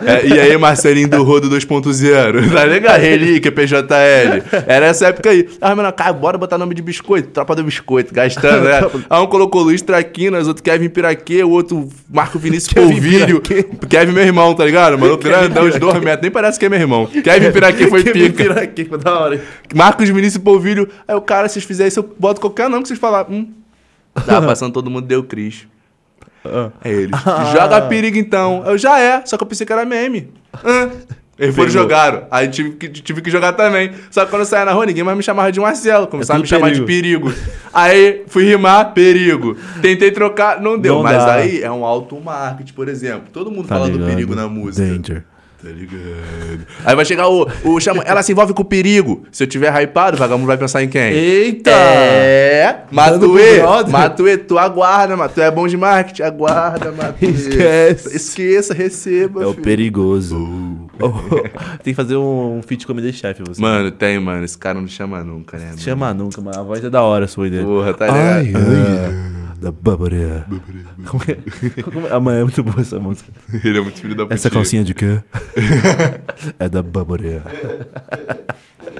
É, e aí, Marcelinho do Rodo 2.0. Tá ligado? Relíquia, PJL. Era essa época aí. Ah, mano, cara, bora botar nome de biscoito. Tropa do biscoito, gastando, né? Aí um colocou Luiz Traquinas, outro Kevin Piraquê, o outro Marco Vinícius Kevin Polvilho. Kevin, meu irmão, tá ligado? Mano, grandão, os dois metros. Nem parece que é meu irmão. Kevin Piraquê foi Kevin pica. Piraquê, ficou da hora. hein? Marcos Vinícius Polvilho. Aí o cara, se vocês fizerem isso, eu boto qualquer nome que vocês falarem. Hum. Tá passando todo mundo, deu Cris. Ah. Aí eles, joga perigo então. Eu já é, só que eu pensei que era meme. Hã? Eles foram Pegou. e jogaram. Aí tive que, tive que jogar também. Só que quando eu saía na rua, ninguém mais me chamava de Marcelo. Começava a me É tudo chamar de perigo. Aí fui rimar, perigo. Tentei trocar, não deu. Não Mas dá. aí é um auto-marketing, por exemplo. Todo mundo Tá fala do ligado? perigo na música. Danger. Tá ligado? Aí vai chegar o. o chama, ela se envolve com o perigo. Se eu tiver hypado, o vagabundo vai pensar em quem? Eita! É! Dando pro Matuê! brother. Matuê, tu aguarda, Matuê é bom de marketing. Aguarda, Matuê. Esquece. Esqueça, receba. É o filho. perigoso. Tem que fazer um, um feat com o chefe você. Mano, tem, mano. Esse cara não chama nunca, né? mano? Chama nunca, mas a voz é da hora sua dele. Porra, tá ligado? ai, é, da babaria. Como é? Como é? Ah, mano, é muito boa essa música. Ele é muito filho da puta. Essa calcinha de quê? é da babaria.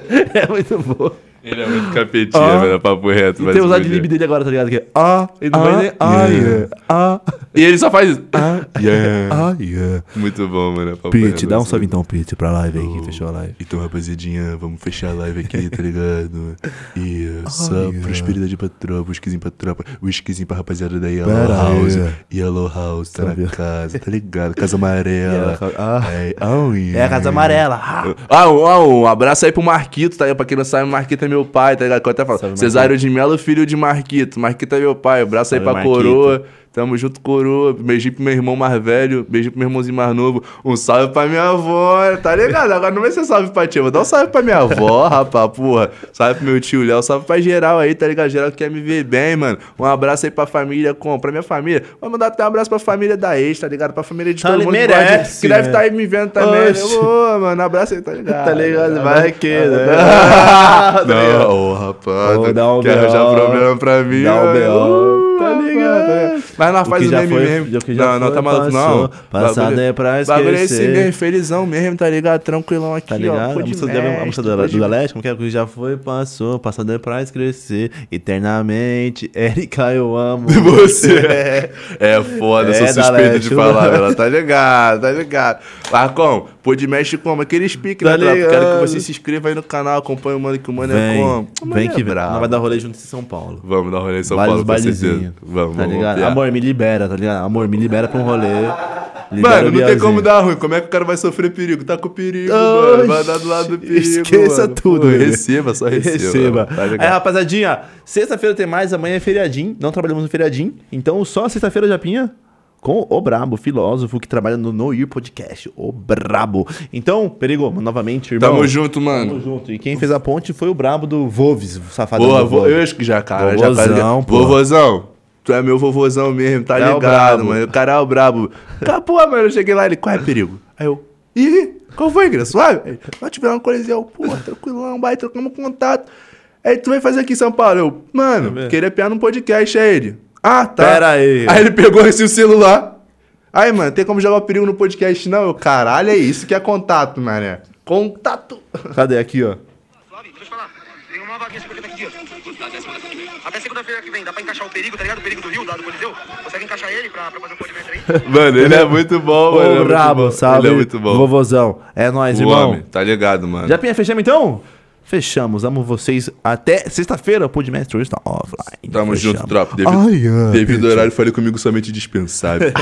é muito boa. Ele é muito capetinha, Ah. velho. Papo reto. E vai tem se os fuder. adlib dele agora, tá ligado? Que é, ah, ele não Ah, vai nem. Ah, yeah. yeah. Ah, E ele só faz isso. Yeah. ah, yeah. Muito bom, mano. Papo Pete, reto, dá um assim. salve então, Pete, pra live aí que fechou a live. Então, rapaziadinha, vamos fechar a live aqui, tá ligado? E eh, só prosperidade pra tropa, whiskyzinho pra tropa, whiskyzinho pra rapaziada da Yellow Pera House. aí. Yellow House tá Sabia. na casa, tá ligado? Casa Amarela. Yellow House, ah. Ai, ai, É a Casa ai. Amarela. ah. Ah, um, ah, um abraço aí pro Marquito, tá aí? Pra quem não sabe, Marquito é meu pai, tá ligado? Que eu até falo. Salve, Marquito. Cesário de Melo, filho de Marquito. Marquito é meu pai. Abraço aí Salve, pra Marquito. coroa. Tamo junto, coroa. Beijinho pro meu irmão mais velho. Beijinho pro meu irmãozinho mais novo. Um salve pra minha avó, tá ligado? Agora não vai ser salve pra tia, vou dar um salve pra minha avó, rapaz, porra. Salve pro meu tio Léo. Salve pra geral aí, tá ligado? Geral que quer me ver bem, mano. Um abraço aí pra família, com, pra minha família. Vou mandar até um abraço pra família da ex, tá ligado? Pra família de Ah, todo ele mundo que merece, gosta de- que deve né? estar tá aí me vendo também. Oxe. Ô, Pô, mano, abraço aí, tá ligado? Tá ligado? Vai que, né? Tá Não, ô, rapaz, Ô, dá um quer B.O., arranjar problema pra mim? dá um né? B.O., Uh, tá rapaz, ligado? tá Mas nós que faz o já meme foi, mesmo. o que já não, não foi, tá maluco, passou. não. Passado é pra bagulho é esse esquecer. mesmo, felizão mesmo, tá ligado? Tranquilão aqui, Tá ó. ligado? pô, A de música, da, a mestre, música da, pô, de- do Galete, como que é? Que já foi, passou, passado é pra crescer eternamente. Érica, eu amo. Você é, é foda, eu sou É, suspeito Dalete. de falar, ela tá ligado, tá ligado. Marcão, pô de mexe como? Aqueles piques, Tá né, tropa? Quero que ligado. você se inscreva aí no canal, acompanhe o mano que o mano é Vem, como. O mano vem é que vem. brabo. Nós vai dar rolê junto em São Paulo. Vamos dar um rolê em São Vários Paulo, com certeza. bailezinhos. Vamos, tá vamos. ligado? ampliar. Amor, me libera, tá ligado? Amor, me libera pra um rolê. Libera Mano, o não tem Bielzinho. como dar ruim. Como é que o cara vai sofrer perigo? Tá com perigo, Oxi, mano. Vai dar do lado do perigo. esqueça mano. tudo, Pô, velho. receba, só receba. Receba. Tá Aí, ligado? rapaziadinha, sexta-feira tem mais, amanhã é feriadinho, não trabalhamos no feriadinho, então só sexta-feira, Japinha, com o Brabo, filósofo que trabalha no No You Podcast, o Brabo. Então, Perigo, novamente, irmão. Tamo junto, Tamo mano. junto. E quem fez a ponte foi o Brabo do Voves, o safadão Boa, do vô, Voves. eu acho que já, cara. já tá Vovozão, ligado. pô. Vovozão, tu é meu vovozão mesmo, tá É o ligado, brabo. mano. O cara é o brabo. Tá, pô, mano, eu cheguei lá, ele, qual é perigo? Aí eu, ih, qual foi, Igreja? Suave? Aí, Nós tivemos uma colisão, pô, tranquilão, vai, trocamos contato. Aí tu veio fazer aqui em São Paulo? Eu, mano, queria piar num podcast, aí ele. Ah, tá. Pera aí. Aí ele pegou esse celular. Aí, mano, tem como jogar o perigo no podcast, não? Eu, caralho, é isso que é contato, mané. Contato. Cadê? Aqui, ó. Suave, deixa eu te falar. Tem uma vaguinha 57 dias. Até segunda-feira que vem. Até segunda-feira que vem. Dá pra encaixar o perigo, tá ligado? O perigo do Rio, lá do Coliseu. Consegue encaixar ele pra, pra fazer um podcast aí? Mano, ele é muito bom, mano. ele é Ô, muito Brabo, bom. salve. Ele é muito bom. Vovozão. É nóis, O irmão. homem, tá ligado, mano. Japinha, fechamos então? Fechamos. Amo vocês. Até sexta-feira, o Podmaster hoje tá offline. Tamo Fechamos. junto, tropa. Devido, Ai, ai. devido ao horário, falei comigo somente dispensável.